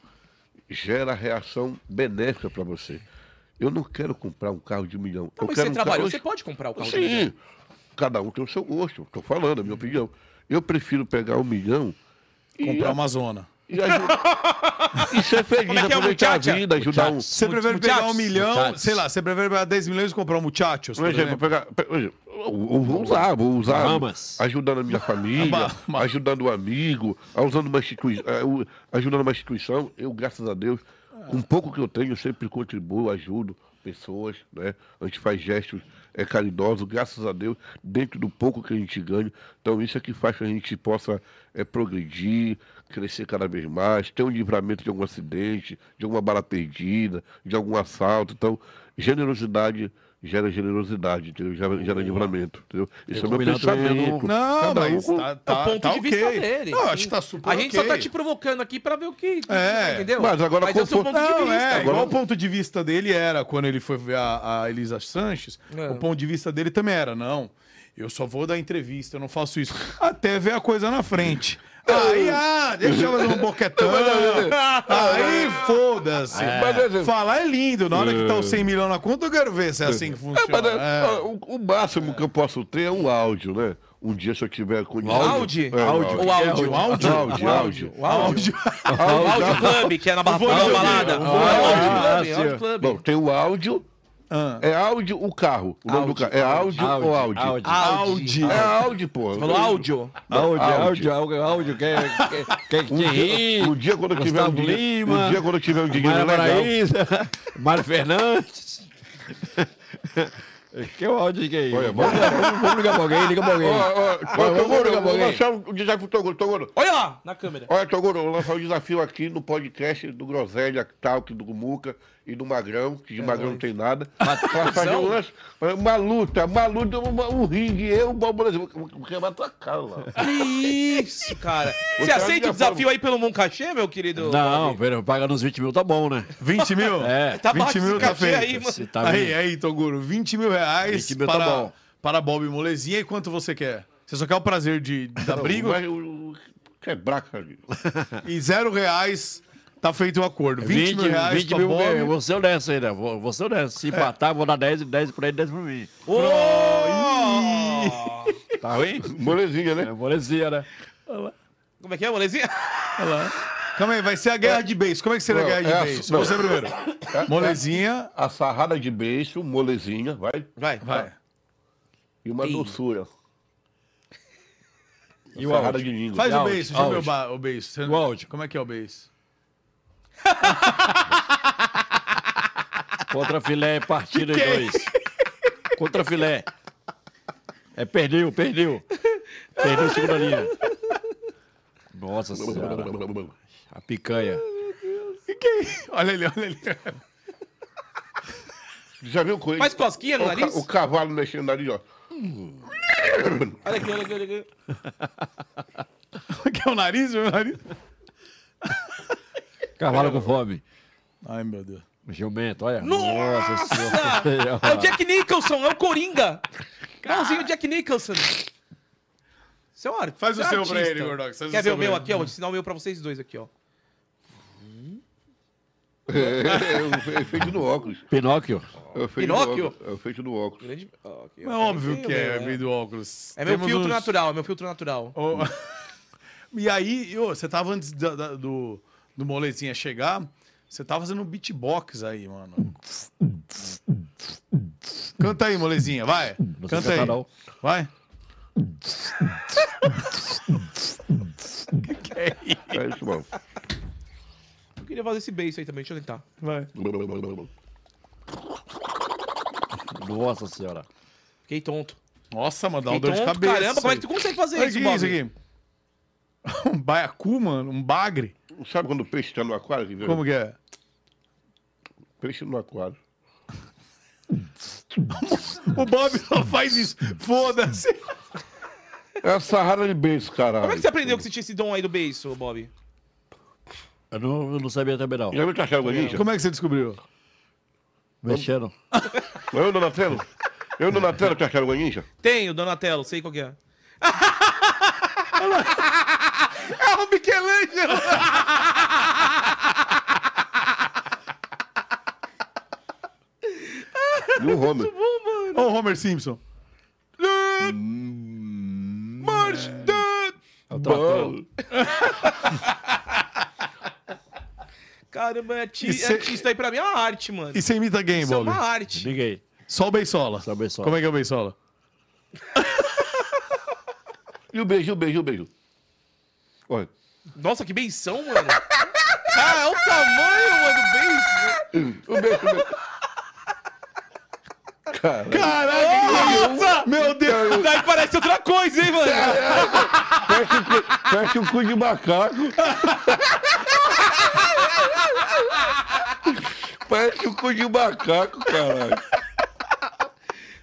Speaker 4: gera reação benéfica para você. Eu não quero comprar um carro de um milhão.
Speaker 1: Não,
Speaker 4: eu
Speaker 1: mas
Speaker 4: quero
Speaker 1: você
Speaker 4: um
Speaker 1: trabalhou,
Speaker 4: carro...
Speaker 1: você pode comprar o carro de um milhão.
Speaker 4: Sim, cada um tem o seu gosto. Estou falando, a minha opinião. Eu prefiro pegar um milhão e,
Speaker 2: Comprar uma zona.
Speaker 4: e,
Speaker 1: (laughs)
Speaker 4: ajudar, e ser
Speaker 1: Como
Speaker 4: feliz,
Speaker 1: é que é,
Speaker 4: aproveitar a
Speaker 1: muchacha?
Speaker 4: vida, ajudar um.
Speaker 2: Você prefere pegar um
Speaker 1: muchachos,
Speaker 2: milhão,
Speaker 3: muchachos.
Speaker 2: sei lá, você prefere pegar 10 milhões e comprar um muchachos,
Speaker 4: Por
Speaker 2: por
Speaker 4: exemplo,
Speaker 2: exemplo?
Speaker 4: pegar, pe- por exemplo, eu- eu vou usar, vou usar.
Speaker 3: Bahamas.
Speaker 4: Ajudando a minha família,
Speaker 2: Ba- ba-
Speaker 4: ah, ajudando o amigo, usando uma institui- eh, o- ajudando uma instituição. Eu, graças a Deus, Com o pouco que eu tenho, eu sempre contribuo, ajudo pessoas, né? A gente faz gestos é caridoso, graças a Deus, dentro do pouco que a gente ganha. Então isso é que faz que a gente possa é, progredir, crescer cada vez mais, ter um livramento de algum acidente, de alguma bala perdida, de algum assalto. Então, generosidade gera generosidade, entendeu? Gera, gera livramento, entendeu? Isso é meu
Speaker 3: combinado também,
Speaker 4: pensamento.
Speaker 3: não-
Speaker 2: Não,
Speaker 4: Cada um
Speaker 2: mas
Speaker 4: com-
Speaker 2: tá,
Speaker 1: É o
Speaker 2: tá,
Speaker 1: ponto
Speaker 2: tá
Speaker 1: de
Speaker 2: ok.
Speaker 1: vista dele.
Speaker 2: Não,
Speaker 1: sim.
Speaker 2: acho que tá super
Speaker 1: A gente
Speaker 2: ok.
Speaker 1: só tá te provocando aqui pra ver o que.
Speaker 2: É.
Speaker 1: Entendeu?
Speaker 4: Mas agora
Speaker 1: é o seu
Speaker 4: confo-
Speaker 1: ponto de
Speaker 2: Não,
Speaker 1: vista.
Speaker 2: é,
Speaker 4: Agora-
Speaker 2: igual o ponto de vista dele era quando ele foi ver a, a Elisa Sanches,
Speaker 1: É.
Speaker 2: o ponto de vista dele também era, não, eu só vou dar entrevista, eu não faço isso, até ver a coisa na frente. Aí, ah, deixa eu fazer um boquetão. Aí, foda-se.
Speaker 4: Mas,
Speaker 2: Falar é lindo, na hora que tá os 100 milhões na conta, eu quero ver se é assim que
Speaker 4: É, mas,
Speaker 2: funciona.
Speaker 4: né, ah, o, o máximo que eu posso ter é um áudio, né? Um dia se eu tiver com
Speaker 1: áudio?
Speaker 4: É,
Speaker 1: Áudio. O áudio.
Speaker 2: O áudio?
Speaker 4: Áudio, áudio.
Speaker 1: O áudio. O áudio club, que é na Barra
Speaker 2: vou
Speaker 1: Funda,
Speaker 2: dizer,
Speaker 1: balada.
Speaker 2: eu
Speaker 1: O
Speaker 2: vou
Speaker 1: áudio
Speaker 3: dizer.
Speaker 1: club, áudio club.
Speaker 4: Bom, tem o áudio.
Speaker 2: Ah.
Speaker 4: É áudio o carro. O nome do carro. É áudio, ou áudio?
Speaker 3: Áudio.
Speaker 1: Áudio.
Speaker 4: É áudio, pô.
Speaker 1: Falou áudio.
Speaker 3: Áudio,
Speaker 4: áudio.
Speaker 3: áudio, áudio, áudio, que que- que-
Speaker 4: Um dia, um
Speaker 3: que
Speaker 4: dia quando eu tiver um
Speaker 3: Gustavo
Speaker 4: dinheiro,
Speaker 3: Lima,
Speaker 4: um dia quando eu tiver um dinheiro
Speaker 3: Mara
Speaker 4: legal.
Speaker 3: Paraíza, (laughs) Mário Fernandes. Que áudio que é isso?
Speaker 4: Olha,
Speaker 3: Vamos
Speaker 4: vamos-
Speaker 3: vamos ligar pra alguém, liga pra alguém.
Speaker 4: Ó, ó,
Speaker 3: vamos ligar
Speaker 4: Toguro, eu
Speaker 3: pra
Speaker 4: vou
Speaker 3: alguém.
Speaker 4: lançar um desafio pro Toguro. Toguro,
Speaker 1: Olha lá, na câmera.
Speaker 4: Olha, Toguro, eu vou lançar um desafio aqui no podcast do Groselha, Talk, do Gumuca e do Magrão, que de Magrão não tem nada. Pra fazer um lance, uma luta, uma luta, uma- um ringue, eu, o Brasil. Vou vou quebrar tua cara lá.
Speaker 1: Que isso, cara. Você
Speaker 4: Você
Speaker 1: aceita o
Speaker 4: já
Speaker 1: desafio aí pelo Moncachê, meu querido?
Speaker 3: Não, pera, paga uns 20 mil, tá bom, né?
Speaker 2: 20 mil?
Speaker 3: É,
Speaker 1: Tá
Speaker 2: 20
Speaker 1: baixo
Speaker 2: mil
Speaker 1: esse
Speaker 2: tá
Speaker 1: cachê
Speaker 2: feito.
Speaker 1: aí, mano.
Speaker 3: Você tá
Speaker 2: aí,
Speaker 3: bem.
Speaker 2: aí, Toguro, 20 mil reais
Speaker 3: 20 mil tá
Speaker 2: para,
Speaker 3: bom.
Speaker 2: para Bob Molezinha. E quanto você quer? Você só quer o prazer de,
Speaker 4: (laughs)
Speaker 2: da briga?
Speaker 4: Vai o- quebrar, cara. (laughs)
Speaker 2: e zero reais, tá feito o acordo. 20,
Speaker 3: 20
Speaker 2: mil reais tá
Speaker 3: 20
Speaker 2: pra
Speaker 3: mil, é,
Speaker 2: Bob.
Speaker 3: eu vou ser honesto ainda, vou, vou ser honesto. Se empatar, vou dar 10, 10 pra ele, 10 pra mim.
Speaker 1: Ô!
Speaker 3: Tá ruim?
Speaker 4: Molezinha, né?
Speaker 3: É bolezinha, né?
Speaker 1: Como é que é, molezinha?
Speaker 2: Olha lá. Calma aí, vai ser a guerra de beijo. Como é que será a
Speaker 4: Não,
Speaker 2: guerra de
Speaker 4: é a-
Speaker 2: beijo?
Speaker 4: não.
Speaker 2: Você primeiro. Molezinha,
Speaker 4: A sarrada de beijo, molezinha, vai.
Speaker 1: Vai,
Speaker 2: vai.
Speaker 4: E uma
Speaker 1: Ih.
Speaker 4: doçura.
Speaker 3: E o
Speaker 4: sarrada
Speaker 3: áudio?
Speaker 4: de língua.
Speaker 2: Faz o
Speaker 3: Áudio,
Speaker 2: beijo, deixa eu ver o,
Speaker 3: áudio.
Speaker 2: ba- o beijo. Você-
Speaker 3: O áudio.
Speaker 2: Como é que é o beijo?
Speaker 3: Contra filé, partida em dois. Contra filé. É, perdeu, perdeu. Perdeu a segunda linha. Nossa senhora. A picanha.
Speaker 2: Olha ele, olha ele. (laughs)
Speaker 4: Já viu
Speaker 1: (laughs)
Speaker 4: coisa?
Speaker 1: Faz cosquinha no
Speaker 4: o, ca-
Speaker 1: nariz?
Speaker 4: o cavalo mexendo no nariz, ó. (laughs)
Speaker 1: Olha aqui, olha aqui, olha aqui.
Speaker 2: Quer é o nariz? Meu nariz?
Speaker 3: Cavalo com fome.
Speaker 2: Ai, meu Deus.
Speaker 3: Jumento, olha.
Speaker 1: Nossa!
Speaker 3: senhora.
Speaker 1: É o Jack Nicholson, é o Coringa. Igualzinho o Jack Nicholson. Senhora,
Speaker 2: Faz o
Speaker 1: você é
Speaker 2: seu pra
Speaker 1: artista.
Speaker 2: ele, Gordox, faz o
Speaker 1: Quer ver
Speaker 2: seu
Speaker 1: o meu
Speaker 2: pra ele.
Speaker 1: aqui? ó? Vou te ensinar o meu pra vocês dois aqui, ó.
Speaker 4: É, o efeito do óculos.
Speaker 3: Pinóquio.
Speaker 4: É o efeito do
Speaker 1: Pinóquio?
Speaker 4: óculos, É o efeito do óculos.
Speaker 1: Grande... ó, aqui, ó.
Speaker 2: É óbvio
Speaker 1: Tem o
Speaker 2: que
Speaker 1: meu,
Speaker 2: é
Speaker 1: né?
Speaker 2: meio do óculos.
Speaker 1: É meu
Speaker 2: Temos
Speaker 1: filtro
Speaker 2: uns-
Speaker 1: natural, é meu filtro natural.
Speaker 2: Ô, E aí, ô, você tava antes da- da- do, do molezinha chegar, você tava fazendo um beatbox aí, mano. Canta aí, molezinha, vai.
Speaker 3: Não sei
Speaker 2: Canta
Speaker 3: cantar,
Speaker 2: aí.
Speaker 3: não.
Speaker 2: Vai.
Speaker 4: É isso, mano.
Speaker 1: Eu queria fazer esse beijo aí também, deixa eu tentar.
Speaker 2: Vai.
Speaker 3: Nossa senhora.
Speaker 1: Fiquei tonto.
Speaker 2: Nossa, mano, dá um
Speaker 1: Fiquei
Speaker 2: dor de
Speaker 1: tonto,
Speaker 2: cabeça.
Speaker 1: caramba, como é que tu consegue fazer
Speaker 2: Olha
Speaker 1: isso,
Speaker 2: que é isso
Speaker 1: Bob?
Speaker 2: aqui? (laughs) Um baiacu, mano, um bagre.
Speaker 4: (laughs) Sabe quando o peixe tá no aquário? que vem?
Speaker 2: Como que é?
Speaker 4: Peixe no aquário.
Speaker 2: O Bob só faz isso. Foda-se.
Speaker 4: É a sarrada de beijo, caralho.
Speaker 1: Como é que você aprendeu que você tinha esse dom aí do beijo, Bob?
Speaker 3: Eu não, eu não sabia também, não.
Speaker 4: Já viu o Tartaruga Ninja?
Speaker 2: Como é que você descobriu?
Speaker 3: Mexendo.
Speaker 4: Eu, Donatello? Eu, Donatello, Tartaruga Ninja?
Speaker 1: Tenho, Donatello, sei qual que
Speaker 2: (laughs)
Speaker 1: é. é o (laughs) Michelangelo!
Speaker 4: E o Homer?
Speaker 2: Ô, Homer Simpson.
Speaker 1: March the-
Speaker 4: Bom,
Speaker 1: Caramba, é arti-
Speaker 2: E cê-
Speaker 1: é artista aí pra mim é uma arte, mano.
Speaker 2: E você imita quem,
Speaker 1: Isso é
Speaker 2: Bob?
Speaker 1: uma arte.
Speaker 3: Liguei.
Speaker 2: Só o Beisola.
Speaker 3: Só o Beisola.
Speaker 2: Como é que é o Beisola?
Speaker 4: E o beijo, e o beijo, e o beijo? Olha.
Speaker 1: Nossa, que benção, mano. Ah, é o tamanho, mano, bem.
Speaker 4: O beijo, o beijo. Cara,
Speaker 2: Caralho, meu Deus!
Speaker 1: Daí parece outra coisa, hein, mano?
Speaker 4: parece um, cu- parece um cu de macaco. (laughs) parece um cu de macaco, caralho.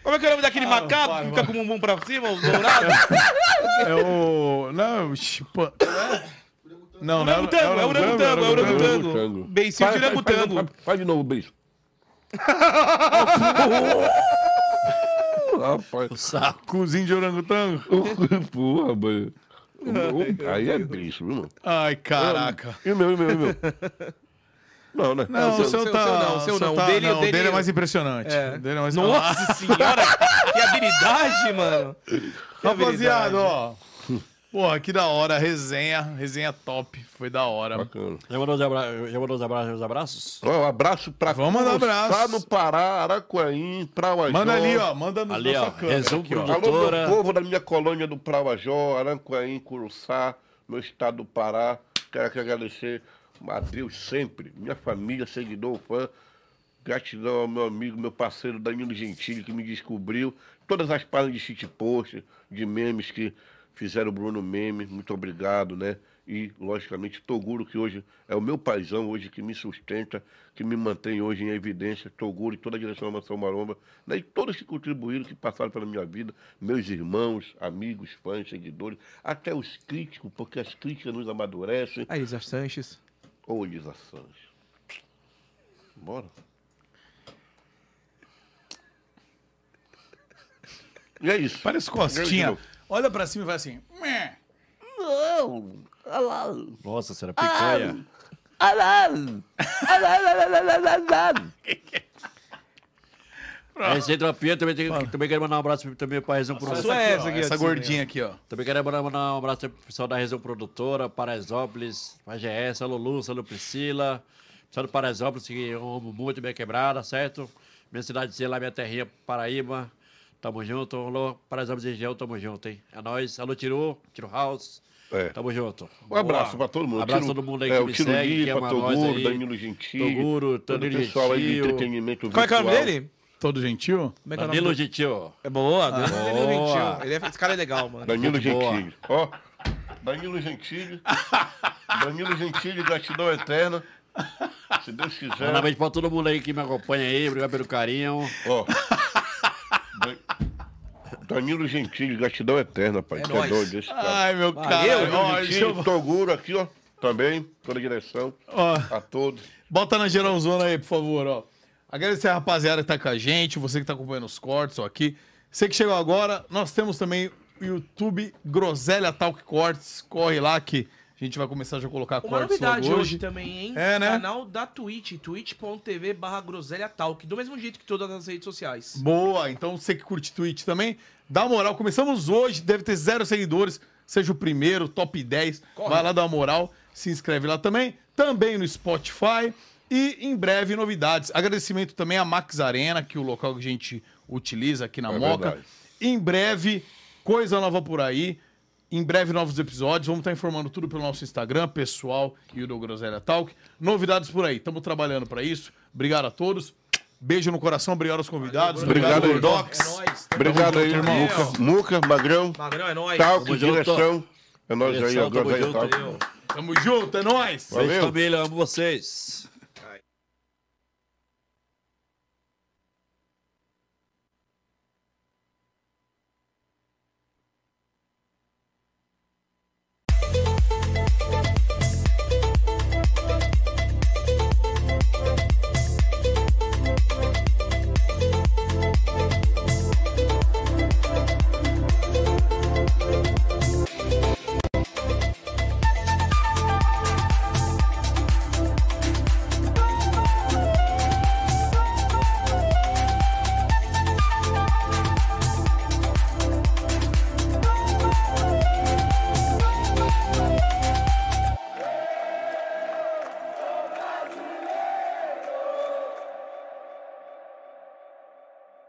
Speaker 1: Como é que é o nome daquele macaco que fica com o bumbum pra cima, o dourado?
Speaker 2: É o. Não, chipa. Não, não.
Speaker 1: Orangotango, é orangotango, é orangotango.
Speaker 4: orangotango.
Speaker 1: Beicinho de
Speaker 4: Faz- faz- faz-
Speaker 1: orangotango.
Speaker 4: faz- Faz de novo
Speaker 2: (laughs)
Speaker 4: o beijo. Rapaz, (laughs)
Speaker 3: Saco.
Speaker 2: Cozinho de orangotango.
Speaker 4: porra, mano. O- o- Aí é bicho, viu, mano?
Speaker 2: Ai, caraca.
Speaker 4: E o meu, e o meu, e o meu. Não, né?
Speaker 2: Não, o seu,
Speaker 1: seu-
Speaker 2: tá.
Speaker 1: seu não, o seu não. O
Speaker 2: tá-
Speaker 1: dele-
Speaker 2: não,
Speaker 1: o
Speaker 2: o dele
Speaker 1: dele-
Speaker 2: é mais impressionante.
Speaker 1: É.
Speaker 2: O dele é mais
Speaker 1: Nossa senhora, que habilidade, mano. Que habilidade.
Speaker 2: Rapaziada, ó. Porra, que da hora, resenha, resenha top, foi da hora.
Speaker 4: Bacana.
Speaker 3: Já mandou os abra- já mandou os abraços? os abraços?
Speaker 4: Ó, um abraço pra
Speaker 2: Vamos mandar um abraço.
Speaker 4: Tá no Pará, Araquaim, Prauajó.
Speaker 2: Manda ali, ó, manda no
Speaker 3: Ali, ó.
Speaker 2: nossa câmera.
Speaker 3: Resumo
Speaker 2: aqui, ó.
Speaker 4: Alô,
Speaker 3: produtora.
Speaker 4: meu povo da minha colônia do Prauajó, Aranquaim, Curuçá, meu estado do Pará. Quero aqui agradecer a Deus sempre, minha família, seguidor, fã. Gratidão ao meu amigo, meu parceiro Danilo Gentili, que me descobriu. Todas as páginas de shit post, de memes que fizeram o Bruno Meme, muito obrigado, né? E, logicamente, Toguro, que hoje é o meu paizão, hoje que me sustenta, que me mantém hoje em evidência. Toguro e toda a direção da Mansão Maromba, né? E todos que contribuíram, que passaram pela minha vida, meus irmãos, amigos, fãs, seguidores, até os críticos, porque as críticas nos amadurecem.
Speaker 1: A Elisa Sanches.
Speaker 4: Ô, Elisa Sanches. Bora. E é isso.
Speaker 2: Parece
Speaker 4: Eu
Speaker 2: costinha.
Speaker 4: de novo.
Speaker 2: Olha pra cima e vai assim. "Mé".
Speaker 3: Nossa senhora,
Speaker 2: (laughs)
Speaker 3: picanha. Esse entropia também, tem, também quero mandar um abraço também pra Rezão
Speaker 1: Sua
Speaker 3: Produtora.
Speaker 1: é
Speaker 2: Ó,
Speaker 1: essa aqui,
Speaker 2: Essa
Speaker 1: assim,
Speaker 2: gordinha aqui, ó.
Speaker 3: Também quero mandar- mandar um abraço pro pessoal da Rezão Produtora, Paraisópolis, pra GS, alô Lúcia, alô Priscila, pessoal do Paraisópolis, que eu amo muito, minha quebrada, certo? Minha cidadezinha lá, minha terrinha, Paraíba, tamo junto. Alô, Paraisópolis e região, tamo junto, hein? É nóis. Alô, Tiro, Tiro House,
Speaker 4: É.
Speaker 3: tamo junto.
Speaker 4: Um abraço pra todo mundo.
Speaker 3: Abraço
Speaker 4: Tiro-
Speaker 3: a todo mundo aí
Speaker 4: é,
Speaker 3: que
Speaker 4: o
Speaker 3: me
Speaker 4: Tiro
Speaker 3: segue, que
Speaker 4: Lipa,
Speaker 3: ama nós
Speaker 4: Toguro,
Speaker 3: aí.
Speaker 4: Danilo Gentili.
Speaker 3: Toguro,
Speaker 4: todo o
Speaker 3: Danilo
Speaker 4: pessoal aí de
Speaker 3: Gentil.
Speaker 4: entretenimento
Speaker 1: Como é que é o nome
Speaker 4: virtual.
Speaker 1: dele?
Speaker 2: Todo gentil?
Speaker 1: Como é que é o nome
Speaker 3: Danilo
Speaker 1: dele?
Speaker 3: Gentil. Ah,
Speaker 1: É boa, Danilo
Speaker 3: Boa.
Speaker 1: Gentil. Ele é- Esse cara é legal, mano.
Speaker 4: Danilo
Speaker 3: Gente boa.
Speaker 4: Gentili. Ó, Danilo
Speaker 3: (laughs)
Speaker 4: Gentili. Danilo Gentili, gratidão eterna. Se Deus
Speaker 1: É.
Speaker 4: quiser.
Speaker 3: Parabéns pra todo mundo aí que me acompanha aí, obrigado pelo carinho.
Speaker 4: Ó. Dan- Danilo Gentili, gratidão eterna, pai.
Speaker 1: É
Speaker 4: Você
Speaker 1: nóis.
Speaker 4: doido, esse cara.
Speaker 2: Ai, meu
Speaker 1: Valeu,
Speaker 2: cara.
Speaker 1: meu
Speaker 2: Ó, deixa
Speaker 4: Tio
Speaker 2: eu-
Speaker 4: Toguro aqui, ó. Também, toda a direção.
Speaker 2: ó.
Speaker 4: A todos.
Speaker 2: Bota na geralzona aí, por favor, ó. Agradecer a rapaziada que tá com a gente, você que tá acompanhando os cortes, ó, aqui. Você que chegou agora, nós temos também o YouTube Groselha Talk Cortes. Corre lá que a gente vai começar já a colocar
Speaker 1: Uma
Speaker 2: cortes logo
Speaker 1: novidade
Speaker 2: hoje.
Speaker 1: hoje. também, hein?
Speaker 2: É, né?
Speaker 1: Canal da Twitch, twitch.tv barra groselha talk, do mesmo jeito que todas as redes sociais.
Speaker 2: Boa, então você que curte Twitch também, dá uma moral. Começamos hoje, deve ter zero seguidores. Seja o primeiro, top 10.
Speaker 1: Corre.
Speaker 2: Vai lá dar uma moral, se inscreve lá também. Também no Spotify. E em breve, novidades. Agradecimento também à Max Arena, que é o local que a gente utiliza aqui na
Speaker 4: É
Speaker 2: Moca.
Speaker 4: verdade.
Speaker 2: Em breve, coisa nova por aí. Em breve, novos episódios. Vamos estar informando tudo pelo nosso Instagram, pessoal e o do Groselha Talk. Novidades por aí. Estamos trabalhando para isso. Obrigado a todos. Beijo no coração. Obrigado aos convidados.
Speaker 4: Obrigado,
Speaker 1: É
Speaker 2: Gordox.
Speaker 1: nóis.
Speaker 4: Obrigado aí,
Speaker 2: irmão.
Speaker 4: Muca, Muca, Magrão,
Speaker 1: Magrão, é nóis.
Speaker 4: Talco,
Speaker 3: Tamo junto.
Speaker 4: direção. É nós aí,
Speaker 3: Direção,
Speaker 4: agora
Speaker 3: tamo
Speaker 4: vai
Speaker 3: junto.
Speaker 4: Talco.
Speaker 1: Valeu.
Speaker 2: Tamo junto. É nóis.
Speaker 4: Valeu.
Speaker 3: Beijo, família, amo vocês.